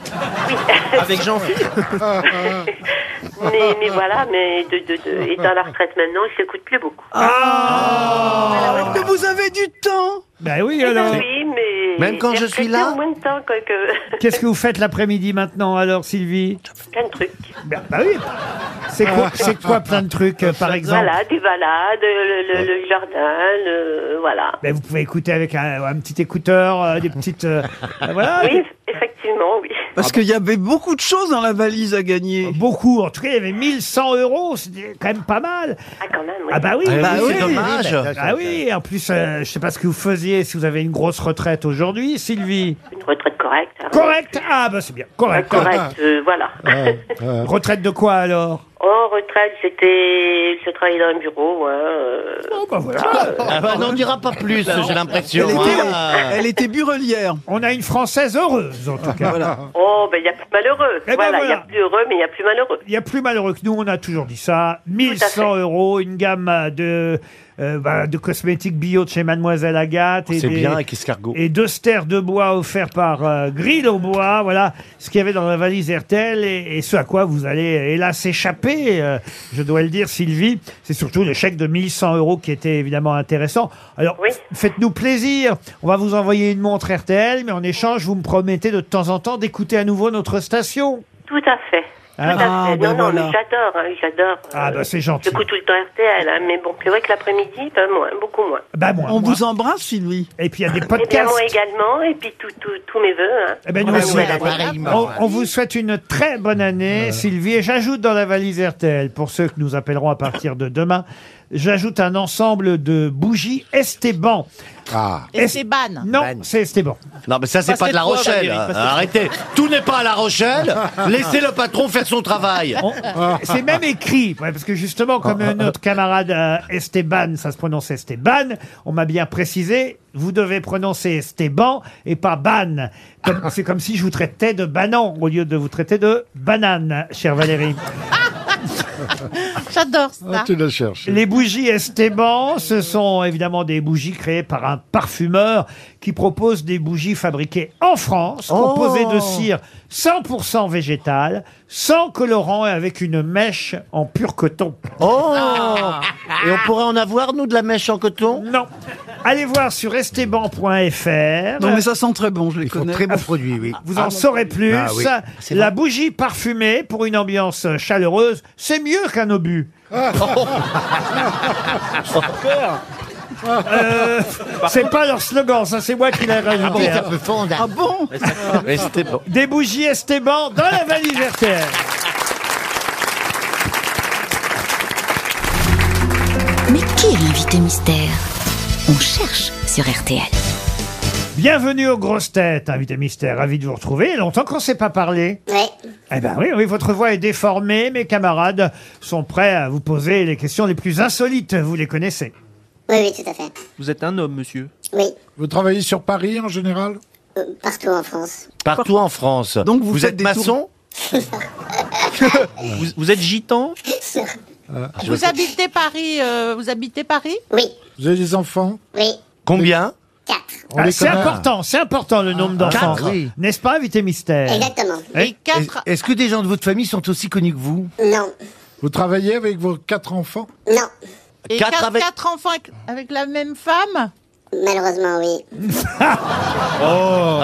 Avec jean [laughs] mais, mais voilà, mais de, de, de- étant à la retraite maintenant, je n'écoute plus beaucoup.
Ah Alors que vous avez du temps
Ben oui,
Eh ben
alors.
oui, mais...
Même quand
j'ai
je suis
recruté
là
en moins de temps que, que-
Qu'est-ce que vous faites l'après-midi maintenant, alors, Sylvie
[laughs] plein de trucs.
Ben, Bah oui
[laughs]
C'est quoi, c'est quoi plein de trucs, euh, par exemple
Voilà, des balades, euh, le, le- le jardin, le- voilà.
Ben, Vous pouvez écouter avec un, un petit écouteur, euh, des petites...
[laughs]
euh, euh, voilà,
oui, effectivement, oui.
Parce qu'il y avait beaucoup de choses dans la valise à gagner.
Euh, Beaucoup, en tout cas, il y avait 1100 euros, c'était quand même pas mal.
Ah, quand même, oui.
Ah bah oui,
Ah oui,
bah
c'est
oui.
dommage.
Ah oui, en plus, euh, je sais pas ce que vous faisiez, si vous avez une grosse retraite aujourd'hui, Sylvie.
Une retraite correcte. hein.
Correct Ah bah c'est bien,
Ah,
correct.
correct, euh, voilà.
Ah,
[laughs] Retraite de quoi alors
En retraite, c'était. Je travaillais dans un bureau. Hein,
Oh, bah voilà.
Ah bah, n'en dira pas plus, j'ai l'impression.
Elle était-
hein.
Elle était burelière.
On a une Française
[laughs]
heureuse, en tout cas.
Oh, ben il y a plus malheureux.
ben,
voilà, il y a
voilà.
plus heureux, mais il y a plus malheureux.
Il y a plus malheureux que nous, on a toujours dit ça. 1100 euros, une gamme de, euh, bah, de cosmétiques bio de chez Mademoiselle Agathe. et
C'est
des-
bien avec escargot.
Et deux stères de bois offerts par euh, Grill au bois. Voilà ce qu'il y avait dans la valise RTL et, et ce à quoi vous allez, hélas, échapper. euh, je dois le dire, Sylvie. C'est surtout le chèque de 1100 euros qui était évidemment intéressant. Alors, faites-nous plaisir. On va vous envoyer une montre RTL, mais en échange, vous me promettez de temps en temps d'écouter à nouveau notre station.
Tout à fait. Tout
Ah,
à fait.
ben
non, non,
voilà.
mais j'adore, hein, j'adore.
Ah, bah, c'est gentil.
J'écoute tout le temps RTL, hein, mais bon, c'est vrai que l'après-midi, ben, moins, beaucoup moins.
Bah, moi,
On
moi.
vous embrasse, Sylvie.
Et puis il y
[laughs]
a des
Et bien,
podcasts.
moi également, et puis tout- tout- tous mes voeux. Hein.
Eh ben, nous aussi. on, on vous souhaite une très bonne année, Sylvie. Et j'ajoute dans la valise RTL, pour ceux que nous appellerons à partir de demain, j'ajoute un ensemble de bougies Esteban.
Ah.
Esteban. Non, c'est Esteban.
Non, mais ça, c'est
Pas
pas de
cette
La
fois,
Rochelle. hein.
Valérie, pas cette
Arrêtez. Tout n'est pas à La
[laughs]
Rochelle. Laissez le patron faire son travail. Ah.
On- Ah. C'est même écrit, ouais, parce que justement, comme euh, notre camarade euh, Esteban, ça se prononce Esteban, on m'a bien précisé, vous devez prononcer Esteban et pas Ban.
[laughs]
Comme- C'est comme si je vous traitais de banan au lieu de vous traiter de banane, cher Valérie.
[laughs] J'adore ça.
Ah, tu le cherches.
Les bougies Esteban, ce sont évidemment des bougies créées par un parfumeur qui propose des bougies fabriquées en France,
Oh.
composées de cire 100% végétale, sans colorant et avec une mèche en pur coton.
Oh Et on pourrait en avoir, nous, de la mèche en coton
Non. Allez voir sur esteban.fr.
Non, mais ça sent très bon, je les connais.
Très bon produit, oui.
Vous en saurez plus.
Ah oui. C'est
La
vrai.
bougie parfumée pour une ambiance chaleureuse, c'est mieux qu'un obus.
[laughs]
[laughs]
Oh.
Ah. Euh, c'est pas leur slogan, ça c'est moi qui l'ai rajouté.
Ah bon, ça
hein.
peut fondre. Ah
bon
Esteban.
Des bougies Esteban dans la valise RTL.
Mais qui est l'invité mystère On cherche sur RTL.
Bienvenue aux grosses têtes, invité mystère. Ravi de vous retrouver. Il y a Longtemps qu'on ne s'est pas parlé. Oui. Eh ben oui, oui, votre voix est déformée. Mes camarades sont prêts à vous poser les questions les plus insolites. Vous les connaissez.
Oui, oui, tout à fait.
Vous êtes un homme, monsieur.
Oui,
Vous travaillez sur Paris en général
euh, partout en France.
Partout en France. Donc
vous faites
êtes
des
maçon
vous, vous êtes gitan
Ah,
Vous habitez Paris euh, Vous habitez Paris
Oui.
Vous avez des enfants
Oui.
Combien
Ah, c'est important, c'est important le nombre d'enfants.
Ah, Quatre, oui.
N'est-ce pas, invité mystère
Exactement.
Et
Est-ce- Est-ce que des gens de votre famille sont aussi connus que vous
Non.
Vous travaillez avec vos quatre enfants
Non.
Et
Quatre
quatre,
avec-
quatre enfants avec- avec la même femme
Malheureusement, oui.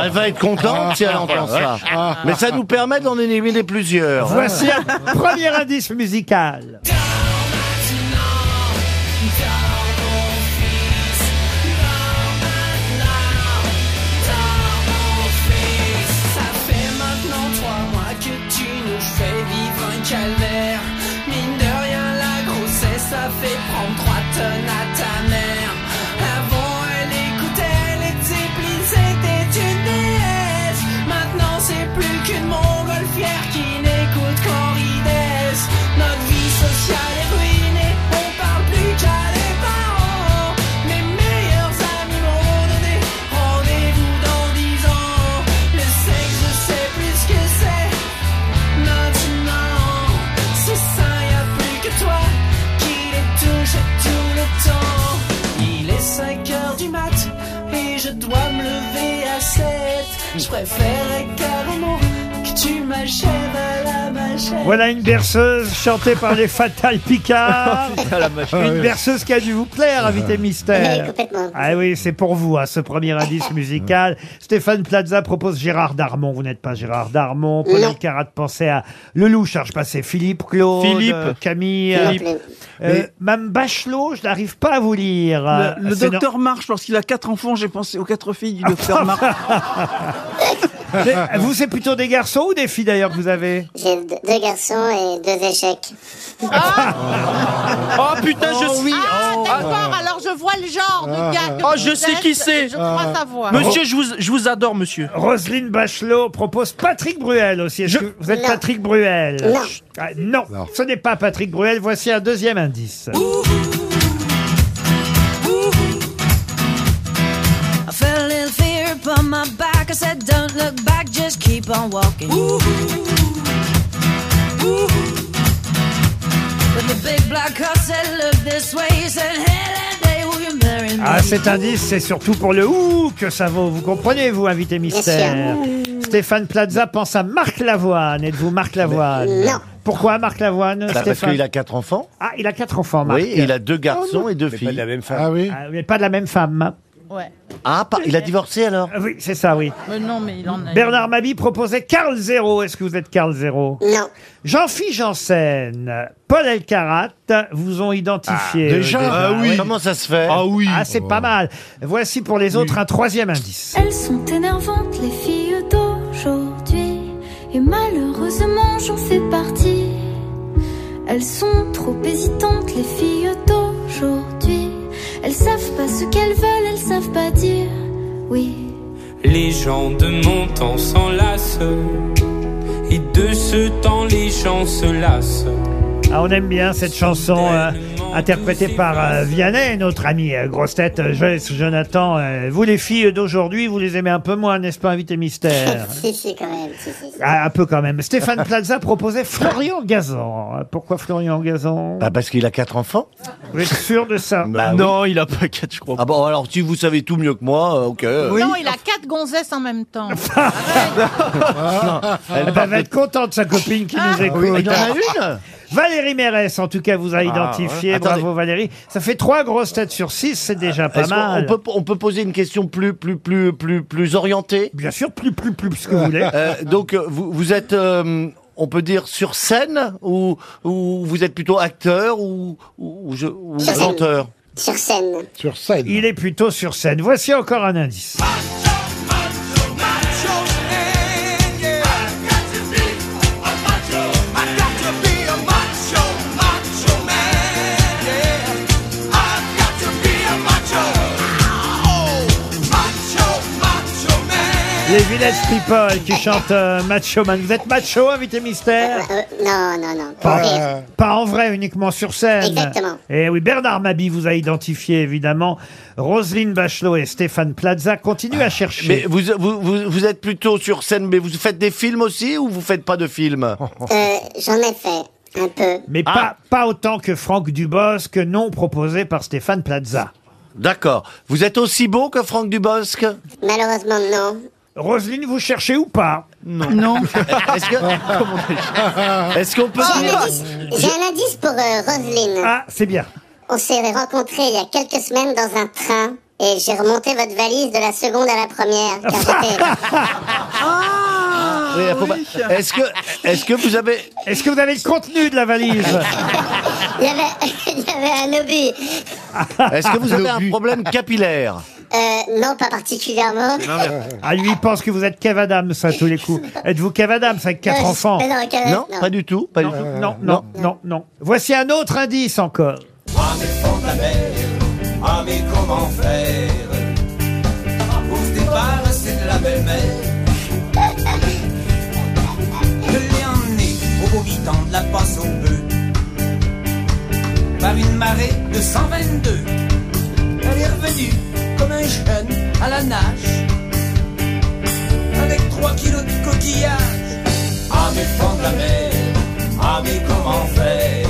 Elle va être contente si elle entend ça. Mais ça nous permet d'en éliminer plusieurs.
Voici un premier indice musical.
Ça fait maintenant trois mois que tu nous fais vivre un calvaire. Mine de rien, la grossesse, ça fait prendre trois tonnes à ta mère. Avant, elle écoutait, elle était prise, c'était une déesse. Maintenant, c'est plus qu'une montgolfière qui n'écoute qu'en ridesse. Notre vie sociale est ruinée, on parle plus qu'à des parents. Mes meilleurs amis m'ont donné rendez-vous dans dix ans. Le sexe, je sais plus ce que c'est maintenant. C'est ça, y a plus que toi qui les touche tout le temps. Il est 5 heures du mat et je dois me lever à 7. Je préférerais carrément que tu m'achèves à la machette.
Voilà une berceuse chantée par les Fatal Picard.
Oh, putain, la machine.
une berceuse qui a dû vous plaire, invité
Oui,
mystère.
complètement.
Ah oui, c'est pour vous, hein, ce premier indice musical. Stéphane Plaza propose Gérard Darmon. Vous n'êtes pas Gérard Darmon. Paul
Non.
Elkarat, pensez à Lelouch. Alors, je passais Philippe, Claude,
Philippe.
euh, Camille.
Philippe.
euh, euh,
Mais-
Mme Bachelot, je n'arrive pas à vous lire. Euh,
Le, le
c'est
docteur Marche, lorsqu'il a quatre enfants, j'ai pensé aux quatre filles
[laughs]
du docteur Marche.
Mais vous, c'est plutôt des garçons ou des filles d'ailleurs que vous avez
J'ai d- deux garçons et deux échecs. [laughs]
Oh putain, je sais.
Ah, d'accord, alors je vois le genre
Ah,
de gars. que
Oh,
vous
je sais
êtes,
qui c'est. Ah.
Je crois savoir.
Monsieur, je vous, je vous adore, monsieur.
Roselyne Bachelot propose Patrick Bruel aussi. Est-ce que vous êtes Patrick Bruel
Non.
Ah, non, ce n'est pas Patrick Bruel. Voici un deuxième indice.
I felt a little fear upon my back. I said, Don't look back, just keep on walking.
But the big black car said, look this way. He said, Helen Day, will you marry me?
Ah, cet indice, c'est surtout pour le ouh que ça vaut. Vous comprenez, vous, invité mystère Stéphane Plaza pense à Marc Lavoine. Êtes-vous Marc Lavoine
non.
Pourquoi Marc Lavoine
Bah, parce
Stéphane
qu'il a quatre enfants.
Ah, il a quatre enfants, Marc. Oh,
Oui, et il a deux garçons et deux filles. Pas de la même femme. Ah oui.
Ah, mais pas de la même femme.
Ouais.
Ah, il a divorcé alors Ah Oui, c'est ça, oui.
Mais non, mais il en a.
Bernard Mabi proposait Carl Zéro. Est-ce que vous êtes Carl Zéro
Non.
Jean-Philippe Janssen, Paul Elkarat vous ont identifié.
Ah,
euh,
déjà Ah oui. Comment ça se fait
Ah oui. Ah, c'est pas mal. Voici pour les autres un troisième indice.
Elles sont énervantes, les filles d'aujourd'hui. Et malheureusement, j'en fais partie. Elles sont trop hésitantes, les filles d'aujourd'hui. Elles savent pas ce qu'elles veulent, elles savent pas dire oui.
Les gens de mon temps s'enlacent Et de ce temps les gens se lassent
Ah, on aime bien cette chanson euh, interprétée par euh, Vianney, notre ami euh, grosse tête, euh, Joyce Jonathan. Euh, vous les filles d'aujourd'hui, vous les aimez un peu moins, n'est-ce pas,
[laughs]
invité mystère
si, si, quand même. Si, si, si.
Ah, Un peu quand même. Stéphane Plaza proposait Florian Gazan. Euh, Pourquoi Florian Gazan
Bah, parce qu'il a quatre
[laughs]
enfants.
Vous êtes sûr de ça
Non, il a pas quatre, je crois. Bah Ah bon, alors si vous savez tout mieux que moi, euh, ok.
Non, il a quatre gonzesses en
[laughs]
même temps.
Ah.
Elle Eh ben, va être contente, sa copine qui nous écoute.
il y en a une
[laughs] Valérie Mérès, en tout cas, vous a
Ah,
identifié.
ouais.
Bravo
Attendez. Ah,
Valérie. Ça fait trois grosses têtes sur six, c'est déjà Ah, pas
Est-ce qu'on-
mal.
On peut, on peut poser une question plus, plus, plus, plus, plus orientée
Bien sûr, plus, plus, plus, ce que vous voulez.
donc, [laughs] euh, vous, vous êtes, euh, on peut dire, sur scène ou, ou vous êtes plutôt acteur ou, ou, ou je- ou
Sur scène.
chanteur
Sur scène.
Sur scène.
Il est plutôt sur scène. Voici encore un indice.
Oh,
Les Village People qui chantent euh, Macho Man. Vous êtes macho, invité mystère
Euh, non, non, non. Pour
pas,
rire.
pas en vrai, uniquement sur scène.
Exactement.
Et oui, Bernard Mabi vous a identifié, évidemment. Roselyne Bachelot et Stéphane Plaza continuent à chercher.
Mais vous, vous, vous, vous êtes plutôt sur scène, mais vous faites des films aussi ou vous faites pas de [laughs] films
Euh, J'en ai fait un peu.
Mais
Ah.
pas, pas autant que Franck Dubosc, non proposé par Stéphane Plaza.
D'accord. Vous êtes aussi beau que Franck Dubosc
Malheureusement, non.
Roselyne, vous cherchez ou pas
Non. Non. Est-ce
[laughs]
que- Comment on- Est-ce qu'on peut
J'ai
dire
un indice, j'ai un indice pour euh, Roselyne.
Ah, c'est bien.
On s'est rencontrés il y a quelques semaines dans un train et j'ai remonté votre valise de la seconde à la première. Car
[laughs]
j'étais-
Oui, faut pas- Est-ce que, est-ce que vous avez,
Est-ce que vous avez le contenu de
[laughs]
la valise
il, y avait, [laughs] il y avait un obus.
est-ce que vous avez un problème capillaire
Euh, non, pas particulièrement.
Ah, lui, il pense que vous êtes Kev Adams à tous les coups. Êtes-vous Kev Adams avec quatre
Euh,
enfants
mais non, Kev- Non, non. pas
du tout. Pas
non, non, non, non, non. Voici un autre indice encore.
Ah mais fond de la mer, ah mais comment faire Ah, Pour se débarrasser de la belle-mère Je l'ai emmené au beau bidon de la passe au bœuf Par une marée de 122 Elle est revenue comme un jeune à la nage Avec 3 kilos de coquillages Ah mais fond de la mer, ah mais comment faire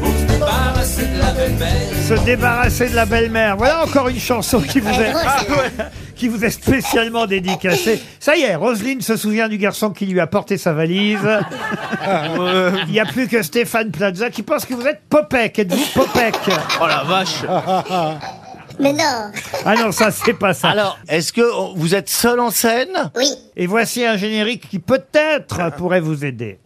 pour se débarrasser de la belle-mère.
se débarrasser de la belle-mère. Voilà encore une chanson qui vous
Elle est
est,
drôle, celle-là.
Ah ouais, qui vous est spécialement dédicacée. Ça y est, Roselyne se souvient du garçon qui lui a porté sa valise. Il n'y a plus que Stéphane Plaza qui pense que vous êtes Popek. Êtes-vous Popek
Oh la vache
Mais non
Ah non, ça c'est pas ça. Alors,
est-ce que vous êtes seul en scène
Oui. Ah.
Et voici un générique qui peut-être pourrait vous aider.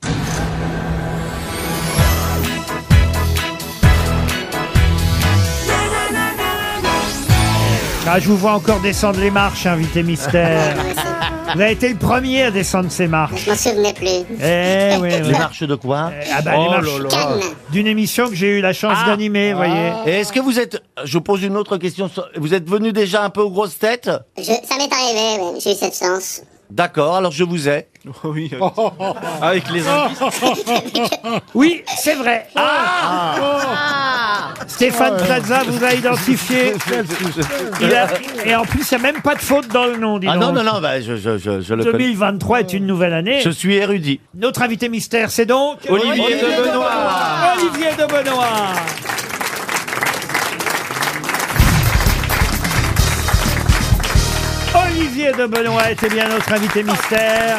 Ah, je vous vois encore descendre les marches,
[laughs]
invité mystère. Vous avez été le premier à descendre ces marches.
Je m'en souvenais plus.
Eh oui,
[laughs]
oui.
Les marches de quoi Oh
Ah bah, les marches d'une émission que j'ai eu la chance d'animer, vous voyez.
Ah.
Ah.
Et est-ce que vous êtes, je vous pose une autre question, vous êtes venu déjà un peu aux grosses têtes
Je- ça m'est arrivé, ouais, j'ai eu cette chance.
D'accord, alors je vous ai. Ah,
oui, avec
[laughs]
les Ah.
Oui, c'est vrai. Stéphane
Ah.
[laughs]
Plaza [laughs] vous a identifié. Il a- et en plus, il n'y a même pas de faute dans le nom, dis
Ah non,
donc.
non, non, bah, je, je, je, je le connais.
2023 est une nouvelle année.
Je suis érudit.
Notre invité mystère, c'est donc
Olivier de Benoît.
Olivier de Benoît. Olivier de Benoît était bien notre invité mystère.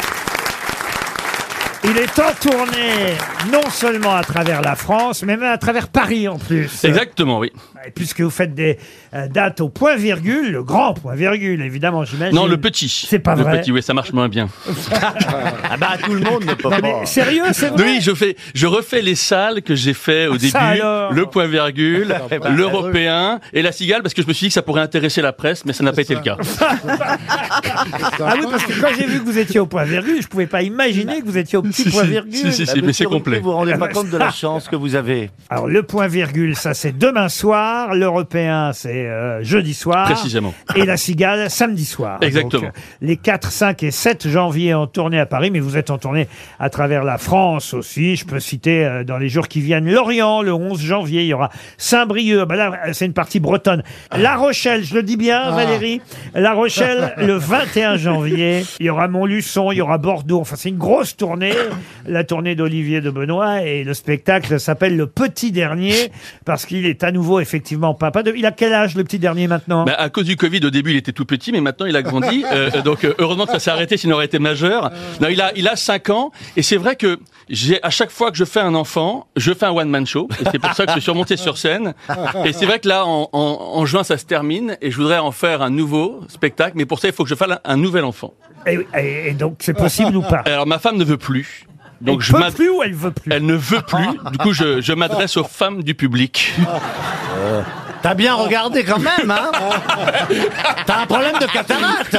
Il est en tournée, non seulement à travers la France, mais même à travers Paris en plus.
Exactement, oui.
Et puisque vous faites des euh, dates au point virgule, le grand point virgule, évidemment, j'imagine.
Non, le petit.
C'est pas
le
vrai.
petit, oui, ça marche moins bien. [laughs] ah
bah tout le monde ne peut
Non, mais sérieux, c'est vrai
Oui, je fais, je refais les salles que j'ai fait au
Ah, ça
début,
alors
le point [laughs] virgule,
Eh ben,
l'européen et la cigale, parce que je me suis dit que ça pourrait intéresser la presse, mais ça n'a pas été le cas.
Ah oui, parce que quand j'ai vu que vous étiez au point virgule, je pouvais pas imaginer que vous étiez au petit
Si,
point
si,
virgule.
si, si, si, Ah, mais c'est complet. Vous vous rendez
Ah
pas
bah,
compte de
ça.
la chance que vous avez.
Alors le point virgule, ça c'est demain soir, l'européen c'est euh, jeudi soir.
Précisément.
Et la cigale samedi soir.
Exactement.
Donc, euh, les 4, 5 et 7 janvier en tournée à Paris, mais vous êtes en tournée à travers la France aussi. Je peux citer euh, dans les jours qui viennent Lorient le 11 janvier, il y aura Saint-Brieuc, Ah bah là euh, c'est une partie bretonne. La Rochelle, je le dis bien
Ah.
Valérie, La Rochelle le 21 janvier, il y aura Montluçon, il y aura Bordeaux, enfin c'est une grosse tournée, la tournée d'Olivier de Benoît et le spectacle s'appelle Le Petit Dernier parce qu'il est à nouveau effectivement papa de... Il a quel âge le petit dernier maintenant
Bah, à cause du Covid, au début, il était tout petit, mais maintenant, il a
[laughs]
grandi. Euh, donc, euh, heureusement que ça s'est arrêté, sinon il aurait été
Euh.
majeur. Non, il a, il a 5 ans. Et c'est vrai que j'ai, à chaque fois que je fais un enfant, je fais un one-man show. Et c'est pour ça que je suis remonté sur scène. Et c'est vrai que là, en, en- en juin, ça se termine. Et je voudrais en faire un nouveau spectacle. Mais pour ça, il faut que je fasse un, un nouvel enfant.
Et, et- et donc c'est possible ou pas
Alors, ma femme ne veut plus. Donc,
Elle
je
peut
m'ad-
plus ou elle veut plus
Elle ne veut plus. Du coup, je, je m'adresse aux femmes du public.
Ah.
T'as bien regardé quand même, [laughs] hein T'as un problème de cataracte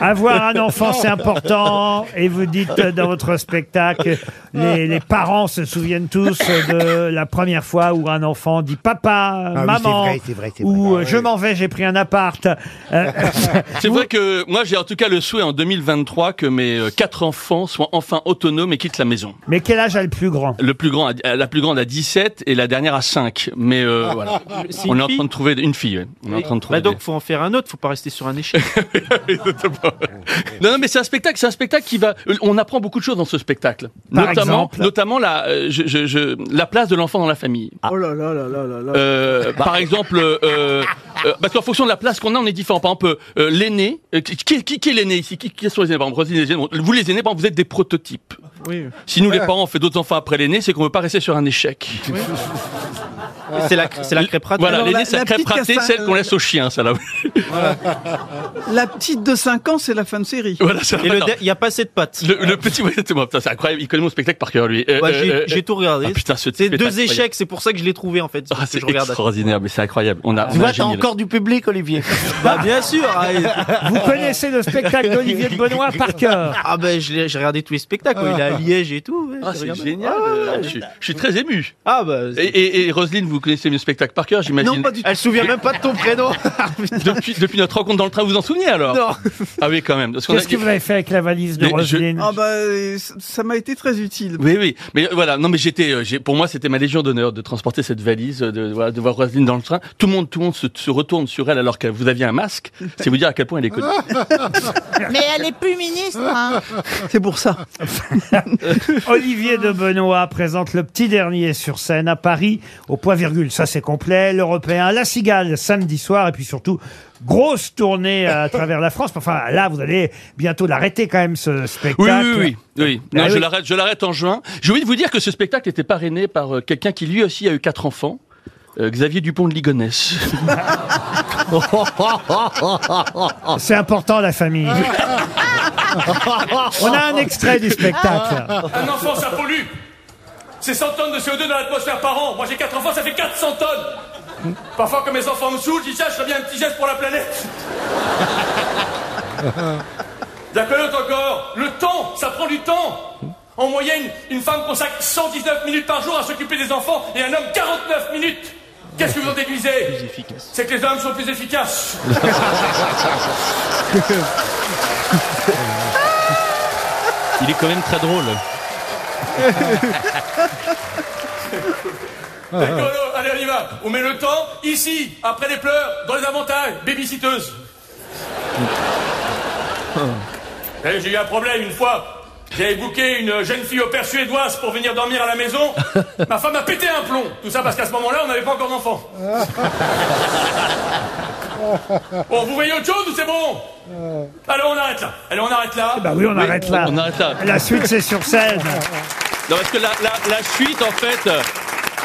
Avoir
[laughs]
un enfant, c'est important. Et vous dites euh, dans votre spectacle, les, les parents se souviennent tous euh, de la première fois où un enfant dit papa,
Ah oui,
maman,
c'est vrai, c'est vrai, c'est vrai.
ou euh, je m'en vais, j'ai pris un appart.
[laughs]
Euh,
C'est vrai que moi j'ai en tout cas le souhait en 2023 que mes euh, quatre enfants soient enfin autonomes et quittent la maison.
mais quel âge a le plus
[laughs]
grand
Le plus grand, a- la plus grande à 17 et la dernière à 5. Mais euh, voilà,
Ah. [laughs] C'est une
on est en
fille
train de trouver une fille. ouais. On est en train de
Bah
trouver.
donc faut en faire un autre, faut pas rester sur un échec.
des- Non, non, mais c'est un spectacle, c'est un spectacle qui va. euh, On apprend beaucoup de choses dans ce spectacle, [laughs]
Par
notamment,
exemple
notamment la, euh, je- je- je- la place de l'enfant dans la famille.
Ah.
Oh là là là là là là.
Euh, par exemple, euh, euh, euh, parce qu'en fonction de la place qu'on a, on est différent. Par exemple, euh, l'aîné, euh, qui, qui, qui est l'aîné ici qui, qui sont les aînés Par exemple, Roselyne et Jeanne, vous les aînés, par exemple, vous êtes des prototypes.
Oui.
Si nous les parents on fait d'autres enfants après l'aîné, c'est qu'on veut pas rester sur un échec.
C'est la, c'est la euh, crêpe ratée.
Voilà,
Alors,
l'aîné,
la-
c'est la
la
crêpe
petite
ratée,
cassa-
celle qu'on laisse au chien, ça là. [laughs]
La petite de 5 ans, c'est la fin de série.
Voilà, ça, attends.
Il n'y a pas assez de pattes.
Le, le petit, ouais, c'est moi, putain, c'est incroyable. Il connaît mon spectacle par cœur, lui. Euh,
Bah,
euh,
j'ai-
euh,
j'ai tout regardé.
ah, putain, ce type
C'est
est
deux
incroyable.
échecs, c'est pour ça que je l'ai trouvé en fait.
Ah,
parce que
c'est
je regarde.
extraordinaire, mais c'est incroyable. On a,
Tu
on a
vois,
un
t'as
génie, là.
encore du public, Olivier.
Bah bien sûr. allez.
Vous connaissez le spectacle d'Olivier de Benoît par cœur
Ah ben je l'ai- j'ai regardé tous les spectacles, il est
[laughs]
à Liège et tout. ouais,
Ah,
j'ai
c'est
regardé.
génial.
Ah, ouais,
euh,
ouais,
je, suis- je suis très ému.
Ah bah.
Et, et, et Roselyne, vous connaissez mes spectacles par cœur, j'imagine.
Non, pas du tout. Elle se souvient même pas de ton prénom.
[laughs] depuis, depuis notre rencontre dans le train, vous vous en souvenez alors
Non.
Ah oui, quand même. parce qu'on a-
Qu'est-ce que vous avez fait avec la valise de
Mais je-
Roselyne
Ah bah, euh, ça- ça m'a été très utile.
Oui, oui. Mais voilà, non, mais j'étais, euh, j'ai- pour moi, c'était ma légion d'honneur de transporter cette valise, euh, de, voilà, de voir Roselyne dans le train. Tout le monde, tout le monde se, se retourne sur elle alors que vous aviez un
[laughs]
masque. C'est vous dire à quel point elle est connue.
Ah.
Mais elle est plus ministre. hein.
C'est pour
[laughs]
ça.
Olivier de Benoît présente le petit dernier sur scène à Paris au point virgule, ça c'est complet. L'Européen, La Cigale, samedi soir. Et puis surtout, grosse tournée à travers la France. Enfin, là, vous allez bientôt l'arrêter quand même, ce
Oui,
spectacle.
oui, oui. oui.
Ah
Non, je
oui.
l'arrête, je l'arrête en juin. J'ai envie de vous dire que ce spectacle était parrainé par euh, quelqu'un qui lui aussi a eu quatre enfants. euh, Xavier Dupont de Ligonnès.
[laughs]
[laughs]
C'est important, la famille. [laughs] On
Oh,
a un extrait du spectacle.
Ah. Un enfant, ça pollue. C'est 100 tonnes de CO2 dans l'atmosphère par an. Moi, j'ai 4 enfants, ça fait 400 tonnes. Parfois, quand mes enfants me saoulent, je dis tiens, je ferais bien un petit geste pour la planète. La planète encore. Le temps, ça prend du temps. En moyenne, une femme consacre 119 minutes par jour à s'occuper des enfants et un homme 49 minutes. Qu'est-ce que vous en déduisez C'est que les hommes sont plus efficaces.
Il est quand même très drôle.
Ah.
Rigolo, Eh, allez, on y va. On met le temps ici, après les pleurs, dans les avantages, babysitteuse. Eh, J'ai eu un problème une fois. J'avais booké une jeune fille au père suédoise pour venir dormir à la
[laughs]
maison. Ma femme a pété un plomb. Tout ça parce qu'à ce moment-là, on n'avait pas encore d'enfant.
Ah.
Bon, vous voyez autre chose ou c'est bon Allez, on arrête là. Allez, on arrête là.
Bah Ah. oui, on arrête là.
on arrête là.
La suite, c'est sur scène.
Non, parce que la, la- la suite, en fait, euh,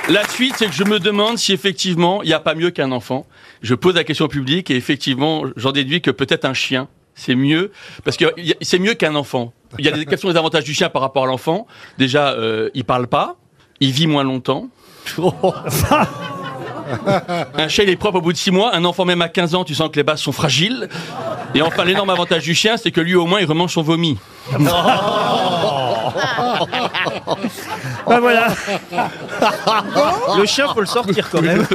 la suite, c'est que je me demande si effectivement, il n'y a pas mieux qu'un enfant. Je pose la question au public et effectivement, j'en déduis que peut-être un chien, c'est mieux, parce que y a- c'est mieux qu'un enfant. Il y a des, quels sont les avantages du chien par rapport à l'enfant Déjà, euh, il parle pas, il vit moins longtemps.
[laughs]
[laughs] un chien, il est propre au bout de 6 mois. Un enfant, même à 15 ans, tu sens que les bases sont fragiles. Et enfin, l'énorme avantage du chien, c'est que lui, au moins, il remange son vomi.
Ben [laughs] voilà.
Le chien, faut le sortir quand
[laughs]
même.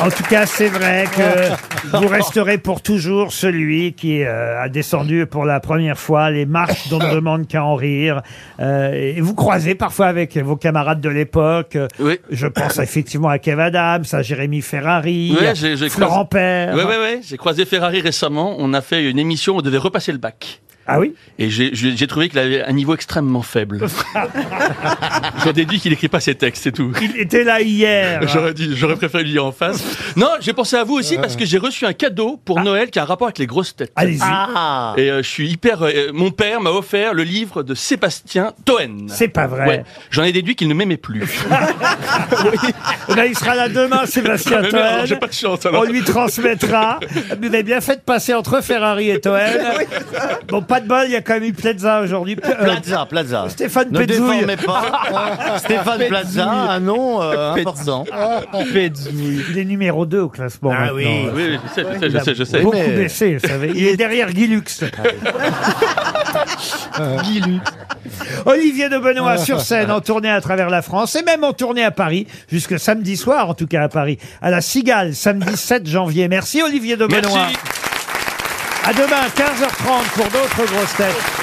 En tout cas, c'est vrai que vous resterez pour toujours celui qui euh, a descendu pour la première fois les marches dont ne demande qu'à en rire. Euh, et vous croisez parfois avec vos camarades de l'époque. Euh, Je pense effectivement à Kev Adams, à Jérémy Ferrari,
Ouais,
à
j'ai- j'ai
Florent
croisé-
Père.
Ouais, ouais, ouais. J'ai croisé Ferrari récemment. On a fait une émission où on devait repasser le bac.
Ah oui
Et j'ai- j'ai j'ai trouvé qu'il avait un niveau extrêmement
[laughs]
faible. J'en déduis qu'il écrit pas ses textes, c'est tout.
Il était là Ah, hier.
J'aurais dit- j'aurais préféré lui dire en face. Non, j'ai pensé à vous aussi parce que j'ai reçu un cadeau pour Noël qui a un rapport avec les grosses têtes.
Ah. Allez-y.
Ah. Et euh, je suis hyper. euh, mon père m'a offert le livre de Sébastien Toen.
C'est pas vrai.
Ouais. J'en ai déduit qu'il ne m'aimait
[laughs]
plus.
Eh ben, il sera là demain,
[laughs]
Sébastien
Ah, Mais merde,
Toen.
j'ai pas de chance, alors.
On lui
[laughs]
transmettra. Vous avez bien fait de passer entre Ferrari et Toen. Bon, pas de bol, il y a quand même eu Plaza aujourd'hui. P- euh,
Plaza, Plaza.
Stéphane
ne
Petzouille.
déformez
[laughs]
pas. Stéphane Plaza, un nom euh, important.
Il est numéro 2 au classement.
Ah
maintenant.
oui.
Oui, oui, je sais, je sais, je sais, je sais.
Beaucoup
Oui, mais-
baissé, vous savez. Il est derrière Guy Lux. Guy Lux. Olivier de Benoît sur scène en tournée à travers la France et même en tournée à Paris jusque samedi soir, en tout cas à Paris, à la Cigale, samedi 7 janvier. Merci Olivier de Benoît.
Merci.
À demain, 15h30 pour d'autres grosses têtes.